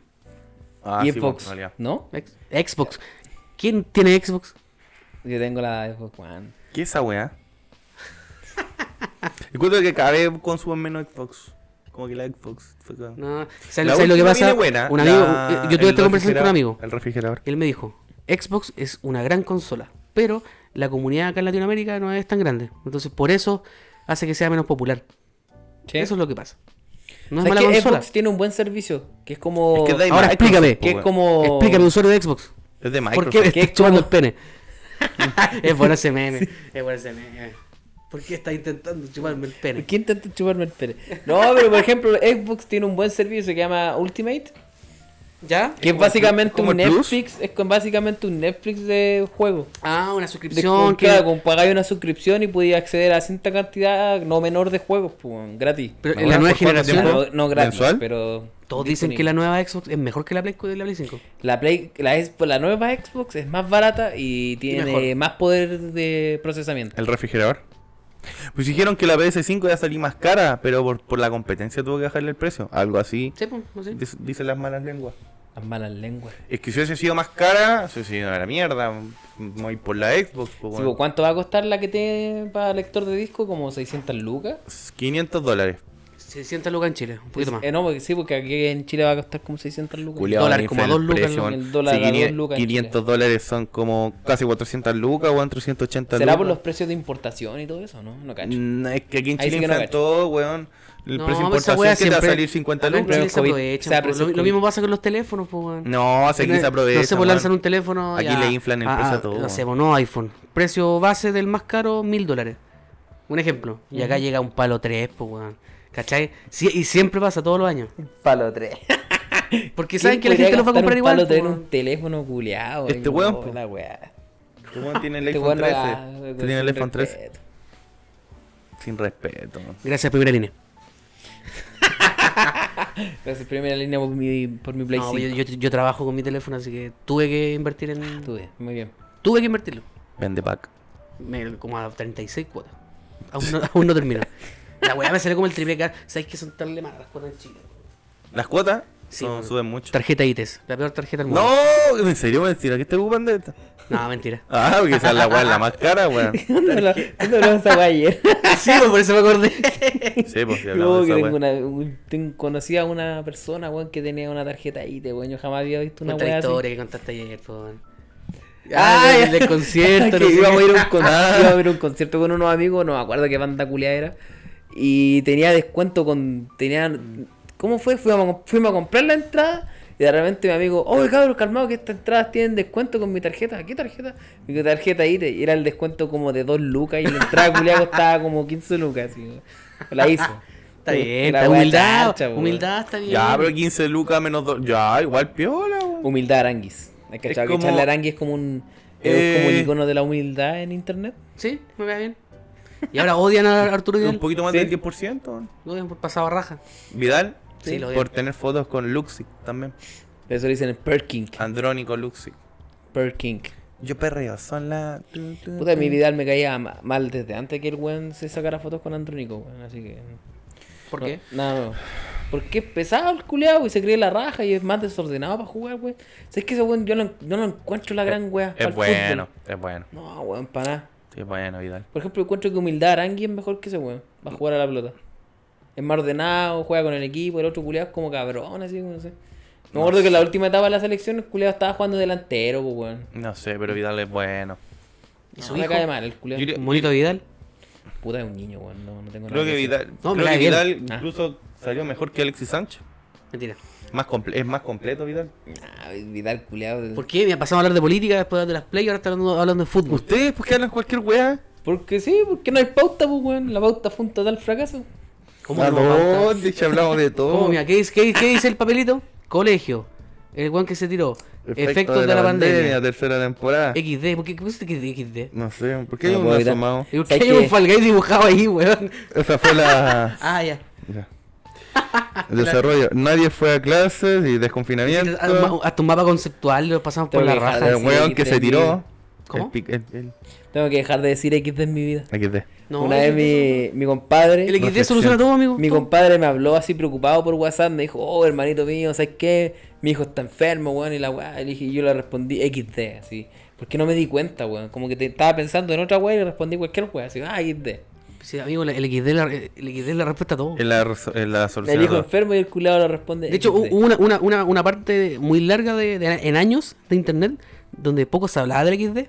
Speaker 1: Ah,
Speaker 3: y
Speaker 1: sí, pues,
Speaker 3: Xbox,
Speaker 1: en realidad.
Speaker 3: ¿no?
Speaker 2: Ex- Xbox. ¿Quién tiene Xbox?
Speaker 3: Yo tengo la Xbox One.
Speaker 1: ¿Qué es esa weá? [laughs] Encuentro que cada vez consumen menos Xbox. Como que la Xbox. fue como-
Speaker 2: No,
Speaker 1: La
Speaker 2: ¿sabes, sabes lo que
Speaker 1: última
Speaker 2: pasa?
Speaker 1: viene buena,
Speaker 2: un amigo,
Speaker 1: la-
Speaker 2: eh, yo
Speaker 1: el
Speaker 2: tuve esta conversación con
Speaker 1: refrigerador-
Speaker 2: un amigo.
Speaker 1: El refrigerador.
Speaker 2: Él me dijo, Xbox es una gran consola, pero la comunidad acá en Latinoamérica no es tan grande. Entonces, por eso hace que sea menos popular. Eso es lo que pasa. No es
Speaker 3: ¿Sabes
Speaker 2: mala
Speaker 3: que
Speaker 2: consola.
Speaker 3: Xbox tiene un buen servicio, que es como...
Speaker 1: Es que da-
Speaker 2: Ahora
Speaker 1: Microsoft,
Speaker 2: explícame.
Speaker 1: po,
Speaker 3: que es
Speaker 1: weón.
Speaker 3: como...
Speaker 2: Explícame, usuario de Xbox.
Speaker 1: Es de
Speaker 2: ¿Por
Speaker 1: Microsoft.
Speaker 2: qué me
Speaker 3: que es
Speaker 2: estás chupando el
Speaker 3: [laughs]
Speaker 2: pene? es bueno ese meme. Es bueno ese meme. ¿Por qué estás intentando chuparme el pene?
Speaker 3: ¿Quién intenta chuparme el pene? No, pero por ejemplo, Xbox tiene un buen servicio que se llama Ultimate,
Speaker 2: ¿Ya?
Speaker 3: que es
Speaker 1: como el
Speaker 3: básicamente
Speaker 1: Plus, como
Speaker 3: un
Speaker 1: el Plus.
Speaker 3: Netflix, es con- básicamente un Netflix de juegos.
Speaker 2: Ah, una
Speaker 3: De,
Speaker 2: suscripción. que...
Speaker 3: Claro, como pagáis una suscripción y podías acceder a cierta cantidad no menor de juegos, pues, weón, gratis.
Speaker 2: Pero en
Speaker 1: Ahora,
Speaker 2: la nueva
Speaker 1: ¿por cuánto
Speaker 3: O sea,
Speaker 2: generación,
Speaker 1: tiempo?
Speaker 3: no, no gratis,
Speaker 1: ¿Mensual?
Speaker 3: pero...
Speaker 2: todos dicen que la nueva Xbox es mejor que la Play, la Play 5.
Speaker 3: La, Play, la, Xbox- la nueva Xbox es más barata y tiene
Speaker 2: mejor.
Speaker 3: más poder de procesamiento.
Speaker 1: El refrigerador. Pues dijeron que la PS5 ya salía más cara, pero por, por la competencia tuvo que bajarle el precio. Algo así
Speaker 2: Sí, pues, no sé.
Speaker 1: dis- dicen las malas lenguas.
Speaker 3: Las malas lenguas.
Speaker 1: Es que si hubiese sido más cara, se hubiese sido a la mierda. Voy por la Xbox. po,
Speaker 3: Sí,
Speaker 1: weón.
Speaker 3: pues, ¿Cuánto va a costar la que tiene para lector de disco? ¿Como 600 lucas?
Speaker 1: 500 dólares.
Speaker 2: 600 lucas en Chile, un poquito más.
Speaker 3: Eh, no, porque sí, porque aquí en Chile va a costar como 600 lucas.
Speaker 1: Culeado,
Speaker 2: dólar
Speaker 1: infla
Speaker 2: como
Speaker 1: el
Speaker 2: dos lucas,
Speaker 1: precio,
Speaker 3: el
Speaker 1: weón.
Speaker 3: dólar
Speaker 1: Sí,
Speaker 3: a dos
Speaker 1: 500
Speaker 3: lucas en
Speaker 1: 500 dólares son como casi 400 lucas, o 380
Speaker 3: ¿Será
Speaker 1: lucas.
Speaker 3: por los precios de importación y todo eso? No, no cacho.
Speaker 1: Mm, es que aquí en
Speaker 3: Ahí sí
Speaker 1: Chile
Speaker 3: que no
Speaker 1: inflan
Speaker 3: cacho.
Speaker 1: todo, weón. El precio de
Speaker 2: No, pero esa
Speaker 1: importación
Speaker 2: weá
Speaker 1: que te va a
Speaker 2: siempre-
Speaker 1: salir 50
Speaker 2: Acá en
Speaker 1: lucas.
Speaker 2: Chile se
Speaker 3: COVID.
Speaker 2: aprovechan,
Speaker 3: Se
Speaker 2: po. Lo,
Speaker 3: apreció el
Speaker 2: lo mismo pasa con los teléfonos, po, weón.
Speaker 1: No, se aquí se aprovecha.
Speaker 2: No sé, pues lanzan
Speaker 1: weón.
Speaker 2: un teléfono.
Speaker 1: Aquí
Speaker 2: ya-
Speaker 1: le inflan el precio a todo.
Speaker 2: No sé, pues, no iPhone. Precio base del más caro, mil dólares. Un ejemplo. Y acá llega un palo 3, pues, weón. ¿Cachai? Sí, y siempre pasa todos los años.
Speaker 1: [laughs]
Speaker 3: Palo 3.
Speaker 2: Porque saben que la gente lo va a comprar igual.
Speaker 3: Palo
Speaker 2: po,
Speaker 3: 3 en
Speaker 2: weón.
Speaker 3: un teléfono culeado.
Speaker 1: Este
Speaker 3: no,
Speaker 1: weón, po.
Speaker 3: La weá.
Speaker 1: Este weón
Speaker 3: [laughs]
Speaker 1: tiene el
Speaker 3: Este
Speaker 1: iPhone
Speaker 3: weón no
Speaker 1: 13.
Speaker 3: la-
Speaker 1: Este tiene el
Speaker 3: sin
Speaker 1: iPhone 13.
Speaker 3: respeto.
Speaker 1: Sin respeto.
Speaker 2: Gracias, primera línea.
Speaker 3: Gracias, primera línea por mi, por mi Play
Speaker 1: pues,
Speaker 2: No,
Speaker 3: 5.
Speaker 2: yo, yo, yo trabajo con mi teléfono, así que tuve que invertir en.
Speaker 3: Tuve, muy bien. [laughs]
Speaker 2: Tuve que invertirlo.
Speaker 1: Vende pack.
Speaker 2: Me- como a 36 cuotas. Aún no, aún no termino. La weá me sale como el triple car. ¿Sabes que son tan lemadas las cuotas en Chile?
Speaker 1: Las cuotas
Speaker 2: Sí,
Speaker 1: son-
Speaker 2: weón.
Speaker 1: suben mucho.
Speaker 2: Tarjeta ITES, la peor tarjeta del mundo.
Speaker 1: No, en serio, mentira, ¿qué te ocupan de esta?
Speaker 2: No, mentira. [laughs]
Speaker 1: Ah, porque esa es la weá la más cara,
Speaker 3: [laughs]
Speaker 1: weón.
Speaker 3: ¿Dónde hablamos dónde hablamos esa weá ayer?
Speaker 2: sí, pues, por eso me acordé.
Speaker 1: Sí, pues si
Speaker 3: Yo
Speaker 1: hablamos de
Speaker 3: que
Speaker 1: esa
Speaker 3: tengo
Speaker 1: weá.
Speaker 3: una, un- tengo- conocí a una persona, weón, que tenía una tarjeta IT, weón. Yo jamás había visto una
Speaker 2: Cuenta
Speaker 3: weá
Speaker 2: la
Speaker 3: así.
Speaker 2: historia que contaste ayer, po. weón.
Speaker 3: Ah,
Speaker 2: Ah,
Speaker 3: ya.
Speaker 2: del, del concierto,
Speaker 3: [laughs] que
Speaker 2: no sé
Speaker 3: íbamos a
Speaker 2: qué.
Speaker 3: ir
Speaker 2: [laughs]
Speaker 3: a un concierto, íbamos a ir a un concierto con unos amigos, no me acuerdo qué banda culia era. Y tenía descuento con. tenía ¿Cómo fue? Fuimos a, com- fuimos a comprar la entrada. Y de repente mi amigo, oh cabros, calmado que estas entradas tienen descuento con mi tarjeta. ¿Qué tarjeta? Mi tarjeta ahí te- y era el descuento como de 2 lucas y la entrada culia [laughs] costaba como 15 lucas. así. La hizo.
Speaker 2: Está bien,
Speaker 3: La
Speaker 2: está
Speaker 3: wea
Speaker 2: humildad.
Speaker 3: chancha, po.
Speaker 2: humildad está bien.
Speaker 1: Ya, pero 15 lucas menos 2. Ya, igual piola, weón.
Speaker 3: Humildad Aranguis. ¿Has cachado que
Speaker 1: como-
Speaker 3: Charles Aranguis es como un. es como el
Speaker 1: Eh.
Speaker 3: icono de la humildad en internet?
Speaker 2: Sí, me va bien. Y ahora odian a Arturo
Speaker 1: Un
Speaker 2: Vidal.
Speaker 1: poquito más
Speaker 3: Sí.
Speaker 1: del 10%. weón.
Speaker 2: Lo odian por pasado a raja.
Speaker 1: Vidal,
Speaker 2: Sí, lo odio.
Speaker 1: por tener fotos con Luxic también.
Speaker 3: Eso le dicen el Perking.
Speaker 1: Ah. Andrónico Luxic.
Speaker 3: Perking.
Speaker 1: Yo perreo, son la.
Speaker 3: Puta, mi Vidal me caía ma- mal desde antes que el weón se sacara fotos con Andrónico, weón. Así que.
Speaker 2: ¿Por
Speaker 3: no-
Speaker 2: qué?
Speaker 3: Nada, weón. Porque es pesado el culeado y se cree la raja y es más desordenado para jugar, weón. Si es que ese weón yo no, yo no encuentro la gran weá. pa'l
Speaker 1: Es
Speaker 3: fútbol.
Speaker 1: bueno, es bueno.
Speaker 3: No, weón, para nada.
Speaker 1: Sí, es bueno, Vidal.
Speaker 3: Por ejemplo, encuentro que Humildad Arangui es mejor que ese weón. Va a jugar a la pelota. Es más ordenado, juega con el equipo, el otro culeado es como cabrón, así, no sé. Me acuerdo que en la última etapa de la selección el culeado estaba jugando delantero, pues, weón.
Speaker 1: No sé, pero Vidal es bueno.
Speaker 2: ¿Y
Speaker 3: No,
Speaker 2: su
Speaker 3: me
Speaker 2: hijo?
Speaker 3: cae mal el culeado.
Speaker 1: Yo creo-
Speaker 2: Monito Vidal.
Speaker 3: Puta, es un niño, weón. No, no tengo
Speaker 1: Creo
Speaker 3: nada
Speaker 1: que
Speaker 3: decir.
Speaker 1: Vidal,
Speaker 2: No, me
Speaker 1: creo
Speaker 2: cae
Speaker 1: que
Speaker 2: bien.
Speaker 1: Vidal
Speaker 3: Ah.
Speaker 1: incluso salió mejor que Alexis Sánchez.
Speaker 2: Mentira.
Speaker 1: Más comple- es más completo, Vidal.
Speaker 3: Ah, Vidal culeado.
Speaker 2: ¿Por qué? Me pasamos a hablar de política después de las play y ahora está hablando, hablando de fútbol.
Speaker 1: ¿Ustedes por qué hablan cualquier weá?
Speaker 3: Porque sí, porque no hay pauta, pues, weón. La pauta fue un total fracaso.
Speaker 2: ¿Cómo
Speaker 1: ¿A
Speaker 2: no, Marta?
Speaker 1: dónde? [laughs] Si hablamos de todo.
Speaker 2: ¿Cómo? Mira, ¿qué, dice- qué- qué dice el papelito? Colegio. El guan que se tiró. Efectos, de, la pandemia.
Speaker 1: Tercera temporada.
Speaker 2: XD. ¿Por qué, qué pusiste que XD?
Speaker 1: No sé, ¿por qué
Speaker 3: No
Speaker 1: hay
Speaker 3: lo
Speaker 1: un
Speaker 3: puedo evitar.
Speaker 1: asomado?
Speaker 2: ¿Y por qué
Speaker 3: Hay
Speaker 2: hay
Speaker 3: que-
Speaker 2: un Fall Guy dibujado ahí, weón?
Speaker 1: Esa fue
Speaker 2: [laughs]
Speaker 1: la.
Speaker 2: Ah, ya.
Speaker 1: Ya. Desarrollo. Nadie fue a clases y desconfinamiento.
Speaker 2: Haz un ma- Haz tu mapa conceptual y lo pasamos por
Speaker 3: Tengo
Speaker 2: la
Speaker 3: que dejar
Speaker 2: raja.
Speaker 3: de-
Speaker 1: El weón que se tiró.
Speaker 2: ¿Cómo?
Speaker 1: El pic- el- el-
Speaker 3: Tengo que dejar de decir XD en mi vida.
Speaker 1: XD.
Speaker 2: No,
Speaker 3: Una
Speaker 2: el
Speaker 3: vez mi, mi compadre.
Speaker 2: El XD
Speaker 1: Reflexión.
Speaker 2: soluciona todo, amigo.
Speaker 3: Mi
Speaker 2: Todo.
Speaker 3: compadre me habló así preocupado por WhatsApp. Me dijo, oh, hermanito mío, ¿sabes qué? mi hijo está enfermo, weón, y la weá, y le dije- y yo le respondí XD, así. Porque no me di cuenta, weón. Como que te- estaba pensando en otra weá y le respondí cualquier weá, así, ah, XD.
Speaker 2: Sí, amigo, el el XD, la, el XD es la respuesta a todo.
Speaker 1: Es la, reso- es la solución.
Speaker 3: El hijo
Speaker 1: a todo.
Speaker 3: enfermo y el culado le responde.
Speaker 2: De hecho,
Speaker 3: XD.
Speaker 2: hubo una, una, una, una parte muy larga de, de- en años de internet donde poco se hablaba del XD.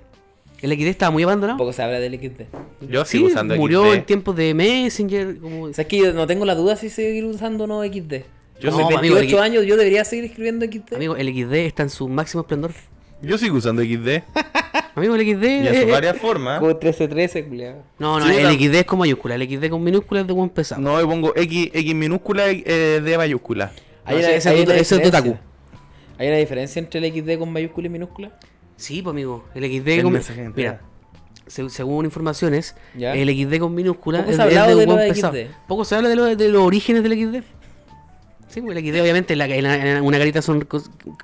Speaker 2: El XD estaba muy abandonado.
Speaker 3: Tampoco se habla del XD.
Speaker 1: Yo sigo usando
Speaker 2: murió
Speaker 1: XD.
Speaker 2: en tiempos de Messenger. Como...
Speaker 3: O sea, es que yo no tengo la duda si seguir usando o no XD.
Speaker 1: Yo
Speaker 3: Yo
Speaker 1: soy-
Speaker 3: soy
Speaker 2: amigo,
Speaker 3: 28
Speaker 2: el-
Speaker 3: años, yo debería seguir escribiendo XD.
Speaker 2: Amigo, el XD está en su máximo esplendor.
Speaker 1: Yo sigo usando XD.
Speaker 2: Amigo, el XD.
Speaker 1: Y en
Speaker 2: eh,
Speaker 1: sus
Speaker 2: eh,
Speaker 1: varias
Speaker 2: [laughs]
Speaker 1: formas.
Speaker 3: Como 1313, culiado.
Speaker 2: No, no,
Speaker 1: Sí,
Speaker 2: el
Speaker 1: la-
Speaker 2: XD es con mayúscula. El XD con minúscula es de buen pesado.
Speaker 1: No, yo pongo X, X minúscula y eh, D mayúscula.
Speaker 3: Hay
Speaker 2: ese-
Speaker 3: una-
Speaker 2: ese
Speaker 3: hay
Speaker 2: es
Speaker 3: una
Speaker 2: de- ese es de
Speaker 3: diferencia.
Speaker 2: otaku.
Speaker 3: ¿Hay una diferencia entre el XD con mayúscula y minúscula?
Speaker 2: Sí, pues amigo. El XD
Speaker 1: El
Speaker 2: con.
Speaker 1: mensaje entero.
Speaker 2: Mira, se- según informaciones,
Speaker 3: Ya.
Speaker 2: el XD con minúscula
Speaker 3: Poco
Speaker 2: es
Speaker 3: se
Speaker 2: de,
Speaker 3: ha
Speaker 2: es
Speaker 3: hablado
Speaker 2: de
Speaker 3: de
Speaker 2: buen
Speaker 3: lo de
Speaker 2: pesado.
Speaker 3: XD.
Speaker 2: Poco se habla de, lo- de los orígenes del XD. Sí, pues el XD obviamente es la, es la- es una carita son, con,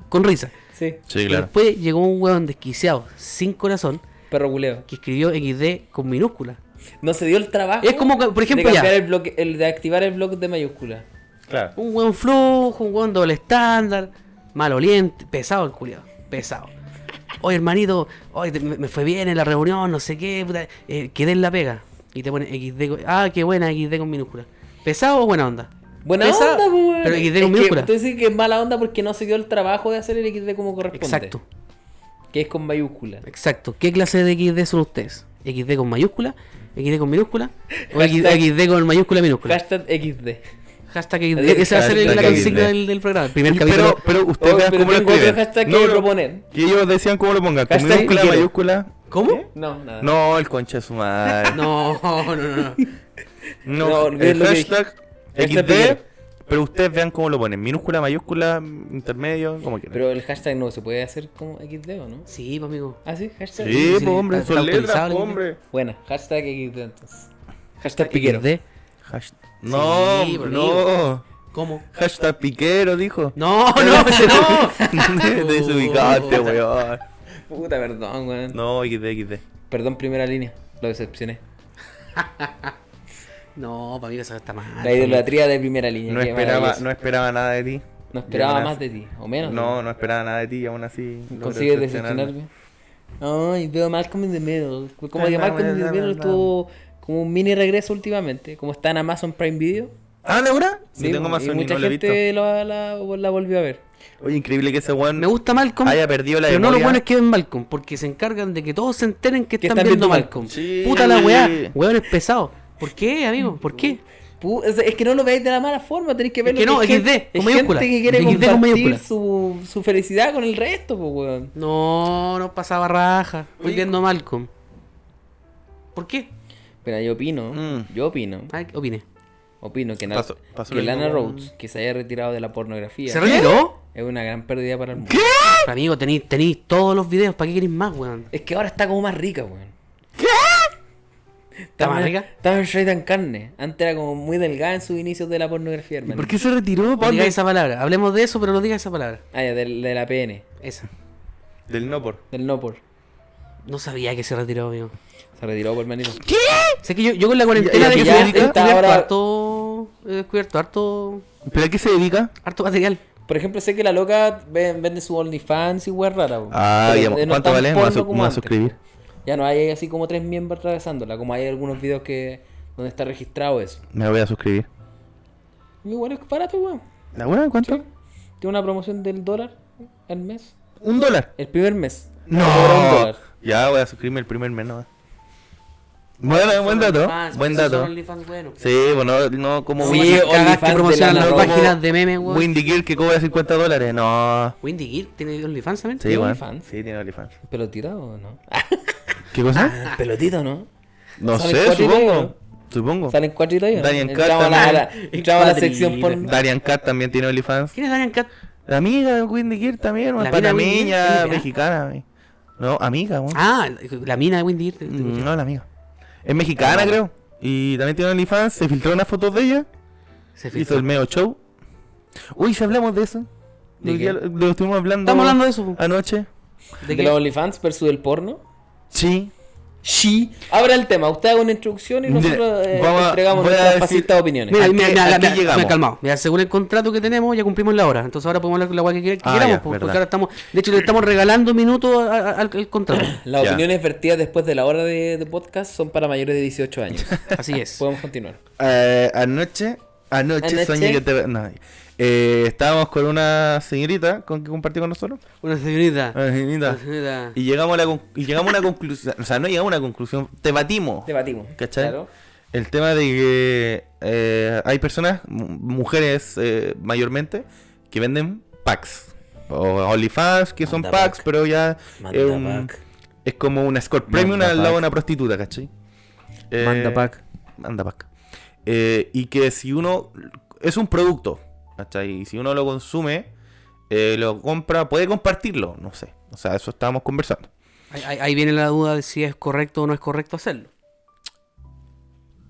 Speaker 2: con risa.
Speaker 3: Sí.
Speaker 1: Sí,
Speaker 2: Y
Speaker 1: claro.
Speaker 2: Después llegó un hueón desquiciado, sin corazón,
Speaker 3: Perro culeo.
Speaker 2: que escribió XD con minúscula.
Speaker 3: No se dio el trabajo.
Speaker 2: Es como que, por ejemplo,
Speaker 3: de
Speaker 2: ya.
Speaker 3: cambiar el bloque, el de activar el bloque de mayúscula.
Speaker 1: claro.
Speaker 2: Un hueón flojo, un hueón doble estándar, maloliente, pesado el culiado, pesado. Oye, hermanito, oye, te- me, me fue bien en la reunión, no sé qué, puta, eh, quedé en la pega. Y te pone XD con- Ah, qué buena, XD con minúscula. ¿Pesado o buena onda?
Speaker 3: Buena
Speaker 2: Pesado,
Speaker 3: onda, pues, weón.
Speaker 2: Pero XD
Speaker 3: Es
Speaker 2: con
Speaker 3: que
Speaker 2: minúscula.
Speaker 3: Tú dices que es mala onda porque no se dio el trabajo de hacer el XD como corresponde.
Speaker 2: Exacto,
Speaker 3: Que es con mayúscula.
Speaker 2: exacto. ¿Qué clase de XD son ustedes? ¿XD con mayúscula? ¿XD con minúscula? ¿O
Speaker 3: Hashtag-
Speaker 2: XD con mayúscula y minúscula?
Speaker 3: Hashtag XD.
Speaker 2: Hashtag XD. Esa va a ser
Speaker 1: Hashtag
Speaker 2: la
Speaker 1: XD.
Speaker 2: consigna del, del programa. El primer
Speaker 1: Y
Speaker 2: capítulo.
Speaker 1: pero, pero ustedes
Speaker 3: Oh,
Speaker 1: vean
Speaker 3: pero
Speaker 1: cómo lo
Speaker 3: tengo otro
Speaker 1: escriben.
Speaker 3: hashtag que
Speaker 1: lo-
Speaker 3: proponen.
Speaker 1: Que ellos decían cómo lo pongan. Con
Speaker 3: Hashtag Ah.
Speaker 1: minúscula,
Speaker 3: quiero.
Speaker 1: mayúscula.
Speaker 2: ¿Cómo?
Speaker 3: No, nada.
Speaker 1: No, el concha de su madre.
Speaker 3: [laughs]
Speaker 2: No, [laughs] no, no. no.
Speaker 1: No,
Speaker 3: No, es
Speaker 1: el
Speaker 3: lo que
Speaker 1: hashtag
Speaker 3: dije. Hashtag
Speaker 1: XD,
Speaker 3: primero.
Speaker 1: pero ustedes vean cómo lo ponen, minúscula, mayúscula, intermedio, como quieran.
Speaker 3: Pero el hashtag no se puede hacer como XD o no.
Speaker 2: Sí, pues, amigo.
Speaker 3: Ah, sí, hashtag.
Speaker 1: sí,
Speaker 2: sí,
Speaker 1: po, hombre,
Speaker 2: está-
Speaker 1: son
Speaker 2: está
Speaker 1: letras,
Speaker 2: autorizado,
Speaker 1: po, hombre.
Speaker 3: Bueno, hashtag XD entonces. Hashtag piquero.
Speaker 2: XD.
Speaker 1: Hasht- No,
Speaker 2: Sí, po,
Speaker 1: no.
Speaker 2: ¿Cómo?
Speaker 1: Hashtag piquero, dijo.
Speaker 2: No, [laughs] no, ese
Speaker 1: [laughs]
Speaker 2: no.
Speaker 3: [laughs]
Speaker 1: Te Desubicaste,
Speaker 3: Oh.
Speaker 1: weón.
Speaker 3: Puta, perdón, weón.
Speaker 1: No, XD, XD.
Speaker 3: Perdón, primera línea. Lo decepcioné.
Speaker 2: No, para mí eso está mal.
Speaker 3: La idolatría de primera línea.
Speaker 1: No
Speaker 3: qué
Speaker 1: esperaba,
Speaker 3: maravilloso.
Speaker 1: no esperaba nada de ti.
Speaker 3: No esperaba
Speaker 1: Y aún
Speaker 3: más
Speaker 1: así-
Speaker 3: de ti, o menos.
Speaker 1: No, no esperaba nada de ti y aún así. logró
Speaker 3: Consigues
Speaker 1: decepcionarme.
Speaker 3: decepcionarme. Ay, veo a Malcolm in the Middle. Como
Speaker 1: Ah,
Speaker 3: que
Speaker 1: no,
Speaker 3: Malcolm in
Speaker 1: no,
Speaker 3: the
Speaker 1: no,
Speaker 3: Middle
Speaker 1: no.
Speaker 3: tuvo como un mini regreso últimamente. Como está en Amazon Prime Video.
Speaker 1: Ah, ¿de verdad?
Speaker 3: Sí,
Speaker 1: no tengo más
Speaker 3: y
Speaker 1: ni
Speaker 3: mucha
Speaker 1: no lo he visto.
Speaker 3: gente la, la, la volvió a ver.
Speaker 1: Oye, increíble que ese weón
Speaker 2: Me gusta Malcolm.
Speaker 1: haya perdido la
Speaker 2: pero no lo
Speaker 1: memoria.
Speaker 2: bueno es que ven Malcolm, porque se encargan de que todos se enteren que,
Speaker 3: Que
Speaker 2: están,
Speaker 3: están
Speaker 2: viendo
Speaker 3: viendo
Speaker 2: Malcolm.
Speaker 3: Malcolm.
Speaker 1: Sí.
Speaker 2: Puta la weá, weón es pesado. ¿Por qué, amigo? ¿Por qué?
Speaker 3: Pu- Es es que no lo veis de la mala forma, tenéis que verlo.
Speaker 2: que no,
Speaker 3: es
Speaker 2: XD,
Speaker 3: gente-
Speaker 2: con
Speaker 3: es
Speaker 2: mayúscula.
Speaker 3: gente que quiere
Speaker 2: XD con mayúscula.
Speaker 3: compartir su, su felicidad con el resto, pues, weón.
Speaker 2: No, no pasaba raja. Estoy viendo Malcolm. ¿Por qué?
Speaker 3: Mira, yo opino,
Speaker 1: Mm.
Speaker 3: yo opino,
Speaker 2: Ay, ¿qué opine.
Speaker 3: opino que, na-
Speaker 1: Pasó- pasó
Speaker 3: que
Speaker 1: lo
Speaker 3: Lana
Speaker 1: mismo con-
Speaker 3: Rhodes, que se haya retirado de la pornografía,
Speaker 2: ¿Se retiró?
Speaker 3: es una gran pérdida para el mundo.
Speaker 2: Pero, Amigo, tenéis tenéis todos los videos, ¿para qué queréis más, weón?
Speaker 3: Es que ahora está como más rica, weón. ¿Qué?
Speaker 2: ¿Está más rica?
Speaker 3: Está más rica en carne. Antes era como muy delgada en sus inicios de la pornografía, hermano.
Speaker 1: ¿Por qué se retiró?
Speaker 2: No
Speaker 1: Pablo?
Speaker 2: digáis esa palabra. Hablemos de eso, pero no digas esa palabra.
Speaker 3: Ah, ya, del- de, la PN,
Speaker 2: Esa.
Speaker 1: Del no por.
Speaker 3: del no por.
Speaker 2: No sabía que se retiró, amigo.
Speaker 3: Se retiró, por hermanito.
Speaker 2: Sé que yo, yo con la cuarentena
Speaker 1: ¿Y a
Speaker 2: de
Speaker 1: qué
Speaker 2: que
Speaker 1: se
Speaker 2: fui
Speaker 1: dedica?
Speaker 2: he descubierto
Speaker 3: Ahora-
Speaker 2: harto. He descubierto harto.
Speaker 1: ¿Pero a qué se dedica?
Speaker 2: harto material.
Speaker 3: Por ejemplo, sé que la loca ve- vende su OnlyFans y weón rara, weón.
Speaker 1: Ah,
Speaker 3: Pero
Speaker 1: ya,
Speaker 3: no es
Speaker 1: ¿cuánto
Speaker 3: tan
Speaker 1: vale? Me voy a
Speaker 3: porno
Speaker 1: su-
Speaker 3: como
Speaker 1: me voy a
Speaker 3: antes.
Speaker 1: suscribir.
Speaker 3: Ya no hay así como tres miembros atravesándola, como hay algunos videos que donde está registrado eso.
Speaker 1: Me voy a suscribir.
Speaker 3: Igual es barato, weón.
Speaker 1: ¿La buena? ¿Cuánto?
Speaker 3: Tiene una promoción del dólar al mes.
Speaker 1: ¿Un dólar?
Speaker 3: El primer mes.
Speaker 1: No.
Speaker 3: Cobra un dólar.
Speaker 1: Ya voy a suscribirme el primer mes nomás. Bueno, buen dato.
Speaker 2: OnlyFans,
Speaker 1: Buen
Speaker 2: son
Speaker 1: dato.
Speaker 2: OnlyFans buenos.
Speaker 1: Sí, bueno, no como
Speaker 2: Sí,
Speaker 1: Windy-
Speaker 3: OnlyFans
Speaker 2: cagadas que
Speaker 3: de
Speaker 2: promocionan
Speaker 3: Lana
Speaker 2: las
Speaker 3: Romo.
Speaker 2: páginas de memes, weón.
Speaker 1: Windy Gear que cobra 50 dólares. No.
Speaker 2: Windy Gear tiene OnlyFans también.
Speaker 1: Sí, bueno.
Speaker 3: OnlyFans?
Speaker 1: Sí, tiene OnlyFans.
Speaker 3: ¿Pelotita
Speaker 1: [laughs]
Speaker 3: o no?
Speaker 1: ¿Qué cosa?
Speaker 3: Pelotito, ¿no?
Speaker 1: No
Speaker 3: Sale
Speaker 1: sé,
Speaker 3: cuatro y medio,
Speaker 1: supongo. Supongo.
Speaker 3: Salen cuatro y todo. ¿no?
Speaker 1: Daniel Kahn
Speaker 3: Entramos a la, a la-
Speaker 2: también.
Speaker 3: entramos a la
Speaker 2: Cuatro y
Speaker 3: sección por...
Speaker 2: medio.
Speaker 1: Darian Cat también tiene OnlyFans.
Speaker 2: ¿Quién es Darian Cat?
Speaker 1: La amiga de Windy Gear también, una
Speaker 2: La mina de Windy Gear,
Speaker 1: panameña
Speaker 2: ¿tiene
Speaker 1: mexicana. güey. No, amiga, weón.
Speaker 2: Ah, la mina de Windy Gear.
Speaker 1: No, la amiga. Es mexicana, creo. Y también tiene OnlyFans. Se filtró unas fotos de ella.
Speaker 2: Se
Speaker 1: Hizo
Speaker 2: filtró.
Speaker 1: el medio show. Uy, si hablamos de eso.
Speaker 3: ¿De
Speaker 1: Lo,
Speaker 3: qué?
Speaker 1: que- lo estuvimos hablando.
Speaker 2: Estamos hablando de eso. po.
Speaker 1: Anoche.
Speaker 2: ¿De
Speaker 3: ¿De,
Speaker 2: qué?
Speaker 3: los OnlyFans versus el porno?
Speaker 1: Sí.
Speaker 3: She. Abra el tema. Usted haga una introducción y nosotros eh,
Speaker 1: Vamos a-
Speaker 3: entregamos
Speaker 1: voy a
Speaker 3: nuestras
Speaker 1: decir-
Speaker 3: facetas opiniones.
Speaker 2: Mira,
Speaker 1: Aquí-
Speaker 2: mira, mira,
Speaker 1: aquí
Speaker 2: mira,
Speaker 1: llegamos.
Speaker 2: me he calmado. Mira, según el contrato que tenemos, ya cumplimos la hora. Entonces ahora podemos hablar con la weá que, quiera- que
Speaker 1: Ah,
Speaker 2: queramos.
Speaker 1: ya,
Speaker 2: po,
Speaker 1: verdad.
Speaker 2: porque ahora estamos. De hecho, le estamos regalando minutos a- a- al
Speaker 1: [coughs]
Speaker 2: al contrato.
Speaker 3: Las
Speaker 1: Ya.
Speaker 3: opiniones vertidas después de la hora de, de podcast son para mayores de
Speaker 1: [laughs]
Speaker 3: 18 años.
Speaker 2: Así es.
Speaker 3: Podemos continuar.
Speaker 1: Eh, anoche, anoche,
Speaker 3: Anoche.
Speaker 1: soñé que te... No, eh, estábamos con una señorita con que compartió con nosotros.
Speaker 2: Una señorita.
Speaker 1: Una señorita.
Speaker 3: Ah,
Speaker 2: Una señorita.
Speaker 1: Ah, Y llegamos a, la conc- y llegamos a una conclusión. O sea, no llegamos a una conclusión. Debatimos.
Speaker 3: Debatimos.
Speaker 1: ¿Cachai?
Speaker 3: Claro.
Speaker 1: El tema de que eh, hay personas, mu- mujeres eh, mayormente, que venden packs. O OnlyFans, que son
Speaker 3: Manda
Speaker 1: packs,
Speaker 3: pack.
Speaker 1: pero ya
Speaker 3: Manda
Speaker 1: es, un-
Speaker 3: pack.
Speaker 1: es como una escort premium
Speaker 3: Manda
Speaker 1: al lado de
Speaker 3: pack.
Speaker 1: una prostituta, ¿cachai? Eh,
Speaker 3: Manda pack.
Speaker 1: Manda pack. Eh, y que si uno... Es un producto, ¿cachai? Y si uno lo consume, eh, lo compra, puede compartirlo, no sé. O sea, eso estábamos conversando.
Speaker 2: Ahí, ahí- ahí viene la duda de si es correcto o no es correcto hacerlo.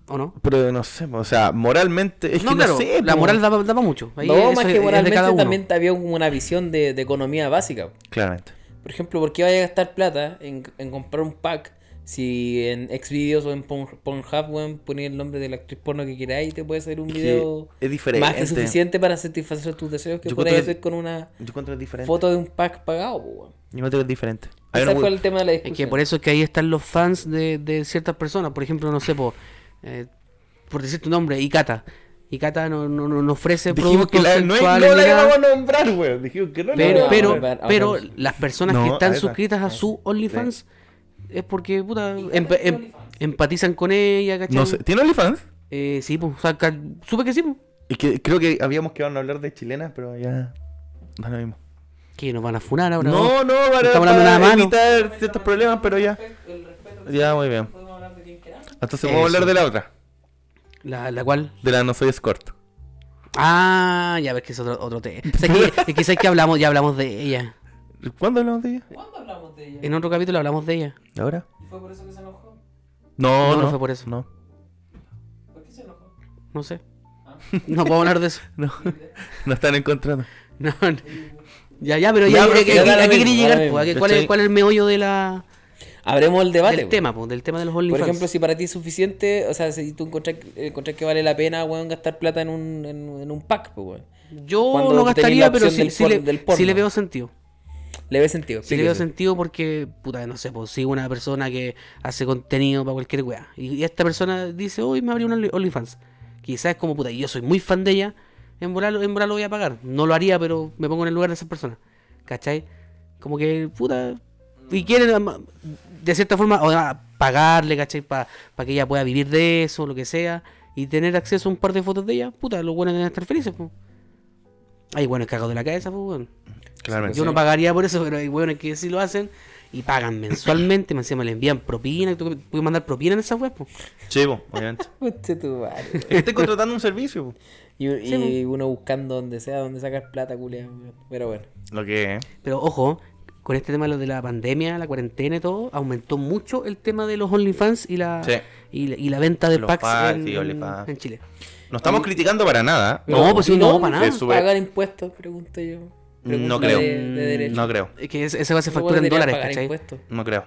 Speaker 2: ¿O no?
Speaker 1: Pero no sé, o sea, moralmente... Es
Speaker 2: no,
Speaker 1: que
Speaker 2: claro,
Speaker 1: no sé,
Speaker 2: la
Speaker 1: po.
Speaker 2: moral da, da para mucho. Ahí
Speaker 3: No,
Speaker 2: eso es-
Speaker 3: más que
Speaker 2: es de
Speaker 3: moralmente
Speaker 2: cada uno.
Speaker 3: también había como una visión de, de economía básica.
Speaker 1: Claramente.
Speaker 3: Por ejemplo, ¿por qué vaya a gastar plata en, en comprar un pack si en Xvideos o en Porn- Pornhub weón, poner el nombre de la actriz porno que queráis y te puede salir un
Speaker 1: Que
Speaker 3: video
Speaker 1: es diferente.
Speaker 3: más que suficiente para satisfacer tus deseos que
Speaker 1: Yo
Speaker 3: podrías
Speaker 1: encuentro-
Speaker 3: hacer con una
Speaker 1: Yo encuentro que es diferente.
Speaker 3: foto de un pack pagado? po, weón?
Speaker 1: Yo encuentro que es diferente. Hay
Speaker 3: Ese
Speaker 1: una-
Speaker 3: fue el tema de la
Speaker 2: Es
Speaker 3: discusión.
Speaker 2: que por eso es que ahí están los fans de, de ciertas personas. Por ejemplo, no sé, por, eh, por decir tu nombre, Ikata. Ikata no, no, no no ofrece
Speaker 1: Dijimos que
Speaker 2: productos
Speaker 1: la, no, es- no
Speaker 2: sexuales. ni
Speaker 1: la
Speaker 2: nada,
Speaker 1: íbamos a nombrar, weón. Dijimos que no la
Speaker 2: pero,
Speaker 1: íbamos a
Speaker 2: pero,
Speaker 1: nombrar.
Speaker 3: no, no, no.
Speaker 2: pero las personas que
Speaker 1: No,
Speaker 2: están
Speaker 1: a esa.
Speaker 2: suscritas a su OnlyFans es porque, puta, empa- em- empatizan con ella, ¿cachai?
Speaker 1: No sé, ¿Tiene OnlyFans?
Speaker 2: Eh, sí, pues, o sea, ca- supe que sí, pues.
Speaker 1: Es que creo que habíamos quedado en hablar de chilenas, pero ya. No es lo mismo.
Speaker 2: Que nos van a funar ahora.
Speaker 1: No, no, para,
Speaker 2: Estamos hablando
Speaker 1: para
Speaker 2: nada malo.
Speaker 1: evitar ciertos problemas, pero ya. Ya, muy bien. Entonces, vamos a
Speaker 2: Eso.
Speaker 1: hablar de la otra.
Speaker 2: La, la cual.
Speaker 1: De la No Soy Escort.
Speaker 2: Ah, ya ves que es otro, otro tema. O sea, que, es que sabes que hablamos, ya hablamos de ella.
Speaker 1: ¿Cuándo hablamos de ella?
Speaker 3: ¿Cuándo hablamos de ella?
Speaker 2: En otro capítulo hablamos de ella.
Speaker 1: ¿Ahora?
Speaker 3: ¿Y fue por eso que se enojó?
Speaker 1: No,
Speaker 2: No,
Speaker 1: no,
Speaker 2: no fue por eso.
Speaker 1: No.
Speaker 3: ¿Por qué se enojó?
Speaker 2: No sé. No puedo hablar de eso.
Speaker 1: No, [laughs] no están encontrando.
Speaker 2: No, no. Ya, ya, pero
Speaker 1: Ya,
Speaker 2: ya,
Speaker 1: pero
Speaker 2: ¿a
Speaker 1: sí,
Speaker 2: qué-
Speaker 1: ya
Speaker 2: a qué-
Speaker 3: da lo
Speaker 2: a qué
Speaker 3: mismo,
Speaker 2: quería
Speaker 3: da lo
Speaker 2: llegar?
Speaker 3: mismo.
Speaker 2: po? ¿A qué- cuál, es,
Speaker 1: ¿Cachai?
Speaker 2: ¿Cuál es el meollo de la,
Speaker 3: Habremos el Este- debate.
Speaker 2: del
Speaker 3: weón.
Speaker 2: tema? po, del tema de los
Speaker 3: Por
Speaker 2: OnlyFans.
Speaker 3: ejemplo, si para ti es suficiente, o sea, si tú encontrás, encontrás que vale la pena, weón, gastar plata en un, en, en un pack, pues, weón.
Speaker 2: Yo
Speaker 3: cuando
Speaker 2: no
Speaker 3: tenés la
Speaker 2: gastaría, pero
Speaker 3: opción
Speaker 2: sí,
Speaker 3: del
Speaker 2: sí
Speaker 3: por-
Speaker 2: le,
Speaker 3: del
Speaker 2: sí
Speaker 3: porno.
Speaker 2: le veo sentido.
Speaker 3: Le ve sentido.
Speaker 2: Sí le veo
Speaker 3: explíquese.
Speaker 2: sentido porque, puta, no sé, pues sigo una persona que hace contenido para cualquier weá. Y, y esta persona dice, hoy me abrí un Only- OnlyFans. Quizás es como, puta, y yo soy muy fan de ella, en volar, en volar lo voy a pagar. No lo haría, pero me pongo en el lugar de esa persona. ¿Cachai? Como que, puta.
Speaker 3: Mm.
Speaker 2: Y quieren, ama- de cierta forma, o sea, pagarle, ¿cachai? Para que ella pueda vivir de eso, lo que sea. Y tener acceso a un par de fotos de ella, puta, los buenos deben estar felices, pues. Ay, bueno, es cagado de la cabeza, pues, weón.
Speaker 1: Claramente.
Speaker 2: Yo no pagaría por eso, pero hay hueones que sí lo hacen y pagan mensualmente, me encima le envían propina, y tú puedes mandar propina en esa web, po.
Speaker 1: Chivo,
Speaker 2: [laughs]
Speaker 1: obviamente.
Speaker 3: Conche tu madre.
Speaker 1: Estoy contratando un servicio. po.
Speaker 3: Y, y uno buscando donde sea, donde sacar plata, culia. weón. Pero bueno.
Speaker 1: Lo que es.
Speaker 2: Pero ojo, con este tema de lo de la pandemia, la cuarentena y todo, aumentó mucho el tema de los OnlyFans y la,
Speaker 1: Sí.
Speaker 2: y la, y la venta de
Speaker 1: Los
Speaker 2: packs,
Speaker 1: packs
Speaker 2: en,
Speaker 1: y OnlyFans.
Speaker 2: en Chile.
Speaker 1: No estamos criticando para nada.
Speaker 2: No, pues sí, no, para
Speaker 1: se
Speaker 2: nada.
Speaker 1: sube.
Speaker 3: Pagar impuestos, pregunto yo. Pregunta
Speaker 1: No creo.
Speaker 3: De, de derecho.
Speaker 1: No creo.
Speaker 2: Es que es- esa se
Speaker 3: ¿Cómo
Speaker 2: factura en
Speaker 3: deberían
Speaker 2: dólares,
Speaker 3: pagar
Speaker 2: ¿cachai?
Speaker 3: impuestos?
Speaker 1: No creo.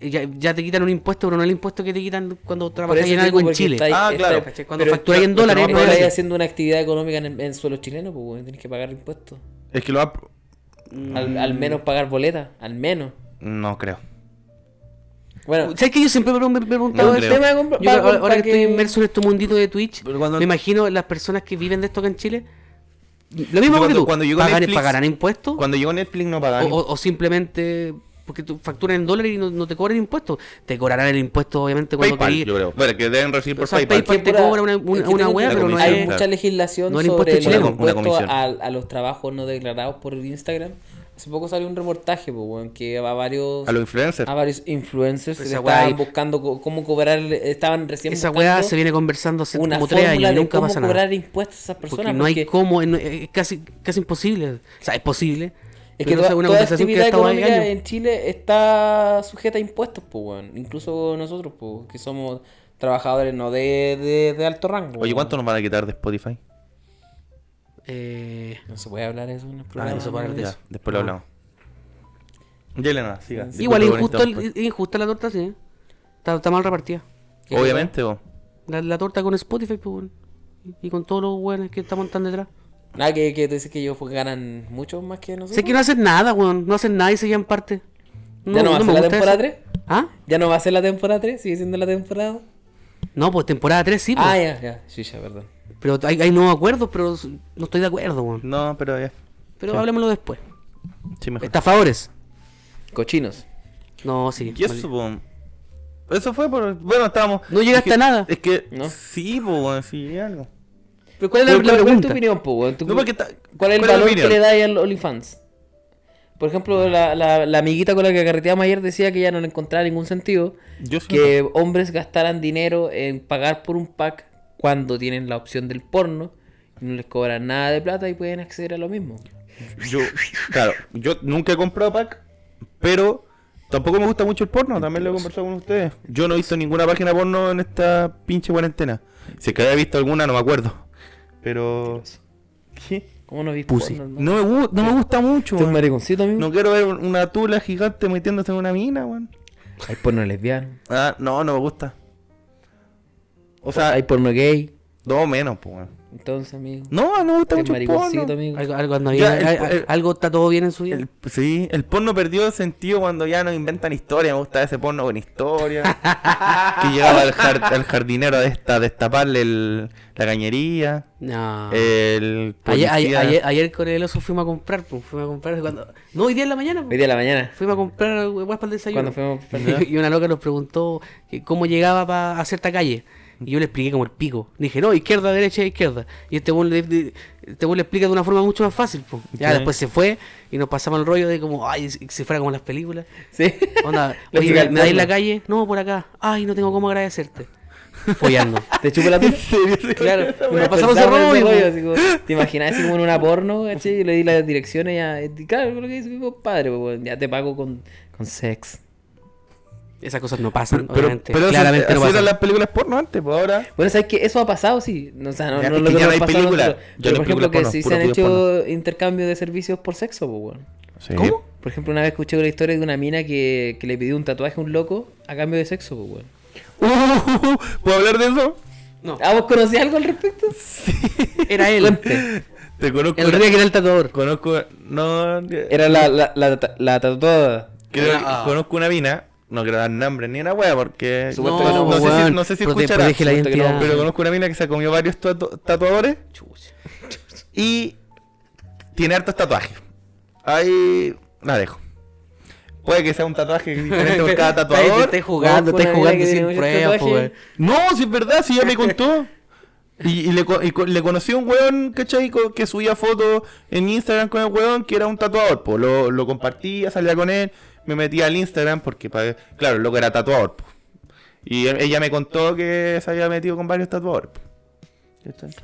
Speaker 2: Ya, ya te quitan un impuesto, pero no el impuesto que te quitan cuando trabajas
Speaker 3: eso
Speaker 2: en
Speaker 3: digo,
Speaker 2: algo en
Speaker 3: porque
Speaker 2: Chile.
Speaker 3: estáis-
Speaker 1: Ah,
Speaker 3: estáis-
Speaker 1: claro.
Speaker 2: ¿cachai? Cuando
Speaker 3: pero-
Speaker 2: facturáis en
Speaker 1: pero-
Speaker 2: dólares,
Speaker 1: pero
Speaker 3: Pero
Speaker 2: no es
Speaker 3: estáis
Speaker 2: así.
Speaker 3: haciendo una actividad económica en, en suelo chileno, pues weón, tenés que pagar impuestos.
Speaker 1: Es que lo ha...
Speaker 3: Al, al menos pagar boleta, al menos.
Speaker 1: No creo.
Speaker 3: Bueno,
Speaker 2: ¿Sabes que yo siempre me me- me he preguntado
Speaker 1: No
Speaker 2: eso?
Speaker 1: creo.
Speaker 3: tema de compra-
Speaker 2: Yo
Speaker 3: pa-
Speaker 2: ahora,
Speaker 3: pa-
Speaker 2: ahora que
Speaker 3: que-
Speaker 2: estoy inmerso en este mundito de Twitch,
Speaker 1: Pero cuando-
Speaker 2: me imagino las personas que viven de esto acá en Chile, lo
Speaker 1: Yo
Speaker 2: mismo que
Speaker 1: cuando-
Speaker 2: tú,
Speaker 1: cuando llegó
Speaker 2: pagan-
Speaker 1: Netflix-
Speaker 2: pagarán impuestos
Speaker 1: Cuando llegó Netflix no
Speaker 2: o,
Speaker 1: pagaban.
Speaker 2: o- o simplemente porque tú facturas en dólares y no, no te cobran impuestos. Te cobrarán el impuesto obviamente cuando
Speaker 1: PayPal,
Speaker 2: querí-
Speaker 1: yo creo. Bueno, que deben recibir por
Speaker 2: O sea,
Speaker 1: PayPal.
Speaker 2: PayPal-
Speaker 3: que
Speaker 2: te
Speaker 3: pura-
Speaker 2: cobra una-
Speaker 3: es que
Speaker 2: una-
Speaker 3: tengo
Speaker 2: una wea,
Speaker 3: entendido
Speaker 1: pero no
Speaker 3: que hay
Speaker 1: es-
Speaker 3: mucha legislación
Speaker 2: no es el
Speaker 3: sobre
Speaker 2: impuesto
Speaker 3: los
Speaker 2: chileno.
Speaker 1: Una
Speaker 3: impuestos
Speaker 1: comisión.
Speaker 3: a, a los trabajos no declarados por Instagram. Hace poco salió un reportaje, pues, weón, que a varios
Speaker 2: pues.
Speaker 1: A los influencers.
Speaker 2: Ah,
Speaker 3: a varios influencers
Speaker 2: Esa
Speaker 3: que estaban
Speaker 2: weá ahí-
Speaker 3: buscando co- cómo cobrar, estaban recién
Speaker 2: Esa
Speaker 3: buscando
Speaker 2: weá se viene conversando hace
Speaker 3: una
Speaker 2: como tres
Speaker 3: fórmula
Speaker 2: años y
Speaker 3: de
Speaker 2: nunca
Speaker 3: cómo
Speaker 2: pasa
Speaker 3: cobrar
Speaker 2: nada.
Speaker 3: impuestos a esas
Speaker 2: Porque
Speaker 3: persones.
Speaker 2: no hay
Speaker 3: porque
Speaker 2: cómo, es, no- eh, es casi, casi imposible. O sea, es posible.
Speaker 3: es
Speaker 2: pero esa
Speaker 3: que toda,
Speaker 2: es una
Speaker 3: toda
Speaker 2: conversación que ha
Speaker 3: actividad
Speaker 2: estado ahí
Speaker 3: económica
Speaker 2: años.
Speaker 3: en Chile está sujeta a impuestos, pues, weón. Incluso nosotros, pues, que somos trabajadores no de, de, de alto rango.
Speaker 1: Oye,
Speaker 3: weón.
Speaker 1: ¿cuánto nos van a quitar de Spotify?
Speaker 2: Eh,
Speaker 3: No se puede hablar eso en el
Speaker 2: Ah,
Speaker 3: programa.
Speaker 2: no se puede hablar de
Speaker 1: Ya,
Speaker 2: eso.
Speaker 1: después lo hablamos. Ya, Elena, siga.
Speaker 2: igual
Speaker 1: Disculpe por
Speaker 2: injusto
Speaker 1: interrumpir.
Speaker 2: el- injusta la torta, sí. Está, está mal repartida.
Speaker 1: Obviamente, vos.
Speaker 2: La, la torta con Spotify, pues, weón. Y, y con todos los weones que estamos tan detrás.
Speaker 3: Nada, que, que tú dices que ellos pues, ganan mucho más que nosotros.
Speaker 2: Sé que no hacen nada, weón. No hacen nada y se llevan parte.
Speaker 3: ¿Ya no va a ser la
Speaker 2: gusta
Speaker 3: temporada
Speaker 2: eso.
Speaker 3: 3?
Speaker 2: ¿Ah?
Speaker 3: ¿Ya no va a ser la temporada 3? ¿Sigue siendo la temporada?
Speaker 2: No, pues temporada 3 sí, pues.
Speaker 3: Ah, ya, ya. Sí, ya, perdón.
Speaker 2: Pero hay, hay nuevos acuerdos, pero s- no estoy de acuerdo, weón.
Speaker 1: No, pero ya.
Speaker 2: Pero hablemoslo después.
Speaker 1: Sí, mejor.
Speaker 2: Estafadores.
Speaker 3: Cochinos.
Speaker 2: No, sí.
Speaker 1: Y eso, po. Eso fue por. Bueno, estábamos.
Speaker 2: No llegaste
Speaker 1: es que-
Speaker 2: a nada.
Speaker 1: Es que.
Speaker 3: No.
Speaker 1: Sí, po, weón, sí, algo.
Speaker 2: ¿Pero cuál es la,
Speaker 3: ¿Cuál,
Speaker 2: la
Speaker 3: cuál es tu
Speaker 2: pregunta?
Speaker 3: opinión, po, weón? ¿Tú-
Speaker 1: No, porque está-
Speaker 3: ¿Cuál es el
Speaker 1: ¿cuál es la
Speaker 3: valor que
Speaker 1: opinión?
Speaker 3: le dais al OnlyFans? Por ejemplo, la, la- la amiguita con la que carreteamos ayer decía que ya no le encontraba ningún sentido
Speaker 1: Yo sí.
Speaker 3: que hombres gastaran dinero en pagar por un pack cuando tienen la opción del porno y no les cobran nada de plata y pueden acceder a lo mismo.
Speaker 1: Yo, claro, yo nunca he comprado pack, pero tampoco me gusta mucho el porno, también lo he conversado con ustedes. Yo no he visto ninguna página porno en esta pinche cuarentena. Si es que había visto alguna, no me acuerdo. Pero. ¿Qué?
Speaker 3: ¿Cómo no viste
Speaker 1: Pussy.
Speaker 3: porno,
Speaker 1: No me, gu- no me gusta mucho,
Speaker 3: ¿Tú un
Speaker 1: weón.
Speaker 3: mariconcito, amigo?
Speaker 1: No quiero ver una tula gigante metiéndose en una mina, weón.
Speaker 3: Hay porno lesbiano.
Speaker 1: Ah, no, no me gusta. O sea,
Speaker 3: Hay porno gay.
Speaker 1: no menos, pues, weón.
Speaker 3: Entonces, amigo.
Speaker 1: No, no me gusta
Speaker 3: Hay
Speaker 1: mucho el
Speaker 3: mariconcito,
Speaker 1: porno.
Speaker 3: amigo.
Speaker 2: Algo, algo, anda bien,
Speaker 1: Ya, el-
Speaker 2: al- al-
Speaker 1: el-
Speaker 2: algo está todo bien en su vida.
Speaker 1: El- sí, el porno perdió sentido cuando ya no inventan historia. Me gusta ese porno con
Speaker 2: [laughs]
Speaker 1: historia. que llegaba al, jar- al jardinero de esta, destaparle el- la cañería.
Speaker 2: No.
Speaker 1: El
Speaker 2: Ah. ayer, ayer,
Speaker 1: policía- [laughs]
Speaker 2: ayer- ayer con el oso fuimos a comprar, pues. Fuimos a comprar. Cuando... No, hoy día en la mañana,
Speaker 3: Hoy
Speaker 2: pues.
Speaker 3: día de la mañana. [laughs]
Speaker 2: Fuimos a comprar huevas para el desayuno.
Speaker 3: Cuando
Speaker 2: [laughs]
Speaker 3: fuimos.
Speaker 2: Y una loca nos preguntó que cómo llegaba pa- a cierta calle.
Speaker 1: Mm.
Speaker 2: Y yo le expliqué como el pico. Le dije, no, izquierda, derecha, izquierda. Y este buen le, de- este weón le explica de una forma mucho más fácil. po. Ya
Speaker 1: Ok.
Speaker 2: después se fue y nos pasamos el rollo de como, ay, si si fuera como las películas.
Speaker 3: Sí.
Speaker 1: [laughs]
Speaker 2: Onda,
Speaker 3: Lo
Speaker 2: oye,
Speaker 3: explica
Speaker 2: ¿me,
Speaker 3: el
Speaker 2: me dais la
Speaker 3: porno.
Speaker 2: calle? No, por acá. Ay, no tengo cómo agradecerte. Follando.
Speaker 3: ¿Te chupo la
Speaker 1: [laughs]
Speaker 3: tula?
Speaker 1: ¿En serio? ¿Se
Speaker 2: Claro,
Speaker 1: acuerdan de esa
Speaker 2: y
Speaker 1: wea?
Speaker 2: nos pasamos ese
Speaker 3: Pensaba en
Speaker 2: rollo. po.
Speaker 3: así como, ¿Te imaginas así como en una porno, caché? Y le di las direcciones ya. y Claro, lo que dice mi compadre, pues, weón, ya te pago con, con sex.
Speaker 2: Esas cosas no pasan,
Speaker 1: Pero, pero,
Speaker 2: obviamente.
Speaker 1: pero
Speaker 2: Claramente
Speaker 1: así
Speaker 2: no
Speaker 1: eran
Speaker 2: pasan.
Speaker 1: las películas porno antes, pues ahora.
Speaker 3: Bueno, ¿sabes que Eso ha pasado, sí. No, O sea, no,
Speaker 1: Ya,
Speaker 3: no
Speaker 1: es
Speaker 3: lo
Speaker 1: que ya
Speaker 3: que
Speaker 1: no
Speaker 3: nos
Speaker 1: hay
Speaker 3: pasó a nosotros.
Speaker 1: películas, ya
Speaker 3: Pero,
Speaker 1: no
Speaker 3: por
Speaker 1: hay películas
Speaker 3: ejemplo, que
Speaker 1: porno,
Speaker 3: sí se
Speaker 1: puro
Speaker 3: han
Speaker 1: videos
Speaker 3: hecho
Speaker 1: porno.
Speaker 3: intercambio de servicios por sexo, pues, weón.
Speaker 2: ¿Cómo?
Speaker 3: Por ejemplo, una vez escuché una historia de una mina que, que le pidió un tatuaje a un loco a cambio de sexo, pues, weón.
Speaker 1: [laughs] Uh, ¿Puedo hablar de eso? [laughs]
Speaker 2: No,
Speaker 3: ¿Ah, vos conocías algo al respecto?
Speaker 2: era él.
Speaker 3: Cuente.
Speaker 1: Te conozco.
Speaker 2: El rey que era el tatuador.
Speaker 1: Conozco. No.
Speaker 3: Era la, la, la, la, tatuada.
Speaker 1: creo-
Speaker 2: Ah.
Speaker 1: Conozco una mina. No quiero dar nombre ni una wea porque.
Speaker 3: Supuesto que no,
Speaker 1: sé si,
Speaker 2: weón,
Speaker 1: no sé si
Speaker 2: prote-
Speaker 1: escuchará.
Speaker 2: protege la
Speaker 1: Supuesto que no,
Speaker 2: identidad.
Speaker 1: pero conozco una mina que se comió varios tatu- tatuadores.
Speaker 2: Chucha.
Speaker 1: Y tiene hartos tatuajes. Ahí la dejo. Puede que sea un tatuaje
Speaker 2: [laughs]
Speaker 1: diferente por cada
Speaker 2: Estáis-
Speaker 1: tatuador.
Speaker 2: estáis jugando,
Speaker 3: Con una
Speaker 2: estáis
Speaker 3: mina
Speaker 2: jugando
Speaker 3: que tiene
Speaker 2: sin
Speaker 3: muchos
Speaker 2: pruebas, po,
Speaker 3: tatuajes.
Speaker 2: weón.
Speaker 1: No, si es verdad, si ella me contó. Y, y le, co- y co- le conocí a un weón, ¿cachai? Co- Que subía fotos en Instagram con el weón que era un tatuador, po. Lo, lo compartía, salía con él, me metía al Instagram porque, pa- claro, lo que era tatuador, po. Y e- ella me contó que se había metido con varios tatuadores, po.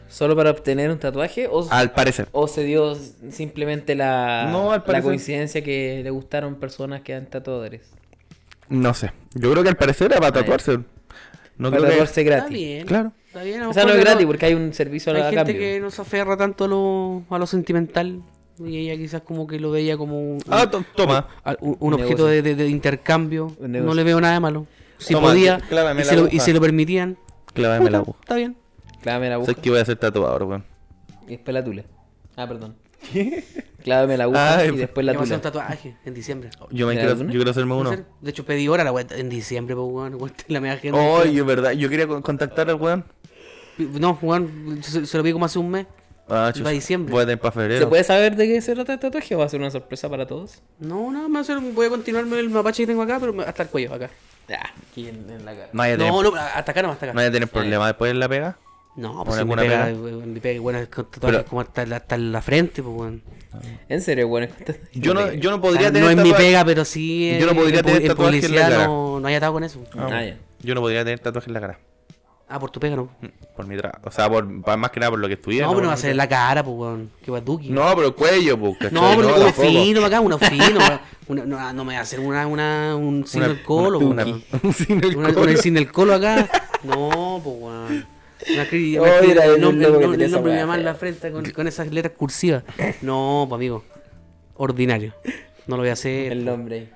Speaker 3: ¿Solo para obtener un tatuaje o,
Speaker 1: Al parecer.
Speaker 3: o se dio simplemente la,
Speaker 1: Ah. No, al
Speaker 3: la
Speaker 1: parecer-
Speaker 3: coincidencia que le gustaron personas que eran tatuadores?
Speaker 1: No sé. Yo creo que al parecer era para tatuarse. No creo
Speaker 3: para
Speaker 1: que...
Speaker 3: tatuarse
Speaker 2: Está
Speaker 3: gratis.
Speaker 2: bien.
Speaker 1: Claro.
Speaker 2: Está bien, a lo
Speaker 3: O sea, no
Speaker 2: mejor
Speaker 3: es gratis
Speaker 2: no-
Speaker 3: porque hay un servicio
Speaker 2: Hay
Speaker 3: a
Speaker 2: gente
Speaker 3: cambio.
Speaker 2: que no se aferra tanto a lo, a lo sentimental. Y ella quizás como que lo veía como un,
Speaker 1: Ah, to- toma.
Speaker 2: a- un- un
Speaker 3: Un
Speaker 2: objeto de,
Speaker 3: negocio.
Speaker 2: de- de intercambio.
Speaker 3: Un
Speaker 2: No
Speaker 3: negocio.
Speaker 2: le veo nada de malo. Si
Speaker 1: Toma,
Speaker 2: podía
Speaker 1: clávame
Speaker 2: y
Speaker 1: la
Speaker 2: se, lo, y
Speaker 1: aguja.
Speaker 2: se lo permitían.
Speaker 1: Clávame la
Speaker 2: puta,
Speaker 1: aguja.
Speaker 2: Está bien.
Speaker 3: Clávame la aguja
Speaker 1: Sabes que voy a ser tatuador, weón.
Speaker 3: y después la tula. Ah, perdón. Clávame la aguja
Speaker 1: Ay, pues,
Speaker 3: y después
Speaker 2: La
Speaker 3: la
Speaker 2: me hacer un
Speaker 3: tula.
Speaker 2: tatuaje en diciembre.
Speaker 1: Oh, Yo me
Speaker 3: ¿De
Speaker 1: quiero,
Speaker 3: alguna?
Speaker 1: yo quiero hacerme
Speaker 2: No
Speaker 1: uno.
Speaker 2: sé, De hecho pedí hora la wea en diciembre, pues weón, weón, la media gente.
Speaker 1: Oye, es verdad. Oh, Yo quería con- contactar al weón.
Speaker 2: No, weón, se, se lo vi como hace un mes.
Speaker 1: Ah,
Speaker 2: Va a diciembre.
Speaker 1: Voy a tener para febrero.
Speaker 3: ¿Se puede saber de qué se trata el tatuaje o va a ser una sorpresa para todos?
Speaker 2: No, nada más hacer- voy a continuarme el mapache que tengo acá, pero me- hasta el cuello acá.
Speaker 3: Ah, aquí en, en la cara.
Speaker 1: No vaya a tener,
Speaker 2: No,
Speaker 1: no,
Speaker 2: no, hasta acá, no, hasta acá.
Speaker 1: vaya a tener problemas después de la pega.
Speaker 2: No,
Speaker 1: ¿Con
Speaker 2: pues si mi
Speaker 1: alguna
Speaker 2: pega,
Speaker 1: pega?
Speaker 2: eh, mi pega, bueno, es con tatuajes
Speaker 1: Pero-
Speaker 2: como hasta la, hasta la frente, pues, weón.
Speaker 3: En serio, bueno.
Speaker 1: Yo no, yo no
Speaker 2: O sea,
Speaker 1: podría tener
Speaker 2: Ah, no es mi
Speaker 1: tatuaje-
Speaker 2: pega, pero sí.
Speaker 1: Yo no
Speaker 2: en-
Speaker 1: podría
Speaker 2: en pu-
Speaker 1: tener
Speaker 2: en
Speaker 1: tatuaje en la
Speaker 2: publicidad
Speaker 1: cara.
Speaker 2: no, no hay atado con eso.
Speaker 1: Ah,
Speaker 3: Ah,
Speaker 1: bueno.
Speaker 3: ya.
Speaker 1: Yo no podría tener tatuaje en la cara. Mm,
Speaker 2: Ah, por tu pega no.
Speaker 1: Por mi trabajo. O sea, por, pa- más que nada por lo que estudié.
Speaker 2: no, pero
Speaker 1: Por
Speaker 2: va a
Speaker 1: mi
Speaker 2: ser en
Speaker 1: tra-
Speaker 2: la cara, pues, weón. Que va duqui.
Speaker 1: No, pero el cuello, pues. ¿cachai?
Speaker 2: No, pero uno
Speaker 1: tampoco.
Speaker 2: fino, acá, uno fino. weón. Una- no, no me va a hacer una, una, un sin
Speaker 1: Una-
Speaker 2: el colo,
Speaker 1: una- [laughs]
Speaker 2: weón.
Speaker 1: Un sin el
Speaker 2: Una,
Speaker 1: colo.
Speaker 2: una sin el colo acá. No, pues, weón. Una cri-
Speaker 3: Oh,
Speaker 2: una cri-
Speaker 3: mira,
Speaker 2: el
Speaker 3: el
Speaker 2: nombre, el
Speaker 3: loco que
Speaker 2: nombre-
Speaker 3: tenía
Speaker 2: el
Speaker 3: esa
Speaker 2: nombre de mi
Speaker 3: weá
Speaker 2: mamá en
Speaker 3: fea.
Speaker 2: la frente con, con esas letras cursivas. No, pues, amigo. Ordinario. [laughs] No lo voy a hacer.
Speaker 3: El nombre.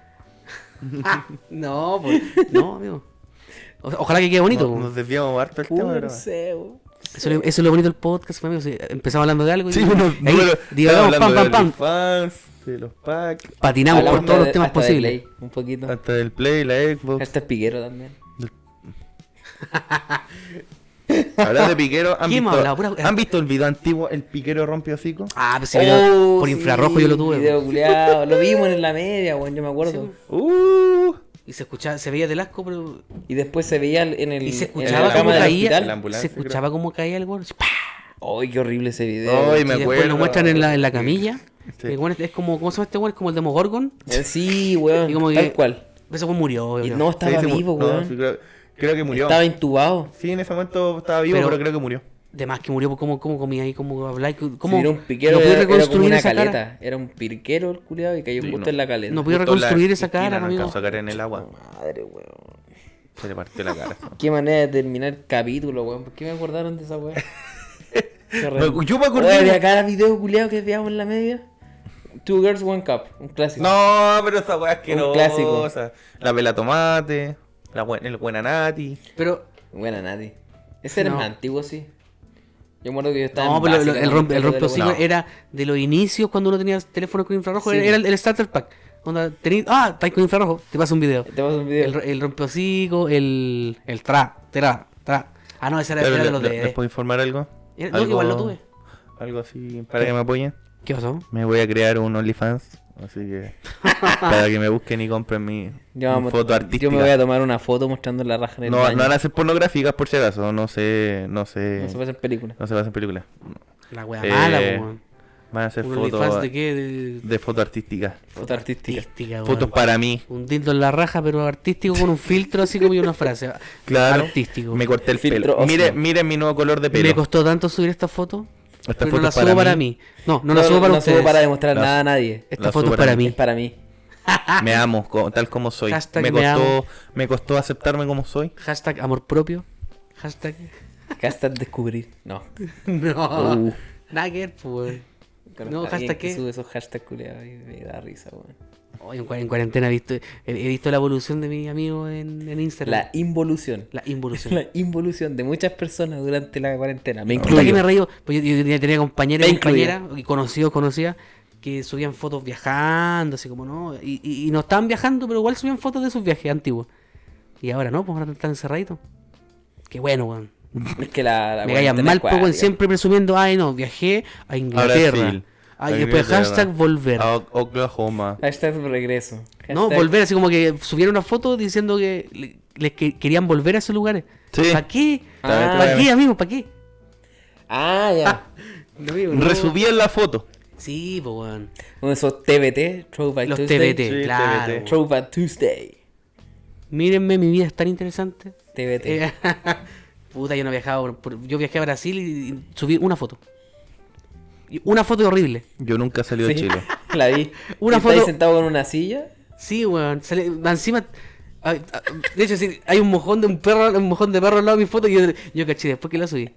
Speaker 2: Ah, no, pues. No, amigo. O- ojalá que quede bonito.
Speaker 1: No-
Speaker 2: po.
Speaker 1: Nos desviamos harto el tema,
Speaker 3: Puta, no
Speaker 1: pero.
Speaker 3: sé, weón.
Speaker 2: Eso, es lo- eso es lo bonito del podcast, fue, amigos. Empezamos hablando de algo y
Speaker 1: Sí, bueno,
Speaker 2: ahí
Speaker 1: bueno,
Speaker 2: divagamos,
Speaker 1: estamos
Speaker 2: pam, pam,
Speaker 1: hablando
Speaker 2: pam.
Speaker 1: de los fans, de los packs,
Speaker 2: Patinamos por
Speaker 1: Hablamos
Speaker 2: todos
Speaker 1: de-
Speaker 2: los temas posibles.
Speaker 3: Un poquito.
Speaker 1: hasta del Play, la Xbox.
Speaker 2: [laughs]
Speaker 3: Hasta el piquero también.
Speaker 1: Hablando de piquero, ¿han
Speaker 2: ¿Qué hemos
Speaker 1: visto,
Speaker 2: hablado? Pura-
Speaker 1: ¿han visto el video antiguo, el piquero rompe hocico?
Speaker 2: Ah, pues si
Speaker 1: Oh,
Speaker 2: video- por infrarrojo yo lo tuve. pues. po.
Speaker 3: Oh, Video culiado. Lo vimos en la media, weón, yo me acuerdo.
Speaker 1: Uh,
Speaker 2: Y se escuchaba, se veía del asco, pero.
Speaker 3: Y después se veía en el.
Speaker 2: Y se
Speaker 3: en
Speaker 2: escuchaba
Speaker 3: la
Speaker 1: cama
Speaker 2: cómo
Speaker 3: cámara del
Speaker 2: caía.
Speaker 1: hospital, la
Speaker 2: Se
Speaker 1: ambulancia,
Speaker 2: escuchaba cómo caía el weón. así, ¡pah!
Speaker 3: Ay, qué horrible ese video.
Speaker 1: Ay,
Speaker 2: Y
Speaker 1: me
Speaker 2: después
Speaker 1: acuerdo.
Speaker 2: lo muestran en la, en la camilla.
Speaker 1: Sí.
Speaker 2: El weón es- es como, ¿cómo se llama este weón? Es como el Demogorgon.
Speaker 3: Eh, Sí, weón.
Speaker 2: Y como que-
Speaker 3: Tal cual.
Speaker 2: Ese weón murió, yo
Speaker 3: Y
Speaker 2: creo.
Speaker 3: no
Speaker 1: Sí,
Speaker 3: estaba
Speaker 1: se mu-
Speaker 3: vivo,
Speaker 1: no,
Speaker 3: weón.
Speaker 1: sí, creo, creo que murió.
Speaker 3: estaba intubado.
Speaker 1: Sí, en ese momento estaba vivo,
Speaker 2: Pero-
Speaker 1: pero, creo que murió.
Speaker 2: De más que murió, pues, ¿cómo, cómo comía ahí? ¿Cómo hablaba?
Speaker 3: ¿Cómo?
Speaker 2: ¿Cómo
Speaker 3: era un piquero,
Speaker 2: no
Speaker 3: era,
Speaker 2: pude
Speaker 3: era como
Speaker 2: reconstruir
Speaker 3: una
Speaker 2: esa
Speaker 3: caleta.
Speaker 2: cara?
Speaker 3: Era un pirquero el culiado y cayó
Speaker 1: Sí,
Speaker 3: justo
Speaker 1: no.
Speaker 3: en la caleta.
Speaker 2: No pude
Speaker 1: Justo la
Speaker 2: reconstruir esa
Speaker 1: esquina,
Speaker 2: cara,
Speaker 1: no
Speaker 2: amigo.
Speaker 1: alcanzó a caer en el agua.
Speaker 3: Madre, weón.
Speaker 1: Se le partió la
Speaker 3: [laughs]
Speaker 1: cara.
Speaker 3: Qué manera de terminar el capítulo, weón. ¿Por qué me acordaron de
Speaker 1: [laughs]
Speaker 3: esa weón?
Speaker 1: Me- yo me acordé-
Speaker 3: de cada video culiado que veíamos en la media. Two Girls, One Cup. Un clásico.
Speaker 1: no, pero esa weá es asquerosa.
Speaker 3: Un clásico.
Speaker 1: La pela tomate, la buen- el buena nati.
Speaker 2: Pero
Speaker 3: Buena, nadie. Ese era
Speaker 2: No.
Speaker 3: más antiguo, sí. Yo me acuerdo que yo estaba.
Speaker 2: No,
Speaker 3: en
Speaker 2: pero lo-
Speaker 3: básica
Speaker 2: el rompe, el
Speaker 3: cuando
Speaker 2: rompe
Speaker 3: me acuerdo de la
Speaker 2: hocico
Speaker 1: No.
Speaker 2: era de los inicios cuando uno tenía teléfono con infrarrojo.
Speaker 3: Sí.
Speaker 2: Era era el, el starter pack. Onda, tení- ah, estáis con infrarrojo. Te paso un video.
Speaker 3: weá. Te paso un video.
Speaker 2: El, el rompe hocico, el, el tra, tra, tra. Ah, no, ese era,
Speaker 1: Pero
Speaker 2: era
Speaker 1: le-
Speaker 2: de los
Speaker 1: le-
Speaker 2: de.
Speaker 1: ¿Les puedo informar algo?
Speaker 2: Era- no,
Speaker 1: algo
Speaker 2: igual lo tuve.
Speaker 1: Algo así para que me apoyen.
Speaker 2: ¿Qué pasó?
Speaker 1: Me voy a crear un OnlyFans, así
Speaker 3: [laughs]
Speaker 1: que para que me busquen y compren mi,
Speaker 3: Yo,
Speaker 1: mi
Speaker 3: vamos-
Speaker 1: foto
Speaker 3: yo
Speaker 1: artística.
Speaker 3: me voy a tomar una foto mostrando la raja en el
Speaker 1: No,
Speaker 3: baño.
Speaker 1: no van a ser pornográficas por si acaso, no sé, no sé,
Speaker 3: No se pasa en película.
Speaker 1: no se basan en películas.
Speaker 2: La wea
Speaker 1: Eh,
Speaker 2: mala, po, weón.
Speaker 1: Van a ser
Speaker 2: ¿Un OnlyFans
Speaker 1: fotos
Speaker 2: de qué? De-
Speaker 1: de foto artística,
Speaker 3: Foto artística.
Speaker 2: artística,
Speaker 1: fotos
Speaker 2: weón.
Speaker 1: para mí.
Speaker 2: Un dildo en la raja, pero artístico con un filtro así como y una frase.
Speaker 1: Claro.
Speaker 2: Artístico.
Speaker 1: Me corté el
Speaker 3: Filtro
Speaker 1: pelo.
Speaker 3: óseo.
Speaker 1: Mire, miren mi nuevo color de
Speaker 2: Me
Speaker 1: pelo.
Speaker 2: costó tanto subir esta foto.
Speaker 1: Esta
Speaker 2: pero
Speaker 1: foto
Speaker 2: no la
Speaker 1: es para
Speaker 2: subo para
Speaker 1: mí.
Speaker 2: mí. No, no la subo para
Speaker 3: no
Speaker 2: ustedes.
Speaker 3: subo para demostrar
Speaker 1: La-
Speaker 3: nada a nadie.
Speaker 2: Esta
Speaker 1: la
Speaker 2: foto
Speaker 1: subo
Speaker 2: es para
Speaker 1: para mí.
Speaker 3: Es
Speaker 2: mí.
Speaker 3: para mí.
Speaker 1: Me amo co- tal como soy.
Speaker 2: Ah. Hashtag
Speaker 1: Me
Speaker 2: me
Speaker 1: costó
Speaker 2: amo.
Speaker 1: me costó aceptarme como soy.
Speaker 2: Hashtag amor propio. Hashtag. [laughs]
Speaker 3: Hashtag descubrir. No.
Speaker 2: No.
Speaker 1: Uh.
Speaker 2: Nada que ver, pues. No,
Speaker 3: Alguien
Speaker 2: hashtag
Speaker 3: que
Speaker 2: qué.
Speaker 3: sube esos hashtags culiados y me da risa, weón.
Speaker 2: Hoy en cua- en cuarentena he visto, he, he visto la evolución de mi amigo en, en Instagram.
Speaker 3: La involución.
Speaker 2: La, involución.
Speaker 3: [laughs] La involución de muchas personas durante la cuarentena. Me
Speaker 2: Hasta que me
Speaker 3: incluyo.
Speaker 2: reí, pues yo, yo tenía, tenía compañeros y
Speaker 3: Me incluye.
Speaker 2: compañeras, y conocidos, conocidas, que subían fotos viajando, así como no, y, y- y no estaban viajando, pero igual subían fotos de sus viajes antiguos. Y ahora no, pues ahora están encerraditos. Qué bueno, weón.
Speaker 3: Es que la, la
Speaker 2: Me callan
Speaker 3: cuarentena
Speaker 2: mal,
Speaker 3: es
Speaker 2: pues, weón,
Speaker 3: cuática.
Speaker 2: siempre presumiendo, ay no, viajé a Inglaterra.
Speaker 1: Brasil,
Speaker 2: Ah,
Speaker 1: a
Speaker 2: y después
Speaker 1: Inglaterra,
Speaker 2: hashtag volver.
Speaker 1: A Ah, O- Oklahoma.
Speaker 3: Hashtag regreso.
Speaker 2: No,
Speaker 3: Hashtag-
Speaker 2: volver, así como que subieron una foto diciendo que le- les que- querían volver a esos lugares.
Speaker 1: Sí.
Speaker 2: ¿Para qué?
Speaker 3: Ah.
Speaker 2: ¿Para qué, amigo? ¿Para qué?
Speaker 3: Ah, ya.
Speaker 2: No, amigo, no.
Speaker 1: Resubían la foto.
Speaker 2: Sí, pues, weón.
Speaker 3: Uno de esos TBT, Throwback
Speaker 2: Los
Speaker 3: Tuesday.
Speaker 2: TBT,
Speaker 1: Sí,
Speaker 2: claro.
Speaker 1: TBT.
Speaker 2: weón.
Speaker 3: Throwback Tuesday.
Speaker 2: Mírenme, mi vida es tan interesante.
Speaker 3: TBT.
Speaker 2: Eh, [laughs] puta, yo no viajaba. por- por- yo viajé a Brasil y, y subí una foto. Y una foto horrible.
Speaker 1: Yo nunca salí
Speaker 3: Sí,
Speaker 1: de
Speaker 2: [laughs]
Speaker 1: Chile.
Speaker 3: [laughs] La vi.
Speaker 2: Una
Speaker 3: Una foto.
Speaker 2: foto-
Speaker 3: sentado con una silla.
Speaker 2: Sí, weón. sale- encima. ah, ah, De hecho, sí, hay un mojón de un perro, un mojón de perro al lado de mi foto y yo, yo caché después que la subí.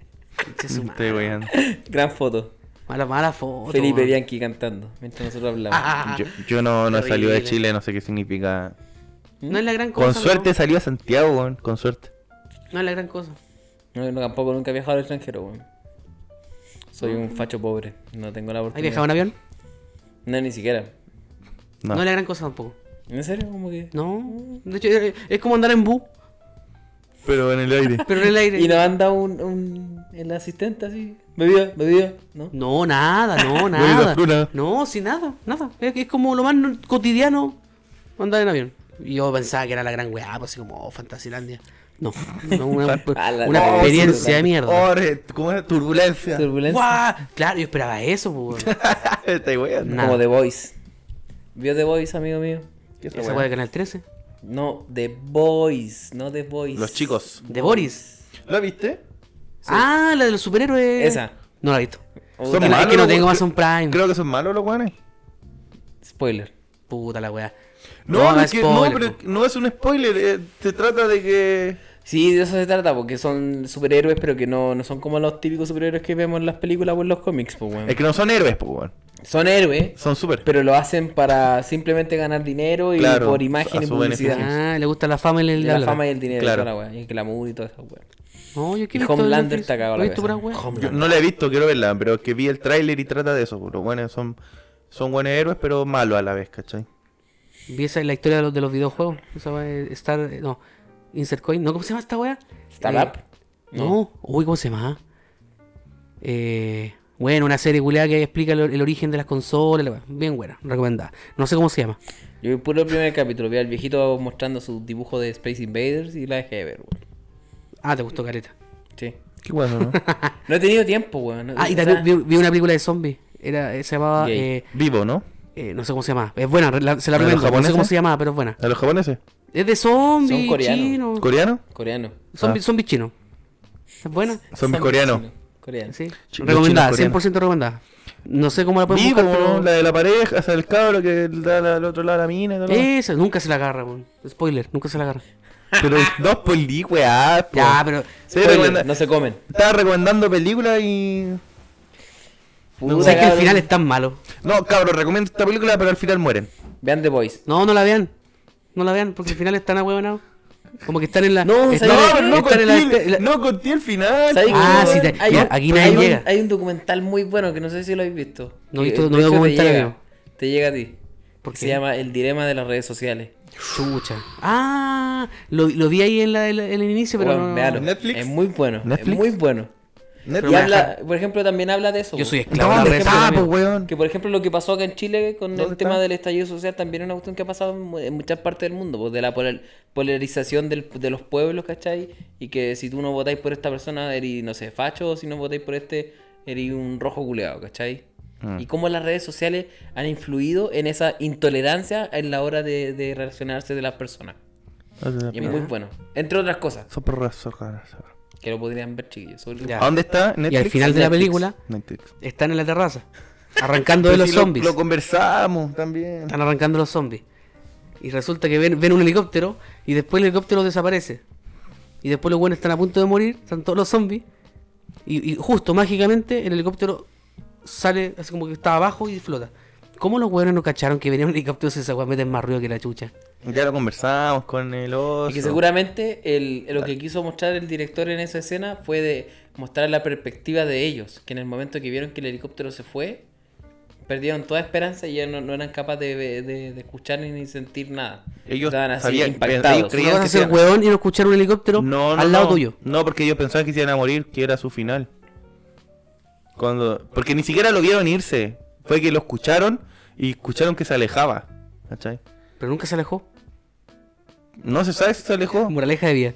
Speaker 2: Conche su madre.
Speaker 1: Estoy weyando.
Speaker 3: Gran foto.
Speaker 2: Mala, mala foto.
Speaker 3: Felipe
Speaker 2: weón.
Speaker 3: Bianchi cantando mientras nosotros hablamos.
Speaker 2: Ah,
Speaker 1: Yo, yo no, no
Speaker 2: Qué
Speaker 1: salí de
Speaker 2: horrible.
Speaker 1: Chile, no sé qué significa.
Speaker 2: No es la gran cosa.
Speaker 1: Con suerte
Speaker 2: ¿no?
Speaker 1: salió a Santiago, weón, con suerte.
Speaker 2: No es la gran cosa.
Speaker 3: No, no, tampoco nunca he viajado al extranjero, weón. Soy un facho pobre. No tengo la
Speaker 2: ¿Has
Speaker 3: oportunidad.
Speaker 2: viajado en avión?
Speaker 3: No, ni siquiera.
Speaker 2: No.
Speaker 1: No.
Speaker 2: es la gran cosa tampoco.
Speaker 3: ¿En serio? ¿Cómo que?
Speaker 2: No. De hecho, eh, es como andar en bus,
Speaker 1: Pero en el aire.
Speaker 2: pero en el aire.
Speaker 3: ¿Y no anda un, un. el asistente así? Bebida, bebida, ¿no?
Speaker 2: No,
Speaker 1: [laughs]
Speaker 2: nada, no,
Speaker 1: Buena
Speaker 2: nada.
Speaker 1: fluna.
Speaker 2: No, sí, nada, nada. Es, es como lo más no- cotidiano andar en avión. Y Yo pensaba que era la gran weá, pues así como oh, Fantasilandia. No,
Speaker 1: [laughs]
Speaker 2: no, una,
Speaker 3: A la-
Speaker 2: una
Speaker 3: no,
Speaker 2: experiencia de
Speaker 3: sí,
Speaker 2: mierda.
Speaker 1: Ore, ¿Cómo era? Turbulencia. [laughs]
Speaker 3: Turbulencia.
Speaker 2: ¡Guau! Claro, yo esperaba eso, po, weón.
Speaker 1: Estoy weyando.
Speaker 2: Nada.
Speaker 3: Como The Voice. ¿Vio The Voice, amigo mío?
Speaker 1: ¿Qué es [laughs] esa
Speaker 2: Esa
Speaker 1: weá?
Speaker 2: weá de Canal 13.
Speaker 3: No, The Voice, no The Voice.
Speaker 1: Los chicos.
Speaker 2: De Boris.
Speaker 1: ¿Lo viste?
Speaker 2: Ah, la de los superhéroes.
Speaker 3: Esa.
Speaker 2: No la he visto.
Speaker 1: Son
Speaker 2: Es que
Speaker 3: Puta,
Speaker 2: no- es que no
Speaker 1: malos,
Speaker 2: tengo
Speaker 1: weón.
Speaker 2: más un Prime.
Speaker 1: Creo que son malos los weones.
Speaker 3: Spoiler.
Speaker 2: Puta la weá.
Speaker 1: No,
Speaker 2: haga
Speaker 1: es que- no,
Speaker 2: spoiler, pues.
Speaker 1: pero
Speaker 2: po.
Speaker 1: no es un spoiler. eh, se trata de que.
Speaker 3: Sí, de eso se trata, porque son superhéroes, pero que no, no son como los típicos superhéroes que vemos en las películas o en los cómics, pues, weón.
Speaker 1: Es que no son héroes, pues, weón.
Speaker 3: Son héroes,
Speaker 1: Son súper.
Speaker 3: pero lo hacen para simplemente ganar dinero y
Speaker 1: Claro,
Speaker 3: por imagen
Speaker 1: a
Speaker 3: y
Speaker 1: su
Speaker 3: publicidad.
Speaker 1: beneficio.
Speaker 2: Ah, le gusta la fama y
Speaker 3: Y
Speaker 2: el
Speaker 3: La
Speaker 2: habla.
Speaker 3: fama y el dinero,
Speaker 1: Claro.
Speaker 3: toda la weá, y el glamour y todo eso, weón.
Speaker 2: No, yo
Speaker 3: Y
Speaker 2: quiero
Speaker 3: Homelander está cagado la
Speaker 2: ¿Viste pura
Speaker 3: cabeza.
Speaker 2: weá?
Speaker 1: Yo
Speaker 3: Homelander.
Speaker 1: no la he visto, quiero verla, pero es que vi el tráiler y trata de eso. pues, Los buenos son, son buenos héroes, pero malos a la vez, ¿cachai?
Speaker 2: Vi esa la historia de los, de los videojuegos. Esa weá es Star. No, Insert Coin. ¿No? ¿Cómo se llama esta weá?
Speaker 3: Startup.
Speaker 2: Eh, no. Uy, ¿cómo se llama? Eh, bueno, una serie culiada que explica el, el origen de las consolas. la weá. Bien buena, recomendada. No sé cómo se llama.
Speaker 3: Yo vi puro el primer capítulo, vi al viejito mostrando su dibujo de Space Invaders y la dejé de ver, weón.
Speaker 2: Ah, te gustó careta.
Speaker 3: Sí.
Speaker 1: Qué bueno, ¿no?
Speaker 3: No he tenido tiempo, weón. no-
Speaker 2: Ah, y
Speaker 3: o sea,
Speaker 2: también vi, vi una película de zombies. Era, eh, se llamaba.
Speaker 3: Yay.
Speaker 2: eh,
Speaker 1: [laughs] Vivo, ¿no?
Speaker 2: eh, no sé cómo se llama. Es buena, re- la- se la
Speaker 1: ¿No de los
Speaker 2: recomiendo. No sé cómo
Speaker 1: japoneses?
Speaker 2: se llama, pero es buena.
Speaker 1: ¿A los japoneses?
Speaker 2: Es de zombies.
Speaker 3: Son coreanos.
Speaker 2: chinos.
Speaker 1: ¿Coreano?
Speaker 3: Coreano.
Speaker 2: Zombies zombies chinos. Es buena.
Speaker 1: Son coreanos.
Speaker 3: Coreano.
Speaker 2: Sí.
Speaker 1: Chino-
Speaker 2: Recomendada,
Speaker 1: chino
Speaker 2: 100% recomendada. No sé cómo la podemos
Speaker 1: Vivo,
Speaker 2: pues, buscar, pero...
Speaker 1: la de la pareja, o sea, el cabro que da al otro lado a la mina y todo lo-
Speaker 2: Esa, nunca se la agarra, weón. Spoiler, nunca se la agarra.
Speaker 1: Pero dos
Speaker 2: pues,
Speaker 1: películas, po.
Speaker 2: Ya, pero...
Speaker 1: Sí,
Speaker 3: Spoiler,
Speaker 1: recomenda-
Speaker 3: no se comen.
Speaker 1: Estaba recomendando películas y...
Speaker 2: O
Speaker 3: Puta,
Speaker 2: sea, es que el
Speaker 3: cabrón.
Speaker 2: final es tan malo.
Speaker 1: No, cabro, recomiendo esta película, pero al final mueren.
Speaker 3: Vean The Voice.
Speaker 2: No, no la vean. No la vean, porque el final es tan ahueonado. Como que están en la...
Speaker 3: No,
Speaker 2: están
Speaker 3: ¿sabes
Speaker 2: en-
Speaker 3: qué?
Speaker 1: no
Speaker 2: están en la- este,
Speaker 1: conté,
Speaker 2: la-
Speaker 1: no conté el final.
Speaker 3: ¿Sabes
Speaker 1: po.
Speaker 2: Ah,
Speaker 3: qué,
Speaker 2: sí,
Speaker 3: weón?
Speaker 2: te- ya,
Speaker 3: un-
Speaker 2: aquí nadie
Speaker 3: un-
Speaker 2: llega.
Speaker 3: hay un documental muy bueno que no sé si lo habéis visto.
Speaker 2: No he
Speaker 3: Que,
Speaker 2: visto-
Speaker 3: de
Speaker 2: no veo
Speaker 3: hecho, te
Speaker 2: documental,
Speaker 3: llega,
Speaker 2: amigo.
Speaker 3: te llega a ti.
Speaker 2: ¿Por
Speaker 3: Se
Speaker 2: qué?
Speaker 3: llama El dilema de las redes sociales.
Speaker 2: Chucha. Ah, lo, lo vi ahí en, la, en la- en el inicio, pero...
Speaker 3: Weón,
Speaker 2: no-
Speaker 3: véalo.
Speaker 1: Netflix.
Speaker 3: Es muy bueno. Es
Speaker 1: Netflix.
Speaker 3: muy bueno.
Speaker 1: Net-
Speaker 3: Y
Speaker 2: me
Speaker 3: habla, por ejemplo, también habla de eso.
Speaker 2: Yo
Speaker 3: po.
Speaker 2: soy esclavo de
Speaker 1: ¿Dónde
Speaker 2: la red.
Speaker 1: está,
Speaker 2: social,
Speaker 1: po,
Speaker 2: amigo.
Speaker 1: weón?
Speaker 3: Que por ejemplo lo que pasó acá en Chile con el
Speaker 1: ¿Dónde
Speaker 3: tema
Speaker 1: está?
Speaker 3: del estallido social también es una cuestión que ha pasado en mu- en muchas partes del mundo, pues, de la polar- polarización del- de los pueblos, ¿cachai? Y que si tú no votáis por esta persona, eres, no sé, facho, o si no votáis por este, eres un rojo culeado, ¿cachai?
Speaker 1: Mm.
Speaker 3: Y cómo las redes sociales han influido en esa intolerancia en la hora de, de relacionarse de las personas. Y es muy
Speaker 1: Ah.
Speaker 3: bueno. Entre otras cosas,
Speaker 1: Son perras, son caras, son caras.
Speaker 3: que lo podrían ver chiquillos. sobre todo.
Speaker 2: Ya.
Speaker 1: ¿A dónde está Netflix?
Speaker 2: Y al final de la
Speaker 3: Netflix.
Speaker 2: película,
Speaker 1: Netflix.
Speaker 2: están en la terraza. Arrancando de
Speaker 1: Pero
Speaker 2: los
Speaker 1: si lo-
Speaker 2: zombies.
Speaker 1: Lo, conversamos también.
Speaker 2: Están arrancando los zombies. Y resulta que ven, ven un helicóptero y después el helicóptero desaparece. Y después los buenos están a punto de morir, están todos los zombies. Y, y justo, mágicamente, el helicóptero sale así como que está abajo y flota. ¿Cómo los buenos no cacharon que venía un helicóptero si esa weá meten más ruido que la chucha?
Speaker 1: Ya lo conversamos con el oso.
Speaker 3: Y que seguramente el, lo que quiso mostrar el director en esa escena fue de mostrar la perspectiva de ellos, que en el momento que vieron que el helicóptero se fue, perdieron toda esperanza y ya no, no eran capaces de, de- de escuchar ni sentir nada.
Speaker 1: Ellos
Speaker 3: Estaban así
Speaker 1: sabían-
Speaker 3: impactados.
Speaker 1: ellos
Speaker 2: Una
Speaker 1: creían-
Speaker 2: cosa
Speaker 1: que
Speaker 2: es ser
Speaker 1: sea-
Speaker 2: hueón y no escuchar un helicóptero
Speaker 1: No, no,
Speaker 2: al lado
Speaker 1: no.
Speaker 2: tuyo.
Speaker 1: No, porque ellos pensaban que se iban a morir, que era su final. Cuando... Porque ni siquiera lo vieron irse. Fue que lo escucharon y escucharon que se alejaba. ¿Cachai?
Speaker 2: Pero nunca se alejó.
Speaker 1: No se sabe si se alejó.
Speaker 2: Moraleja de vida.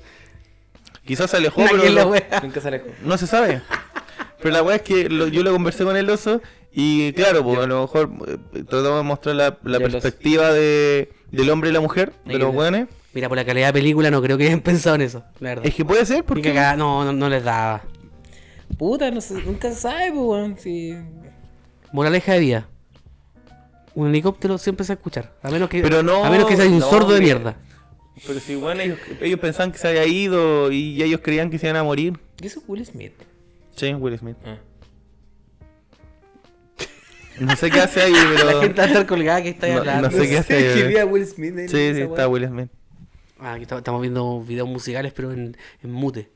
Speaker 1: Quizás se alejó, pero.
Speaker 2: [laughs] Aquí la
Speaker 1: lo-
Speaker 2: wea.
Speaker 3: [laughs] Nunca se alejó.
Speaker 1: No se sabe. Pero la weá es que lo- yo lo conversé con el oso y claro, pues a lo mejor eh, tratamos de mostrar la, la
Speaker 3: Ya lo sé.
Speaker 1: perspectiva de, del hombre y la mujer, de
Speaker 3: Ahí
Speaker 1: los
Speaker 3: está.
Speaker 1: weones.
Speaker 2: Mira, por la calidad de película no creo que hayan pensado en eso, la verdad.
Speaker 1: Es que puede ser
Speaker 2: Ni
Speaker 1: porque...
Speaker 2: cagada, no, no, no les daba.
Speaker 3: Puta, no se- nunca se sabe, pues, weón, si-
Speaker 2: Moraleja de vida. Un helicóptero siempre se va a escuchar. A menos que,
Speaker 1: Pero no,
Speaker 2: a menos que sea un
Speaker 1: no,
Speaker 2: sordo de
Speaker 1: hombre.
Speaker 2: mierda.
Speaker 1: Pero si bueno, ellos, ellos pensaban que se había ido y ellos creían que se iban a morir.
Speaker 3: ¿Qué es Will Smith?
Speaker 1: Sí, Will Smith.
Speaker 3: Ah.
Speaker 1: No sé qué hace ahí, pero...
Speaker 2: [laughs] La gente va a estar colgada que está ahí
Speaker 1: No-
Speaker 2: hablando.
Speaker 1: no sé qué hace.
Speaker 3: que vi a Will Smith en
Speaker 1: Sí, sí,
Speaker 3: esa
Speaker 1: está
Speaker 3: weá.
Speaker 1: Will Smith.
Speaker 2: Ah, aquí está- estamos viendo videos musicales, pero en, en mute.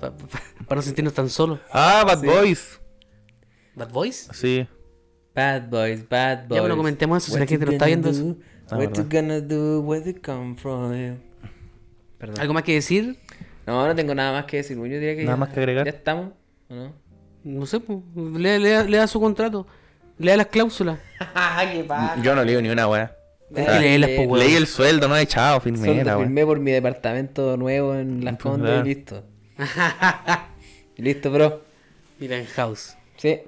Speaker 2: Pa- pa- para no sentirnos tan solos.
Speaker 1: Ah, Bad Boys.
Speaker 2: ¿Bad Boys?
Speaker 1: Sí.
Speaker 3: Bad boys, bad boys.
Speaker 2: Ya, bueno, comentemos eso, si
Speaker 3: What
Speaker 2: la gente
Speaker 3: you
Speaker 2: no está
Speaker 3: gonna
Speaker 2: viendo eso.
Speaker 3: do?
Speaker 1: Ah,
Speaker 3: What you
Speaker 1: verdad.
Speaker 3: gonna do? Where you come from? Perdón.
Speaker 2: ¿Algo más que decir?
Speaker 3: No, no tengo nada más que decir. Yo diría que
Speaker 1: Nada
Speaker 3: ya-
Speaker 1: más que agregar.
Speaker 3: Ya estamos, ¿o no?
Speaker 2: No sé, po. le, le- le da su contrato. Le da las cláusulas.
Speaker 3: ¡Qué paja!
Speaker 1: Yo no leo ni una weá.
Speaker 2: Hay que leerlas, po, Ah, weón.
Speaker 1: Leí el sueldo, no he echado, firmé
Speaker 3: Solo
Speaker 1: la weá.
Speaker 3: firmé por mi departamento nuevo en Las
Speaker 1: Pues,
Speaker 3: Condes
Speaker 1: verdad.
Speaker 3: y listo. listo, bro.
Speaker 2: Mira, en House.
Speaker 3: Sí,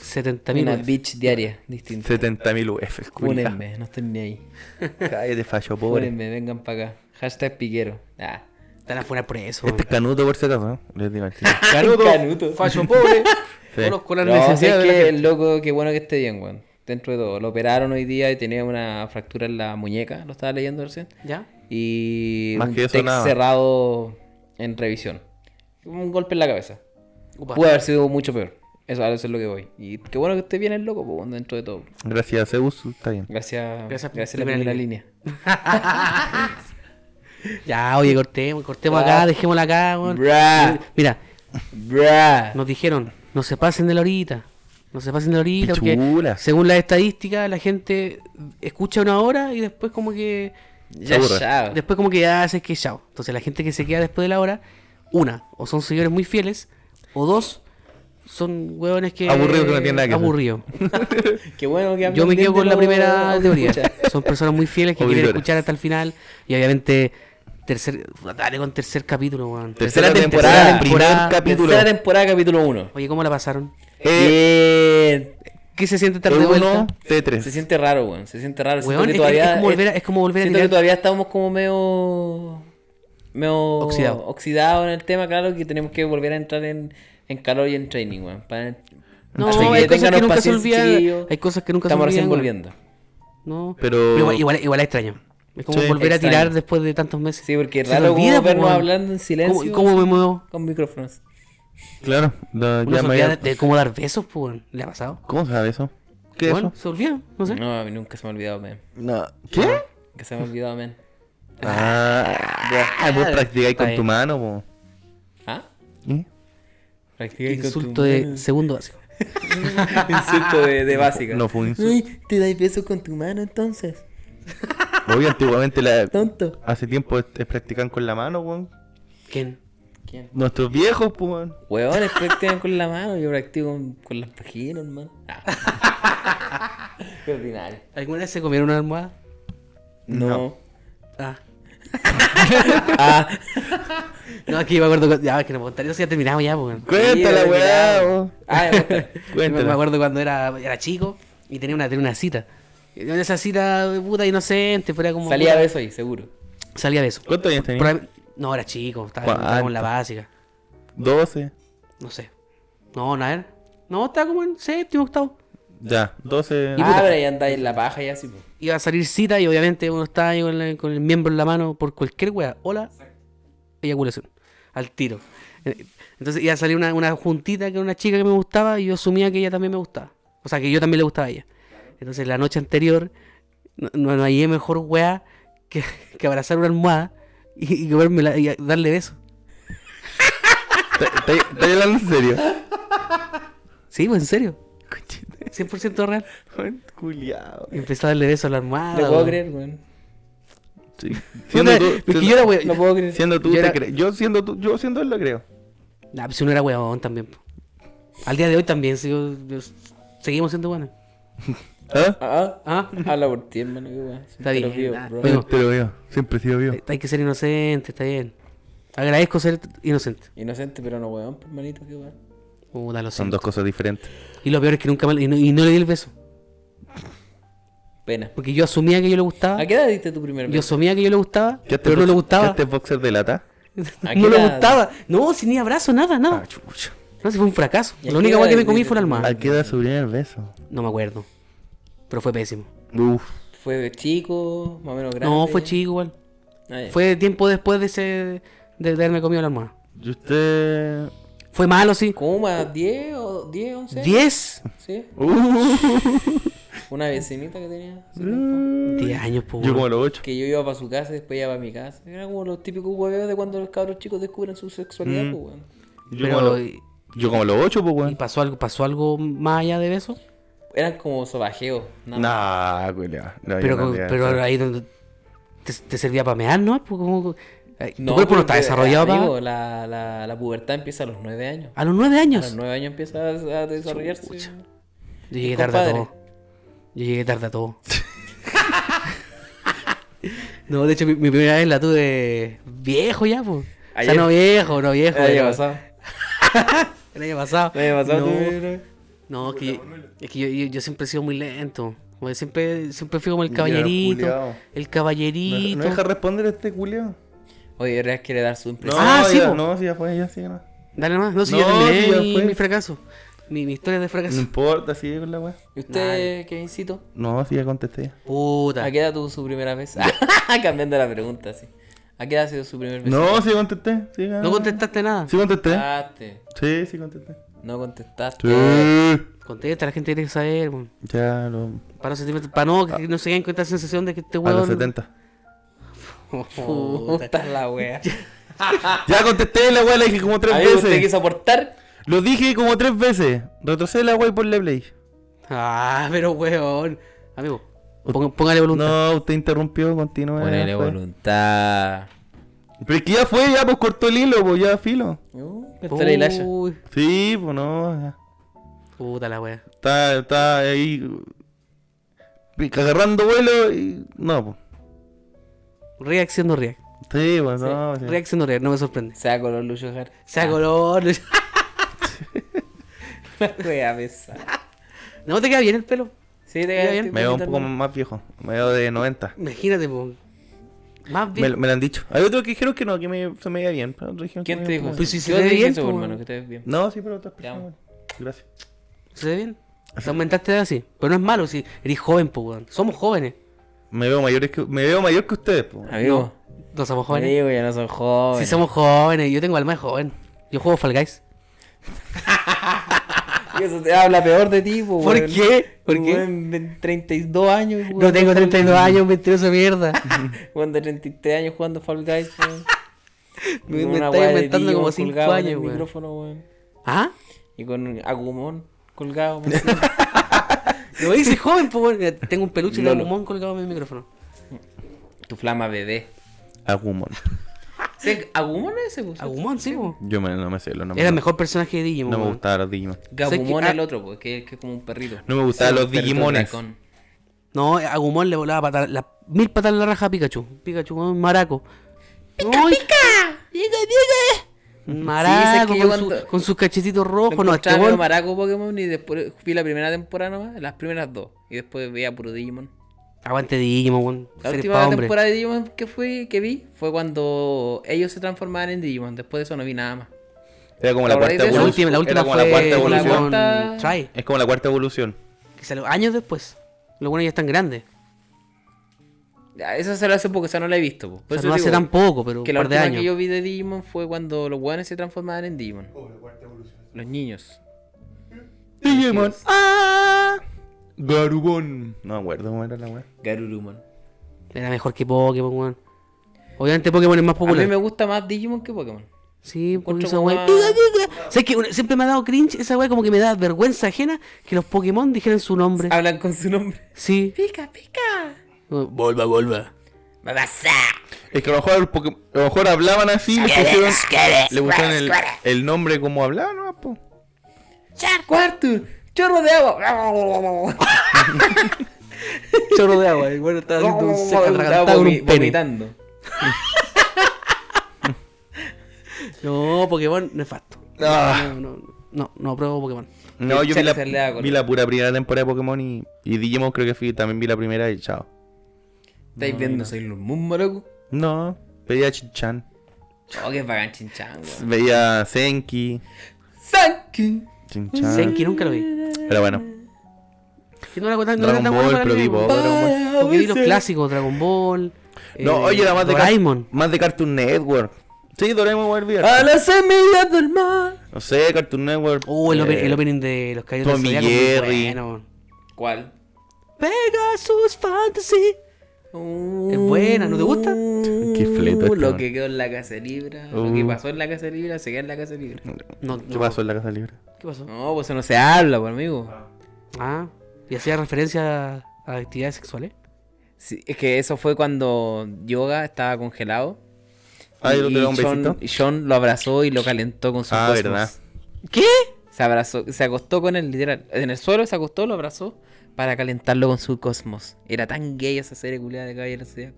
Speaker 2: 70
Speaker 3: una
Speaker 2: mil.
Speaker 3: bitch diaria distinta.
Speaker 1: 70.000 UF, culiao.
Speaker 3: Fúnenme, no estoy ni ahí.
Speaker 1: [laughs]
Speaker 2: [laughs]
Speaker 1: Cállate, fallo, pobre.
Speaker 3: Fúnenme, vengan para acá. Hashtag piquero. Ah.
Speaker 2: Están afuera presos.
Speaker 1: Este es Canuto por si acaso, ¿no? Les digo al
Speaker 2: [laughs]
Speaker 1: tiro.
Speaker 3: Canuto. [laughs] Canuto.
Speaker 2: Fallo [laughs] pobre.
Speaker 1: Sí.
Speaker 2: Todos con las
Speaker 3: No, si es
Speaker 2: necesidades de la
Speaker 3: que
Speaker 2: gente.
Speaker 3: el loco, qué bueno que esté bien, weón. Dentro de todo. Lo operaron hoy día y tenía una fractura en la muñeca, lo estaba leyendo recién.
Speaker 2: ¿Ya?
Speaker 3: y
Speaker 1: Más
Speaker 3: un
Speaker 1: que eso,
Speaker 3: text
Speaker 1: nada.
Speaker 3: cerrado en revisión. Un golpe en la cabeza.
Speaker 2: Upa.
Speaker 3: Pudo haber sido mucho peor. Eso, a eso es lo que voy. Y qué bueno que esté bien el loco, po, weón, dentro de todo.
Speaker 1: Gracias, Zeus. Está bien.
Speaker 3: Gracias,
Speaker 2: Gracias,
Speaker 3: gracias, a la
Speaker 2: primera
Speaker 3: primera línea.
Speaker 2: Ya, oye, cortemos, cortemos acá, dejémosla acá, weón.
Speaker 3: Bra.
Speaker 2: Mira,
Speaker 3: Bra.
Speaker 2: nos dijeron, no se pasen de la horita. No se pasen de la horita, porque
Speaker 1: Pichula.
Speaker 2: según las estadísticas, la gente escucha una hora y después como que.
Speaker 3: Ya
Speaker 1: aburre.
Speaker 3: ya.
Speaker 2: Después como que ya haces que chao. Entonces la gente que se queda después de la hora, una, o son seguidores muy fieles, o dos, son huevones que...
Speaker 1: Aburridos que no tienen nada que hacer.
Speaker 2: Aburrido.
Speaker 3: Qué bueno que
Speaker 2: Yo me quedo con la
Speaker 3: aprendiste,
Speaker 2: primera
Speaker 3: no,
Speaker 1: [laughs]
Speaker 2: teoría.
Speaker 3: escucha.
Speaker 2: [laughs] Son personas muy fieles que quieren
Speaker 1: Auditores.
Speaker 2: escuchar hasta el final. Y obviamente, tercer... Dale con tercer capítulo, weón.
Speaker 3: Tercera temporada,
Speaker 1: primer
Speaker 2: temporada,
Speaker 1: capítulo.
Speaker 3: Tercera temporada, capítulo 1.
Speaker 2: Oye, ¿cómo la pasaron?
Speaker 1: Eh,
Speaker 3: Bien.
Speaker 2: ¿Qué se siente estar de vuelta?
Speaker 1: T1, T3.
Speaker 3: Se siente raro, weón. Se siente raro. Siento
Speaker 2: Weón,
Speaker 3: que
Speaker 2: es,
Speaker 3: todavía-
Speaker 2: es como volver a, es como volver a
Speaker 3: Siento
Speaker 2: tirar-
Speaker 3: que todavía estamos como medio. medio.
Speaker 2: Oxidado.
Speaker 3: oxidado en el tema, claro, que tenemos que volver a entrar en, en calor y en training, weón. para-
Speaker 2: No,
Speaker 3: así que
Speaker 2: hay cosas que
Speaker 3: ténganos
Speaker 2: nunca se
Speaker 3: paciencia,
Speaker 2: olvidan.
Speaker 3: chiquillos.
Speaker 2: Hay cosas que nunca se
Speaker 3: Estamos
Speaker 2: olvidan.
Speaker 3: recién
Speaker 2: weón.
Speaker 3: volviendo.
Speaker 2: No,
Speaker 1: Pero-
Speaker 2: igual, igual, igual es extraño. Es como
Speaker 1: Sí,
Speaker 2: volver
Speaker 3: extraño.
Speaker 2: a tirar después de tantos meses.
Speaker 3: Sí, porque es
Speaker 2: Se te
Speaker 3: raro como
Speaker 2: olvida,
Speaker 3: vernos
Speaker 2: po,
Speaker 3: hablando en silencio.
Speaker 2: ¿Cómo, cómo me muevo?
Speaker 3: Con micrófonos.
Speaker 1: Claro, la-
Speaker 2: Uno
Speaker 1: ya
Speaker 2: se
Speaker 1: me
Speaker 2: olvida
Speaker 1: había-
Speaker 2: de, de cómo dar besos, pues, weón. ¿le ha pasado?
Speaker 1: ¿Cómo se sabe eso? ¿Qué es
Speaker 2: Bueno,
Speaker 1: eso?
Speaker 2: se olvida, no sé.
Speaker 3: No, a mí nunca se me ha olvidado, men.
Speaker 1: No. ¿Qué?
Speaker 3: Que se me ha olvidado, men.
Speaker 1: Ah, ah, vos practicáis
Speaker 2: Está
Speaker 1: con tu
Speaker 2: bien.
Speaker 1: mano, po.
Speaker 3: ¿Ah?
Speaker 1: ¿Eh?
Speaker 3: Practica con tu
Speaker 2: Insulto de
Speaker 3: mano. [laughs]
Speaker 2: segundo básico.
Speaker 3: Insulto de, de básica.
Speaker 1: No fue un insulto.
Speaker 3: Uy, te dais besos con tu mano entonces.
Speaker 1: Obvio, antiguamente la-
Speaker 3: Tonto.
Speaker 1: hace tiempo es, es practican con la mano, weón.
Speaker 2: ¿Quién?
Speaker 3: ¿Quién?
Speaker 1: Nuestros viejos, po, weón.
Speaker 3: Huevones practican con la mano, yo practico con, con las páginas, hermano. Ah. [laughs] Qué ordinario.
Speaker 2: ¿Alguna vez se comieron una almohada?
Speaker 3: No.
Speaker 1: No.
Speaker 2: Ah. [laughs]
Speaker 3: Ah,
Speaker 2: No, aquí me acuerdo. cu- Ya, es que no puedo contar. Eso ya terminamos ya, pues.
Speaker 1: Cuéntala,
Speaker 3: Sí,
Speaker 1: weá,
Speaker 3: ordinario.
Speaker 1: weón.
Speaker 3: Ah, ya está. [laughs]
Speaker 1: Cuéntala.
Speaker 2: Me acuerdo cuando era, era chico y tenía una, tenía una cita. Y tenía esa cita de puta inocente, pero era como.
Speaker 3: Salía de eso ahí, seguro.
Speaker 2: Salía beso.
Speaker 1: ¿Cuántos años tenías?
Speaker 2: Probable- No, era chico, estaba, estaba
Speaker 1: ¿Cuánto?
Speaker 2: con la básica.
Speaker 1: 12.
Speaker 2: No sé. No, nada. era- No, estaba como en séptimo, octavo.
Speaker 1: Ya, 12.
Speaker 2: Y-
Speaker 3: Ah,
Speaker 2: puta.
Speaker 3: pero ya andáis en la paja y así, pues.
Speaker 2: Iba a salir cita y obviamente uno estaba ahí con, la- con el miembro en la mano por cualquier wea. Hola, eyaculación. Al tiro. Eh, Entonces iba a salir una, una juntita con una chica que me gustaba y yo asumía que ella también me gustaba. O sea, que yo también le gustaba a ella. Entonces la noche anterior no, no, no hallé mejor wea que, que abrazar una almohada y, y comérmela y darle besos.
Speaker 1: ¿Estás estás hablando en
Speaker 2: [laughs]
Speaker 1: serio?
Speaker 2: Sí, pues en serio. 100% real.
Speaker 1: Culiado.
Speaker 2: Y empezó a darle besos a la almohada.
Speaker 3: No puedo
Speaker 2: weón.
Speaker 3: creer, weón.
Speaker 1: Sí.
Speaker 2: Puta,
Speaker 1: Siendo tú,
Speaker 2: es que
Speaker 1: siendo-
Speaker 2: yo era wea-
Speaker 3: No puedo creer.
Speaker 1: siendo tú,
Speaker 2: yo
Speaker 1: te
Speaker 2: era-
Speaker 1: cre- yo siendo tú, yo siendo él lo creo.
Speaker 2: Nah, pues si uno era huevón también. po. Al día de hoy también, sigo- yo- seguimos siendo buenos.
Speaker 1: ¿Ah?
Speaker 3: Ah,
Speaker 2: Ah.
Speaker 3: habla por ti, hermano, qué weón.
Speaker 2: Está
Speaker 3: Te
Speaker 2: bien,
Speaker 3: lo pido,
Speaker 2: ah,
Speaker 3: bro.
Speaker 2: está bien.
Speaker 1: Te lo veo, siempre he sido vivo.
Speaker 2: Hay- Hay que ser inocente, está bien. Agradezco ser inocente.
Speaker 3: Inocente, pero no weón, pues, hermanito, qué weón.
Speaker 2: Puta, lo
Speaker 1: Son
Speaker 2: siento.
Speaker 1: dos cosas diferentes.
Speaker 2: Y lo peor es que nunca me, y, no, y no le di el beso.
Speaker 3: Pena.
Speaker 2: Porque yo asumía que yo le gustaba.
Speaker 3: ¿A qué edad diste tu primer
Speaker 2: Yo
Speaker 3: beso?
Speaker 2: asumía que yo le gustaba,
Speaker 1: ¿Qué
Speaker 2: pero no le gustaba.
Speaker 1: este boxer de lata?
Speaker 3: ¿A qué
Speaker 2: No le
Speaker 3: edad?
Speaker 2: gustaba. No, sin ni abrazo, nada, nada.
Speaker 1: Ah, chucha.
Speaker 2: No, si fue un fracaso.
Speaker 3: ¿Y a
Speaker 2: La
Speaker 3: qué
Speaker 2: única
Speaker 3: edad
Speaker 2: cosa que me
Speaker 3: le-
Speaker 2: comí fue la almohada.
Speaker 1: ¿A qué edad su primer beso?
Speaker 2: No me acuerdo. Pero fue pésimo.
Speaker 1: Uf.
Speaker 3: ¿Fue chico, más o menos grande?
Speaker 2: No, fue chico igual.
Speaker 3: Ah, ya.
Speaker 2: Fue tiempo después de ese de, de haberme comido la almohada.
Speaker 1: ¿Y usted...?
Speaker 2: Fue malo, sí.
Speaker 3: ¿Cómo más 10 o 10, 11?
Speaker 2: 10.
Speaker 3: Sí,
Speaker 1: Uh.
Speaker 3: una vecinita que tenía hace tiempo,
Speaker 2: 10 años, po.
Speaker 1: Yo
Speaker 2: weón.
Speaker 1: como los ocho.
Speaker 3: Que yo iba para su casa y después iba para mi casa. Era como los típicos hueveos de cuando los cabros chicos descubren su sexualidad, pues, weón.
Speaker 1: Yo,
Speaker 2: Pero,
Speaker 1: como, los,
Speaker 2: ¿y-
Speaker 1: yo como los ocho, pues,
Speaker 2: ¿y
Speaker 1: weón.
Speaker 2: pasó algo, pasó algo más allá de eso?
Speaker 3: Eran como sobajeos. nada más.
Speaker 1: Nah, culiao. No, yo
Speaker 2: pero
Speaker 1: no
Speaker 2: co-
Speaker 1: te-
Speaker 2: pero ahí donde te, te servía para mear, ¿no? Pues como- ay, tu cuerpo
Speaker 3: porque,
Speaker 2: no está desarrollado para...
Speaker 3: amigo, la, la, la pubertad empieza a los 9 años.
Speaker 2: A los nueve
Speaker 3: A los
Speaker 2: años.
Speaker 3: 9 años empieza a, a desarrollarse.
Speaker 2: Yo llegué tarde a
Speaker 3: compadre.
Speaker 2: todo. Yo llegué tarde a todo. [laughs] no, de hecho, mi, mi primera vez la tuve viejo ya, pues. O sea,
Speaker 3: Ayer.
Speaker 2: no viejo, no viejo.
Speaker 3: El año
Speaker 2: pero-
Speaker 3: pasado.
Speaker 2: El año pasado.
Speaker 3: El año pasado
Speaker 2: No.
Speaker 3: tú-
Speaker 2: No, es que, yo, es que yo, yo- yo siempre he sido muy lento. Como que Siempre, siempre fui como el caballerito.
Speaker 1: culiao.
Speaker 2: el caballerito.
Speaker 1: No, no deja responder a este culiao.
Speaker 3: Oye, Reas quiere dar su
Speaker 1: No,
Speaker 3: impresión.
Speaker 2: Ah, sí,
Speaker 1: ya,
Speaker 2: po.
Speaker 1: no, sí, ya fue, ya sí, no.
Speaker 2: Dale nomás. No, si
Speaker 1: No,
Speaker 2: ya terminé
Speaker 1: si ya
Speaker 2: mi,
Speaker 1: fue. Mm.
Speaker 2: mi fracaso. mi, mi historia de
Speaker 1: No
Speaker 2: fracaso.
Speaker 1: importa, sigue con la weá.
Speaker 3: ¿Y usted, Kevincito?
Speaker 1: No, sí, ya contesté ya.
Speaker 2: Puta.
Speaker 3: ¿A qué edad tuvo su primera vez? [laughs] Cambiando la pregunta, sí. ¿A qué edad ha sido su primer beso?
Speaker 1: No, eh. sí contesté. Sí, ya.
Speaker 2: No contestaste nada.
Speaker 1: Sí contesté.
Speaker 3: Ah. contestaste.
Speaker 1: Sí, sí contesté.
Speaker 3: No contestaste.
Speaker 1: Sí.
Speaker 2: Contesta, la gente tiene que saber. weón.
Speaker 1: Ya, lo...
Speaker 2: Para no, sentirme- para no, que no se queden con esta sensación de que este
Speaker 1: Ah. a
Speaker 2: huevón.
Speaker 1: los
Speaker 2: [laughs]
Speaker 1: 70.
Speaker 3: Puta
Speaker 2: [laughs]
Speaker 3: la wea.
Speaker 1: Ya contesté la weá, la dije como tres
Speaker 3: Amigo, ¿usted
Speaker 1: veces.
Speaker 3: quiso aportar?
Speaker 1: Lo dije como tres veces. Retrocede la weá y ponle play.
Speaker 2: Ah, pero huevón. Amigo, ponga- póngale voluntad.
Speaker 1: No, usted interrumpió, continúe.
Speaker 3: Ponele
Speaker 1: fue.
Speaker 3: voluntad.
Speaker 1: Pero es que ya fue, ya pues cortó el hilo, pues ya filo.
Speaker 3: Uh,
Speaker 2: Uy,
Speaker 1: Sí, pues no. ya.
Speaker 2: puta la wea.
Speaker 1: Está, está ahí pica, agarrando vuelo y. No, pues.
Speaker 2: Reacción no react.
Speaker 1: Sí, pues no. sí. Ah.
Speaker 2: Reacción no react, no me sorprende.
Speaker 3: Sea color Lucho Jar.
Speaker 2: Sea color.
Speaker 3: [laughs]
Speaker 2: [laughs]
Speaker 3: La wea pesa.
Speaker 2: No te queda bien el pelo.
Speaker 3: Sí, te
Speaker 2: Ya bien.
Speaker 3: quedaste
Speaker 1: Me veo un poco más viejo. Me veo de 90.
Speaker 2: Imagínate, po. Más
Speaker 1: Me,
Speaker 2: bien.
Speaker 1: lo- me lo han dicho. Hay otros que dijeron que no, que me, se me veía bien. pero otros dijeron que
Speaker 3: ¿Quién
Speaker 1: me
Speaker 3: te
Speaker 1: veía
Speaker 3: dijo?
Speaker 1: como-
Speaker 2: Pues si se
Speaker 3: Yo
Speaker 2: ve
Speaker 3: te dije
Speaker 2: bien,
Speaker 3: eso,
Speaker 2: pues.
Speaker 3: hermano, que te ves bien.
Speaker 1: No, sí, pero otras personas.
Speaker 3: amo.
Speaker 1: Gracias.
Speaker 2: ¿Se ve bien? Te aumentaste de así. Pero no es malo si eres joven, po, weón. Somos jóvenes.
Speaker 1: Me veo mayor que, me veo mayor que ustedes,
Speaker 2: Ah.
Speaker 1: pues.
Speaker 3: Amigo.
Speaker 2: No somos jóvenes.
Speaker 3: Amigo, ya no son
Speaker 2: Si
Speaker 3: jóvenes.
Speaker 2: somos jóvenes, yo tengo alma de joven. Yo juego Fall Guys.
Speaker 3: Y Eso te habla peor de ti, po,
Speaker 2: ¿Por
Speaker 3: weón.
Speaker 2: qué? ¿Por
Speaker 3: Un
Speaker 2: qué?
Speaker 3: weón de 32 años. weón,
Speaker 2: No tengo
Speaker 3: jugando-
Speaker 2: 32 años, mentiroso de mierda.
Speaker 3: Weón de 33 años jugando Fall Guys, weón.
Speaker 2: [laughs] Me-
Speaker 3: Con
Speaker 2: me
Speaker 3: una
Speaker 2: estáis
Speaker 3: weá de
Speaker 2: inventando
Speaker 3: Digimon
Speaker 2: como cinco
Speaker 3: colgado en
Speaker 2: años,
Speaker 3: el
Speaker 2: weón.
Speaker 3: micrófono, weón.
Speaker 2: ¿Ah?
Speaker 3: Y con un Agumon colgado. weón.
Speaker 2: [laughs] Lo hice joven, po, weón. Mira, Tengo un peluche de
Speaker 3: Lolo.
Speaker 2: Agumon colgado en mi micrófono.
Speaker 3: tu flama bebé.
Speaker 1: Agumon.
Speaker 3: ¿Sí, ¿Agumon es ese? pues?
Speaker 2: Agumon, sí, po.
Speaker 1: Yo me- no me sé los nombres.
Speaker 2: Era el mejor personaje de Digimon.
Speaker 1: No me
Speaker 2: weón.
Speaker 1: gustaban los Digimon.
Speaker 3: Gabumon
Speaker 2: Sé que- ah.
Speaker 3: el otro, pues, que, que es como un perrito.
Speaker 1: No me gustaban los
Speaker 3: perrito
Speaker 1: Digimones.
Speaker 3: dragón.
Speaker 2: No, Agumon le volaba patar, la- mil patas en la raja a Pikachu. Pikachu, un maraco. ¡Pica, pica! ¡Pica, pica! Maraco,
Speaker 3: Sí, sé que yo
Speaker 2: con, su-
Speaker 3: cuando-
Speaker 2: con sus cachetitos
Speaker 3: Lo
Speaker 2: rojos. No, este
Speaker 3: encontraba medio
Speaker 2: weón-
Speaker 3: maraco Pokémon y después vi la primera temporada nomás, las primeras dos. Y después veía puro Digimon.
Speaker 2: Aguante Digimon, weón.
Speaker 3: La
Speaker 2: Series
Speaker 3: última
Speaker 2: pa' hombre.
Speaker 3: temporada de Digimon que fui, que vi, fue cuando ellos se transformaban en Digimon. Después de eso no vi nada más.
Speaker 1: Era como la
Speaker 3: Ahora
Speaker 1: cuarta
Speaker 3: dices-
Speaker 2: La
Speaker 1: evolución.
Speaker 2: última, la última
Speaker 1: Era como
Speaker 2: fue
Speaker 1: la cuarta
Speaker 2: con
Speaker 1: evolución.
Speaker 3: La cuarta-
Speaker 2: Try,
Speaker 1: Es como la cuarta evolución.
Speaker 2: que salió años después. Los buenos ya están grandes.
Speaker 3: Ya, Esa se la hace poco, esa no la he visto. po.
Speaker 2: O
Speaker 3: Por
Speaker 2: sea,
Speaker 3: eso
Speaker 2: no hace
Speaker 3: digo
Speaker 2: tampoco, pero
Speaker 3: que
Speaker 2: un
Speaker 3: la
Speaker 2: par de
Speaker 3: última
Speaker 2: años.
Speaker 3: que yo vi de Digimon fue cuando los guanes se transformaban en Digimon. Los niños.
Speaker 1: Digimon. ¡Ah! Garugón. No me acuerdo cómo era la weá.
Speaker 3: Garurumon.
Speaker 2: Era mejor que Pokémon, weón. Obviamente Pokémon es más
Speaker 3: A mí
Speaker 2: popular.
Speaker 3: me gusta más Digimon que Pokémon.
Speaker 2: Sí, porque
Speaker 3: Encuentro
Speaker 2: esa
Speaker 3: como
Speaker 2: weá.
Speaker 3: más-
Speaker 2: [laughs] ¿Sabes que Siempre me ha dado cringe esa weá, como que me da vergüenza ajena que los Pokémon dijeran su nombre.
Speaker 1: Ah.
Speaker 3: Hablan con su nombre.
Speaker 1: [laughs]
Speaker 2: Sí.
Speaker 3: Pica, pica.
Speaker 2: Oh. Volva, volva.
Speaker 3: Babasa.
Speaker 1: Es que a lo mejor, el Poké- a lo mejor hablaban así. Le pusieron, le pusieron el, el nombre como hablaban, ¿no? po?
Speaker 3: Quartur. Chorro de agua.
Speaker 2: Chorro de agua. Bueno, estaba haciendo un seco
Speaker 3: Estaba
Speaker 2: atragantado con
Speaker 3: vomi-
Speaker 2: un pene.
Speaker 3: vomitando.
Speaker 2: No, Pokémon nefasto.
Speaker 1: Ah.
Speaker 2: No, no, no, no apruebo Pokémon.
Speaker 1: No, yo vi la,
Speaker 3: Chale, se le da color.
Speaker 1: vi la pura primera temporada de Pokémon y, y Digimon creo que fui, también vi la primera y chao.
Speaker 3: ¿Estáis viendo Sailor Moon, maraco?
Speaker 1: No, veía Chichan,
Speaker 3: Oh, que bacán, chinchan, weón.
Speaker 1: veía Senki,
Speaker 3: Sanki.
Speaker 1: Chinchan.
Speaker 2: Senki nunca lo vi.
Speaker 1: Pero bueno,
Speaker 2: Que no era tan- no era
Speaker 1: Dragon
Speaker 2: tan
Speaker 1: Ball,
Speaker 2: bueno
Speaker 1: pero
Speaker 2: para
Speaker 1: vi
Speaker 2: mí,
Speaker 1: poco
Speaker 2: weón.
Speaker 1: Dragon Ball.
Speaker 2: Porque vi los clásicos, Dragon Ball.
Speaker 1: No,
Speaker 2: eh,
Speaker 1: oye, era más de, Car-
Speaker 2: Doraemon. Ah.
Speaker 1: más de Cartoon Network. Sí, Doraemon World
Speaker 3: A las semillas del mar.
Speaker 1: No sé, Cartoon Network.
Speaker 2: Oh, el, ope-
Speaker 1: eh,
Speaker 2: el opening de los Caballeros
Speaker 1: Tommy
Speaker 2: Zodiaco, muy
Speaker 1: Jerry.
Speaker 2: bueno, weón.
Speaker 3: ¿Cuál?
Speaker 2: Pegasus Fantasy.
Speaker 3: Es
Speaker 2: buena, ¿no te gusta?
Speaker 1: [laughs] Qué fleta Uh. este
Speaker 3: Uh, Lo
Speaker 1: man.
Speaker 3: que quedó en la casa libra. Lo que pasó en la casa libra se queda en la casa libra.
Speaker 2: No,
Speaker 1: ¿Qué
Speaker 2: no.
Speaker 1: pasó en la Casa
Speaker 2: [laughs]
Speaker 1: Libre?
Speaker 2: ¿Qué pasó?
Speaker 3: No, pues eso no se habla, por amigo.
Speaker 2: Ah, y hacía referencia a actividades sexuales.
Speaker 3: Sí, es que eso fue cuando Yoga estaba congelado.
Speaker 1: Ah, ¿y no te da un
Speaker 3: Sean,
Speaker 1: besito?
Speaker 3: Sean lo abrazó y lo calentó con su
Speaker 1: Ah,
Speaker 3: cosmos.
Speaker 1: verdad.
Speaker 2: ¿Qué?
Speaker 3: Se abrazó, se acostó con él, literal. En el suelo se acostó, lo abrazó para calentarlo con su cosmos. Era tan gay esa serie culiada de Caballero Zodíaco.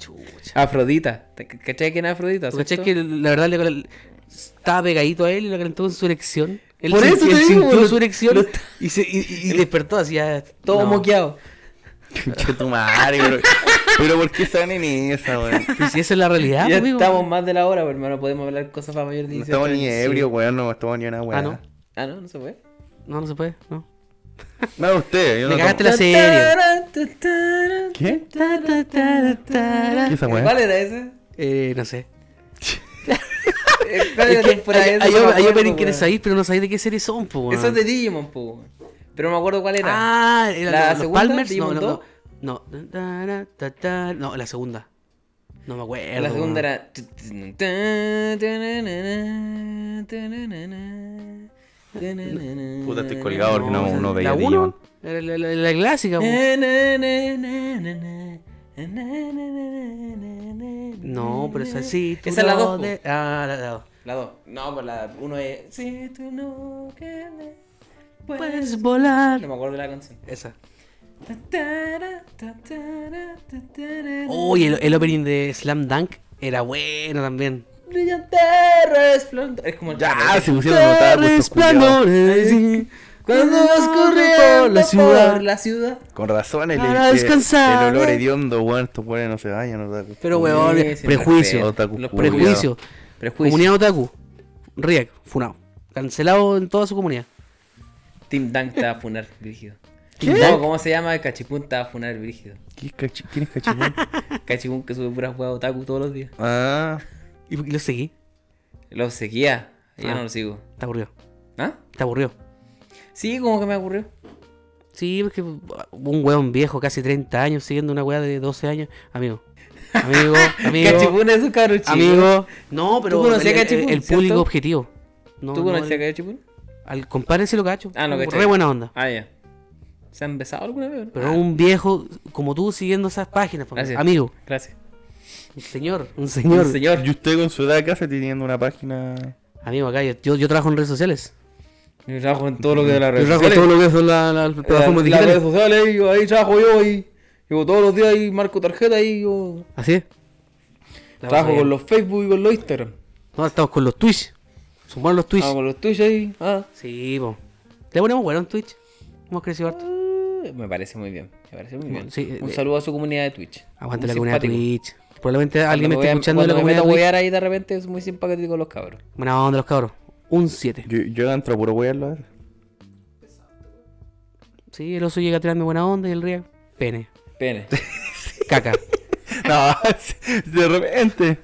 Speaker 2: Chucha.
Speaker 3: Afrodita. ¿Te- ¿Cachai quién es Afrodita?
Speaker 2: ¿Tú cachai
Speaker 3: cierto?
Speaker 2: que la verdad le cal- estaba pegadito a él y lo calentó con su erección? Él
Speaker 3: Por
Speaker 2: sin-
Speaker 3: eso te
Speaker 2: él
Speaker 3: digo,
Speaker 2: sintió
Speaker 3: lo-
Speaker 2: su erección
Speaker 3: lo-
Speaker 2: y, se, y, y- y despertó así, ya,
Speaker 3: Todo
Speaker 2: no.
Speaker 3: moqueado.
Speaker 1: Pinche tu madre, pero, pero ¿por qué están en esa, weón?
Speaker 2: Pero si esa es la realidad,
Speaker 3: [laughs] ya
Speaker 2: Ah, amigo. pues.
Speaker 3: estamos más de la hora, pues, hermano. Podemos pues, hablar cosas para mayor de
Speaker 1: No
Speaker 3: 18
Speaker 1: estamos ni
Speaker 3: años.
Speaker 1: ebrio, weón, no estamos ni una weá.
Speaker 2: Ah, ¿no?
Speaker 3: Ah, no, no se puede.
Speaker 2: No, no se puede, no.
Speaker 1: Me da usted, yo
Speaker 2: Me
Speaker 1: no
Speaker 2: cagaste
Speaker 1: tomo.
Speaker 2: la serie.
Speaker 1: ¿Qué?
Speaker 2: Ta, ta, ta, ta,
Speaker 1: ¿Qué
Speaker 2: ta.
Speaker 1: esa weá?
Speaker 3: ¿Cuál era ese?
Speaker 2: Eh, no sé.
Speaker 3: ¿Cuál
Speaker 2: Es
Speaker 3: era
Speaker 2: que
Speaker 3: la temporada
Speaker 2: hay-
Speaker 3: esa?
Speaker 2: hay-
Speaker 3: No me
Speaker 2: Hay
Speaker 3: acuerdo,
Speaker 2: opening que
Speaker 3: weón.
Speaker 2: le sabéis, pero no sabéis de qué serie son, po, weón.
Speaker 3: Eso es de Digimon, po. weón. Pero no me acuerdo cuál era.
Speaker 2: Ah, era
Speaker 3: ¿La
Speaker 2: la los
Speaker 3: segunda,
Speaker 2: Palmers, no,
Speaker 3: Digimon
Speaker 2: no,
Speaker 3: 2?
Speaker 2: no. No, Ta, ta, ta, ta. No, la segunda. No me acuerdo.
Speaker 3: la segunda
Speaker 2: weón.
Speaker 3: era.
Speaker 1: Puta,
Speaker 3: Puta,
Speaker 1: estoy colgado porque no, no,
Speaker 2: la-
Speaker 1: veía
Speaker 2: La
Speaker 1: Digimon.
Speaker 2: uno era la, la- la clásica,
Speaker 3: Eh.
Speaker 2: weón. No, pero esa sí. tú
Speaker 3: Esa es la
Speaker 2: no
Speaker 3: dos, pues. po.
Speaker 2: de- Ah, la la dos.
Speaker 3: La dos. No, pues la uno es. Si tú no quieres,
Speaker 2: Puedes
Speaker 3: pues. No
Speaker 2: volar.
Speaker 3: me acuerdo de la canción.
Speaker 2: Esa. Uy,
Speaker 3: Oye,
Speaker 2: el, el opening de Slam Dunk era bueno también.
Speaker 3: brillante resplandor. Es como el
Speaker 1: Ya,
Speaker 3: carrete.
Speaker 1: se pusieron a notar gustos culiados.
Speaker 2: resplandores,
Speaker 3: Cuando vas corriendo por la ciudad.
Speaker 1: Con razón el,
Speaker 2: Para
Speaker 1: el-
Speaker 2: descansar.
Speaker 1: el olor hediondo, weón, estos weones no se bañan, no se
Speaker 2: Pero,
Speaker 3: Sí,
Speaker 2: weón,
Speaker 3: sí,
Speaker 2: prejuicio.
Speaker 1: respeto. Otaku
Speaker 3: Los
Speaker 1: culiao.
Speaker 3: prejuicios.
Speaker 2: Prejuicio. Comunidad Otaku. Riek, funado. Cancelado en toda su comunidad.
Speaker 3: Team Dunk te va a funar, Brígido.
Speaker 2: ¿Qué?
Speaker 3: No, ¿cómo se llama? Cachipún te va a funar, Brígido.
Speaker 1: ¿Qué es cachi- ¿Quién es
Speaker 2: [laughs]
Speaker 1: cachimón?
Speaker 3: Cachipún que sube puras huevas otaku todos los días.
Speaker 1: ah,
Speaker 2: Y y lo seguí.
Speaker 3: Lo seguía. Ya
Speaker 2: Ah.
Speaker 3: no lo sigo.
Speaker 2: Te aburrió.
Speaker 3: ¿Ah?
Speaker 2: Te aburrió.
Speaker 3: Sí, como que me aburrió.
Speaker 2: Sí, porque un weón viejo, casi 30 años, siguiendo una weá de 12 años. Amigo.
Speaker 3: [laughs]
Speaker 2: Amigo, amigo.
Speaker 3: Cachipún es un caro chico.
Speaker 2: amigo. No, pero
Speaker 3: ¿Tú conocías
Speaker 2: el, el-
Speaker 3: Cachipún,
Speaker 2: el
Speaker 3: cierto?
Speaker 2: público objetivo. No,
Speaker 3: ¿Tú
Speaker 2: no,
Speaker 3: conoces
Speaker 2: el-
Speaker 3: a Cachipún?
Speaker 2: Al compadre sí lo cacho.
Speaker 3: Ah, lo cachai.
Speaker 2: Re buena onda.
Speaker 3: Ah, ya. ¿Se han besado alguna vez? Ah, o no?
Speaker 2: Pero un viejo como tú siguiendo esas páginas, familia.
Speaker 3: Gracias.
Speaker 2: amigo.
Speaker 3: Gracias.
Speaker 2: Un señor, un uh, señor.
Speaker 3: [laughs] Un Señor.
Speaker 1: y usted con su edad acá se teniendo una página.
Speaker 2: Amigo, acá yo, yo, yo trabajo en redes sociales.
Speaker 3: Yo trabajo en todo lo que de
Speaker 2: Yo
Speaker 3: las redes
Speaker 2: trabajo en
Speaker 3: sociales.
Speaker 2: todo lo que son la- la- las plataformas
Speaker 3: En las redes
Speaker 2: digitales.
Speaker 3: sociales, yo ahí trabajo yo y yo todos los días ahí marco tarjeta y yo
Speaker 2: Así es. La paso
Speaker 3: trabajo
Speaker 2: bien.
Speaker 3: con los Facebook y con los Instagram.
Speaker 2: No, estamos con los Twitch. Son buenos los Twitch.
Speaker 3: Ah, con los Twitch ahí. Ah.
Speaker 2: Sí, po. Le ponemos bueno en Twitch. Hemos crecido harto.
Speaker 3: Eh, Me parece muy bien. Me parece muy bien.
Speaker 2: Sí, eh,
Speaker 3: Un
Speaker 2: eh.
Speaker 3: saludo a su comunidad de Twitch.
Speaker 2: Aguante
Speaker 3: Muy
Speaker 2: la comunidad de
Speaker 3: simpático.
Speaker 2: Twitch. Probablemente alguien me
Speaker 3: Cuando
Speaker 2: esté
Speaker 3: voy a-
Speaker 2: escuchando de la
Speaker 3: cuando me
Speaker 2: comunidad de
Speaker 3: meto a
Speaker 2: Twitch.
Speaker 3: huear ahí de repente es muy simpático con los cabros.
Speaker 2: Buena onda, los cabros. Un 7.
Speaker 1: Yo, yo entro a puro wearlo a ver.
Speaker 2: Sí, el oso llega a tirarme buena onda y el río. Pene. [laughs]
Speaker 3: Pene. [laughs]
Speaker 2: Caca.
Speaker 1: [laughs] No, de repente.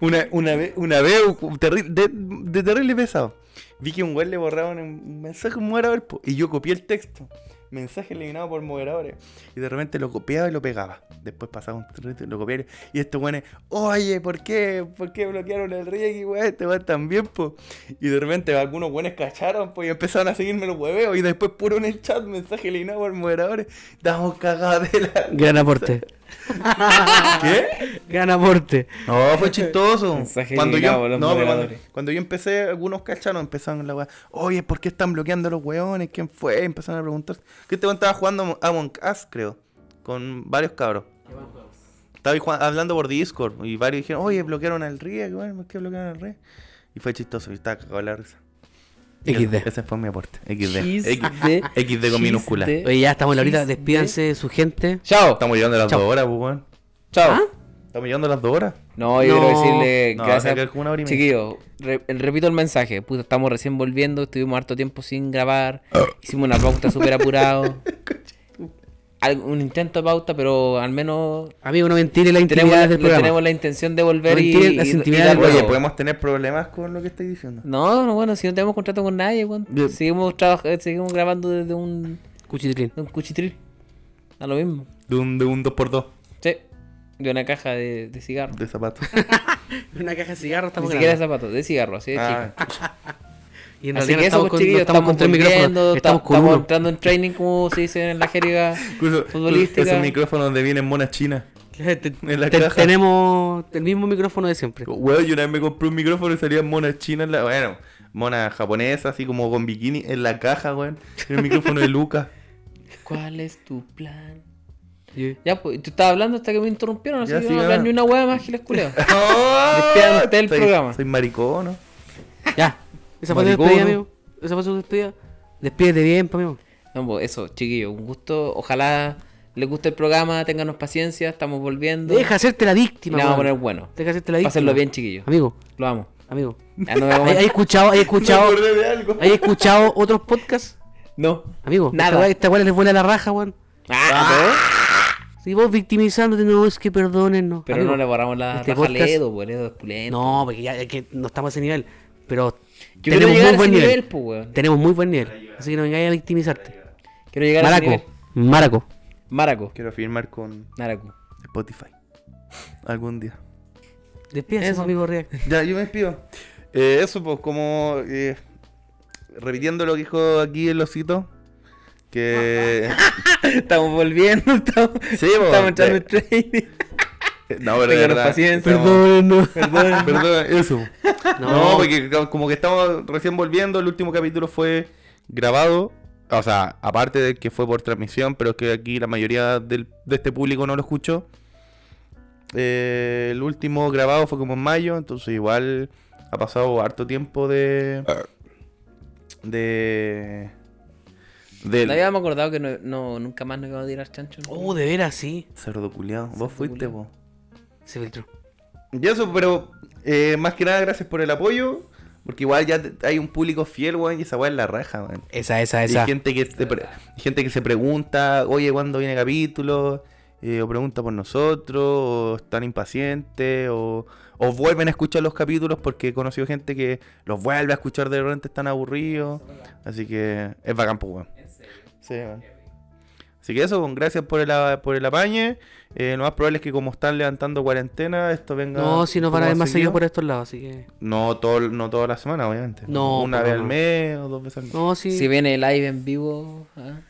Speaker 1: Una, una vez, una vez u- terri- de, de terrible pesado. Vi que un güey le borraron un mensaje a un moderador po, y yo copié el texto. Mensaje eliminado por moderadores. Y de repente lo copiaba y lo pegaba. Después pasaba un trito y lo copiaba. Y estos güeyes, oye, ¿por qué? ¿Por qué bloquearon el Ricky, güey? Este güey también, po. Y de repente algunos güeyes cacharon, pues, y empezaron a seguirme los hueveos. Y después puro en el chat, mensaje eliminado por moderadores. Estamos cagados de
Speaker 2: [laughs]
Speaker 1: la.
Speaker 2: Gran aporte.
Speaker 1: ¿Qué?
Speaker 2: Gran aporte.
Speaker 1: No, fue chistoso.
Speaker 3: [laughs] Mensaje
Speaker 1: cuando,
Speaker 3: ligado a
Speaker 1: yo,
Speaker 3: los
Speaker 1: no, pero cuando,
Speaker 3: moderadores.
Speaker 1: cuando yo empecé, algunos cacharon, empezaron la weá. Oye, ¿por qué están bloqueando a los weones? ¿Quién fue? Empezaron a preguntar. Que te estaba jugando a Among Us, creo. Con varios cabros. Estaba ahí jugando- hablando por Discord. Y varios dijeron, oye, bloquearon al Rie, weón, ¿por qué bloquearon al Rie? Y fue chistoso, y estaba cagado de la risa.
Speaker 2: XD.
Speaker 1: Ese fue mi aporte. XD.
Speaker 3: Chiste.
Speaker 1: XD, XD con minúscula.
Speaker 3: Chiste.
Speaker 2: Oye, ya estamos en la horita.
Speaker 3: Chiste.
Speaker 2: Despídanse de su gente.
Speaker 1: Chao. Estamos llegando a las
Speaker 2: Chao.
Speaker 1: dos horas, pues, weón.
Speaker 3: Chao.
Speaker 2: ¿Ah?
Speaker 1: Estamos llegando a las dos horas.
Speaker 3: No, yo
Speaker 2: No.
Speaker 3: quiero decirle
Speaker 1: No, se
Speaker 3: gracias.
Speaker 1: queda como una hora y media.
Speaker 3: Chiquillo, re- repito el mensaje. Puta, estamos recién volviendo, estuvimos harto tiempo
Speaker 2: [coughs]
Speaker 3: sin grabar. Hicimos una pauta súper
Speaker 2: [laughs]
Speaker 3: apurado. Al- un intento de pauta, pero al menos
Speaker 2: Amigo, no mentire la
Speaker 3: tenemos
Speaker 2: intimidad
Speaker 3: la,
Speaker 2: del
Speaker 3: no
Speaker 2: programa.
Speaker 3: tenemos la intención de volver
Speaker 2: No
Speaker 3: y,
Speaker 2: entienden las
Speaker 3: y- y
Speaker 2: intimidades
Speaker 3: dar
Speaker 2: del
Speaker 1: Oye,
Speaker 3: nuevo.
Speaker 1: podemos tener problemas con lo que estáis diciendo.
Speaker 3: No, no, bueno, si no tenemos contrato con nadie, weón.
Speaker 1: Bien.
Speaker 3: seguimos, trabaj- seguimos grabando desde un,
Speaker 2: Cuchitril.
Speaker 3: de un cuchitril. A lo mismo.
Speaker 1: De un, de un 2x2
Speaker 3: Sí, de una caja de, de cigarro.
Speaker 1: de zapatos.
Speaker 2: Una caja de cigarros
Speaker 3: Ni
Speaker 2: estamos
Speaker 3: siquiera de
Speaker 2: grabando.
Speaker 3: zapatos, de cigarro, así de chica.
Speaker 1: Ah,
Speaker 2: Y en
Speaker 3: Así
Speaker 2: realidad no
Speaker 3: que eso,
Speaker 2: estamos,
Speaker 3: pues,
Speaker 2: con, no
Speaker 3: chiquillos,
Speaker 2: estamos
Speaker 3: estamos,
Speaker 2: con tres
Speaker 3: volviendo,
Speaker 2: micrófonos.
Speaker 3: ta-
Speaker 2: Estamos
Speaker 3: estamos,
Speaker 2: con uno.
Speaker 3: entrando en training, como se dice en la jerga
Speaker 1: incluso
Speaker 3: futbolística.
Speaker 1: esos micrófonos donde vienen monas chinas.
Speaker 2: [laughs] Te- te-
Speaker 1: la
Speaker 2: te-
Speaker 1: caja.
Speaker 2: tenemos el mismo micrófono de siempre.
Speaker 1: Weón, yo una vez me compré un micrófono y salían monas chinas. en la- Bueno, monas japonesas, así como con bikini en la caja, weón. Era el micrófono de Lucas.
Speaker 3: ¿Cuál es tu plan?
Speaker 2: Yo-
Speaker 3: Ya, pues, tú estabas hablando hasta que me interrumpieron, así
Speaker 1: Ya,
Speaker 3: que
Speaker 1: sí,
Speaker 3: no voy a hablar
Speaker 1: ya.
Speaker 3: ni una hueá más que les culeo.
Speaker 1: Despidan
Speaker 3: usted del programa.
Speaker 1: Soy maricón, ¿no?
Speaker 2: Ya. Esa fue tu
Speaker 1: Maricón.
Speaker 2: despedida, amigo. Esa fue su despedida. Despídete bien, pa, amigo.
Speaker 3: [laughs] No, pues, eso, chiquillos, un gusto. Ojalá les guste el programa, ténganos paciencia, estamos volviendo.
Speaker 2: Deja hacerte la
Speaker 3: y
Speaker 2: víctima,
Speaker 3: le vamos a
Speaker 2: weón.
Speaker 3: poner bueno.
Speaker 2: Deja hacerte la víctima.
Speaker 3: Pásenlo bien, chiquillos.
Speaker 2: Amigo,
Speaker 3: Lo amo.
Speaker 2: amigo.
Speaker 3: Ah,
Speaker 2: [laughs]
Speaker 3: no, me
Speaker 2: ¿Hay, hay escuchado,
Speaker 1: [laughs]
Speaker 2: hay escuchado,
Speaker 1: Me acordé de algo.
Speaker 2: hay escuchado otros podcasts?
Speaker 3: no.
Speaker 2: Amigo, esta
Speaker 3: Nada.
Speaker 2: weá- Esta weá les vuela la raja, weón.
Speaker 3: Ah,
Speaker 2: Si vos victimizándote, no, es que perdonen, no.
Speaker 3: Pero
Speaker 2: Amigo,
Speaker 3: no le borramos la
Speaker 2: este
Speaker 3: raja a
Speaker 2: podcast-
Speaker 3: Ledo, pues, Ledo es pulento.
Speaker 2: No, porque ya es que no estamos a ese nivel. Pero
Speaker 3: Yo quiero
Speaker 2: tenemos
Speaker 3: llegar
Speaker 2: muy
Speaker 3: a
Speaker 2: buen
Speaker 3: ese
Speaker 2: nivel.
Speaker 3: nivel, pues, weón.
Speaker 2: Tenemos muy buen nivel. Así que no vengáis a victimizarte.
Speaker 3: Quiero llegar a ese
Speaker 2: Maraco,
Speaker 3: nivel.
Speaker 2: Maraco.
Speaker 3: Maraco.
Speaker 1: Quiero firmar con
Speaker 3: Maraco.
Speaker 1: Spotify. Algún día.
Speaker 2: Despídase,
Speaker 3: Eso.
Speaker 2: amigo React.
Speaker 1: Ya, yo me despido. Eh, eso, pues, como. eh, repitiendo lo que dijo aquí el osito. Que.
Speaker 2: [laughs]
Speaker 3: Estamos volviendo, estamos,
Speaker 1: Sí, bo,
Speaker 3: estamos entrando
Speaker 1: de-
Speaker 3: en trading.
Speaker 1: No, pero de
Speaker 3: Ténganos
Speaker 1: verdad,
Speaker 3: paciencia.
Speaker 1: estamos-
Speaker 2: no.
Speaker 1: Perdón, eso. [laughs] No.
Speaker 2: No,
Speaker 1: porque ca- como que estamos recién volviendo, el último capítulo fue grabado. O sea, aparte de que fue por transmisión, pero es que aquí la mayoría del- de este público no lo escuchó. Eh, el último grabado fue como en mayo, entonces igual ha pasado harto tiempo de. De.
Speaker 3: No
Speaker 1: Del.
Speaker 3: habíamos acordado que no, no- nunca más nos íbamos a tirar chancho.
Speaker 2: Oh, de veras, sí.
Speaker 1: Cerdo culiao,
Speaker 3: Cerdo
Speaker 1: vos fuiste,
Speaker 3: culiao.
Speaker 1: vos.
Speaker 2: Se filtró.
Speaker 1: Y eso, pero eh, más que nada, gracias por el apoyo. Porque igual ya te- hay un público fiel, weón, y esa weá es la raja, weón.
Speaker 2: Esa, esa,
Speaker 1: Hay
Speaker 2: esa.
Speaker 1: gente que, se pre- gente que se pregunta, oye, ¿cuándo viene capítulo? Eh, o pregunta por nosotros, o están impacientes, o, o vuelven a escuchar los capítulos porque he conocido gente que los vuelve a escuchar de repente, están aburridos. Así que es bacán, pues, weón. Sí, weón. Así que eso, weón, gracias por el, a- por el apañe. Eh, lo más probable es que como están levantando cuarentena, esto venga...
Speaker 2: No, si nos van a
Speaker 1: un
Speaker 2: ver
Speaker 1: poco
Speaker 2: más seguido por estos lados, así que.
Speaker 1: No, todo, no toda la semana, obviamente.
Speaker 2: No,
Speaker 1: Una
Speaker 2: pero
Speaker 1: vez al
Speaker 2: no.
Speaker 1: mes o dos veces al mes.
Speaker 2: No, sí.
Speaker 3: Si viene live en vivo, ah,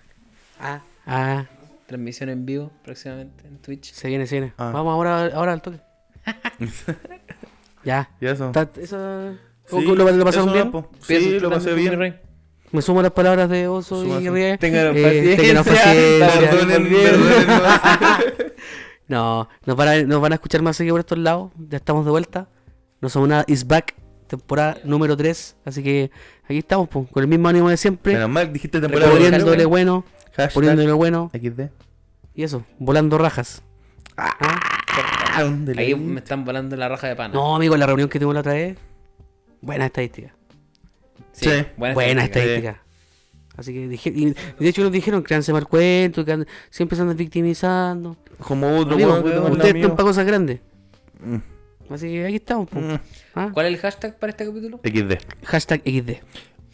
Speaker 2: Ah, ah.
Speaker 3: transmisión en vivo próximamente en Twitch.
Speaker 2: Se viene, se viene.
Speaker 1: Ah.
Speaker 2: Vamos ahora, ahora al toque. [laughs] ya.
Speaker 1: Y eso.
Speaker 2: Ta- Eso... ¿Cómo-
Speaker 1: Sí,
Speaker 2: cómo ¿Lo, lo
Speaker 1: eso
Speaker 2: pasaron Eh,
Speaker 1: no,
Speaker 2: bien?
Speaker 1: po.
Speaker 3: Piensa
Speaker 1: Sí,
Speaker 3: usted
Speaker 1: lo pasé
Speaker 3: también, mi
Speaker 1: bien.
Speaker 3: rey.
Speaker 2: Me sumo a las palabras de Oso
Speaker 1: Sumo a
Speaker 2: y
Speaker 1: su-
Speaker 2: Rie.
Speaker 3: Ténganos
Speaker 2: Eh, [laughs] ténganos
Speaker 3: paciencia.
Speaker 2: paciencia.
Speaker 1: Perdonen, perdonen,
Speaker 2: [laughs]
Speaker 1: no.
Speaker 2: No, nos van, a, nos van a escuchar más seguido por estos lados. Ya estamos de vuelta. No somos nada. Is back. Temporada número 3. Así que aquí estamos, po, con el mismo ánimo de siempre.
Speaker 1: Menos mal, dijiste temporada.
Speaker 3: Recorriendo-
Speaker 2: Poniéndole bueno,
Speaker 1: Hashtag
Speaker 2: poniéndole bueno.
Speaker 1: XD.
Speaker 2: Y eso, volando rajas.
Speaker 1: Ah, un
Speaker 3: Ahí
Speaker 1: delay.
Speaker 3: me están volando la raja de pana.
Speaker 2: No, amigo, la reunión que tuvimos la otra vez. Buena estadística.
Speaker 1: sí. estadística.
Speaker 2: Buena estadística. Así que dije, y de hecho nos dijeron, créanse mal cuento, que andan- siempre se andan victimizando.
Speaker 1: Como otro
Speaker 2: Amigo,
Speaker 1: weón que tengo al
Speaker 2: ustedes
Speaker 1: lado
Speaker 2: están para cosas grandes.
Speaker 1: mío.
Speaker 2: Así que aquí estamos. po.
Speaker 1: Mm.
Speaker 2: Ah,
Speaker 3: ¿Cuál es el hashtag para este capítulo?
Speaker 1: XD.
Speaker 2: Hashtag XD.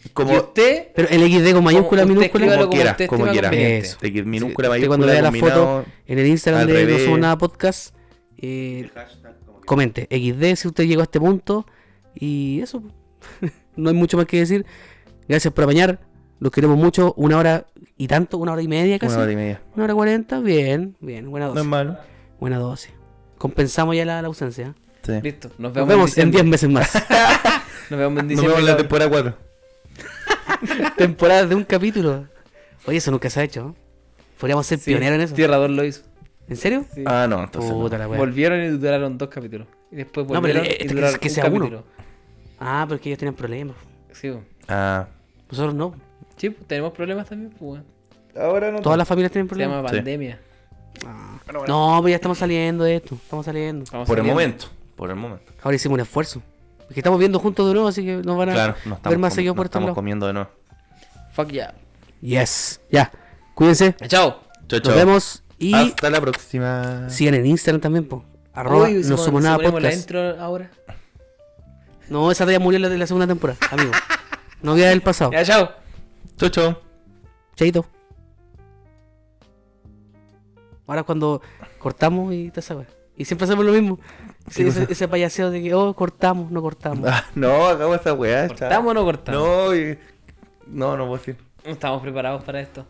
Speaker 3: Y
Speaker 1: Como
Speaker 3: usted,
Speaker 2: Pero el XD con mayúscula,
Speaker 3: usted
Speaker 2: minúscula.
Speaker 3: escríbalo
Speaker 1: como quiera,
Speaker 3: usted
Speaker 1: como
Speaker 3: estima
Speaker 1: quiera. Este
Speaker 3: conveniente.
Speaker 2: Eso.
Speaker 1: X minúscula,
Speaker 2: Sí, usted
Speaker 1: mayúscula,
Speaker 2: cuando vea la
Speaker 1: combinado.
Speaker 2: foto en el Instagram
Speaker 1: al
Speaker 2: de No
Speaker 1: revés.
Speaker 2: Somos Nada Podcast, eh, comente XD si usted llegó a este punto. Y eso, [laughs] no hay mucho más que decir. Gracias por apañar, los queremos mucho. Una hora y tanto, una hora y media casi.
Speaker 1: Una hora y media.
Speaker 2: Una hora cuarenta, bien, bien, buena
Speaker 1: No es
Speaker 2: dosis.
Speaker 1: malo.
Speaker 2: buena dosis. Compensamos ya la, la ausencia. ¿eh?
Speaker 1: Sí.
Speaker 3: Listo.
Speaker 2: Nos
Speaker 3: Nos vemos,
Speaker 2: vemos en
Speaker 3: diciembre.
Speaker 2: 10 meses más.
Speaker 3: Nos vemos
Speaker 1: Nos
Speaker 3: en diciembre.
Speaker 1: vemos en la
Speaker 3: cabrón.
Speaker 1: temporada 4.
Speaker 3: [laughs]
Speaker 2: Temporadas de un capítulo. Oye, eso nunca se ha hecho. ¿eh? Podríamos ser
Speaker 3: Sí,
Speaker 2: pioneros en eso.
Speaker 3: Tierra 2 lo hizo.
Speaker 2: ¿En serio?
Speaker 3: Sí.
Speaker 1: Ah, no, entonces. no.
Speaker 2: Puta la wea.
Speaker 3: Volvieron y duraron dos capítulos. Y después
Speaker 2: No, pero
Speaker 3: volvieron
Speaker 2: este
Speaker 3: y
Speaker 2: que-
Speaker 3: duraron
Speaker 2: que
Speaker 3: un
Speaker 2: sea uno.
Speaker 3: capítulo.
Speaker 2: Ah, porque ellos tenían problemas.
Speaker 3: Sí, bo.
Speaker 1: Ah.
Speaker 2: Nosotros no.
Speaker 3: Sí, pues, tenemos problemas también, pues, weón.
Speaker 1: Ahora no.
Speaker 2: Todas las familias tienen
Speaker 3: Se llama
Speaker 2: problemas.
Speaker 1: Sí.
Speaker 3: pandemia.
Speaker 2: No, pues ya estamos saliendo de esto. Estamos saliendo.
Speaker 3: Vamos
Speaker 1: Por el
Speaker 3: saliendo.
Speaker 1: momento. Por el momento.
Speaker 2: Ahora hicimos un esfuerzo. Porque estamos viendo juntos de nuevo, así que nos van a
Speaker 1: Claro, no
Speaker 2: ver
Speaker 1: estamos,
Speaker 2: más
Speaker 1: comi-
Speaker 2: seguidos
Speaker 1: no
Speaker 2: por este estos
Speaker 1: estamos
Speaker 2: lados.
Speaker 1: comiendo de nuevo.
Speaker 3: Fuck yeah.
Speaker 2: Yes. Ya. Cuídense.
Speaker 3: Chao.
Speaker 1: Chao,
Speaker 2: Nos
Speaker 1: chao.
Speaker 2: vemos. Y
Speaker 1: Hasta la próxima.
Speaker 2: sigan en Instagram también, po. Arroba
Speaker 3: Uy,
Speaker 2: no
Speaker 3: suponemos-
Speaker 2: somos nada
Speaker 3: suponemos
Speaker 2: podcast.
Speaker 3: la intro ahora.
Speaker 2: No, esa talla murió en la de la segunda temporada, amigo. No había del pasado.
Speaker 3: Ya, chao.
Speaker 1: Chao, chao.
Speaker 2: Chaito. Ahora cuando cortamos y te sabes. Y siempre hacemos lo mismo. Sí, ese, ese payaseo de que, oh, cortamos, no cortamos.
Speaker 1: Ah, [laughs] no, hagamos esa weá. chao.
Speaker 3: ¿Cortamos o no cortamos?
Speaker 1: No, y- no, no puedo decir.
Speaker 3: No estamos preparados para esto.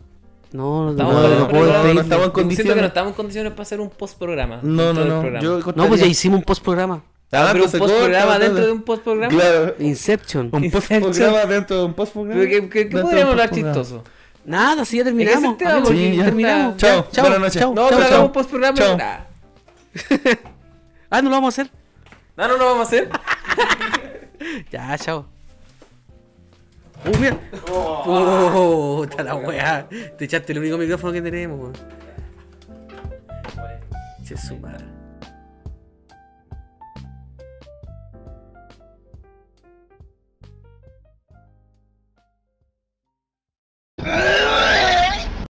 Speaker 2: No, no, no,
Speaker 3: Estamos
Speaker 2: no,
Speaker 3: para-
Speaker 2: no puedo
Speaker 3: no, no
Speaker 1: estamos-
Speaker 2: pedirle.
Speaker 1: en
Speaker 3: Yo Siento que
Speaker 1: condiciones.
Speaker 3: no estamos en condiciones para hacer un post programa.
Speaker 1: No, no, no. Yo
Speaker 2: No, pues ya hicimos un post programa.
Speaker 1: Ah,
Speaker 3: pero un
Speaker 1: entonces
Speaker 3: post programa
Speaker 1: corta,
Speaker 3: dentro de
Speaker 1: entonces.
Speaker 3: un post programa.
Speaker 1: Claro.
Speaker 2: Inception.
Speaker 3: [laughs]
Speaker 1: Un post programa dentro de un post programa.
Speaker 3: Pero ¿Qué, qué, qué podríamos hablar chistoso?
Speaker 2: Nada, si ya
Speaker 3: Ese es
Speaker 2: terminamos.
Speaker 3: el tema,
Speaker 2: amigo,
Speaker 3: porque
Speaker 1: Sí, ya.
Speaker 2: terminamos.
Speaker 1: Chao,
Speaker 2: Ya, chao,
Speaker 1: buenas noches.
Speaker 2: chao, chao,
Speaker 3: No, pero
Speaker 2: chao.
Speaker 3: hagamos post programa.
Speaker 1: Chao.
Speaker 3: Nah.
Speaker 2: Ah, no lo vamos a hacer.
Speaker 3: No, no lo vamos a hacer.
Speaker 2: Ya, chao. Uh, mira. Puta la weá. Te echaste el único micrófono que tenemos, weón. Se su madre.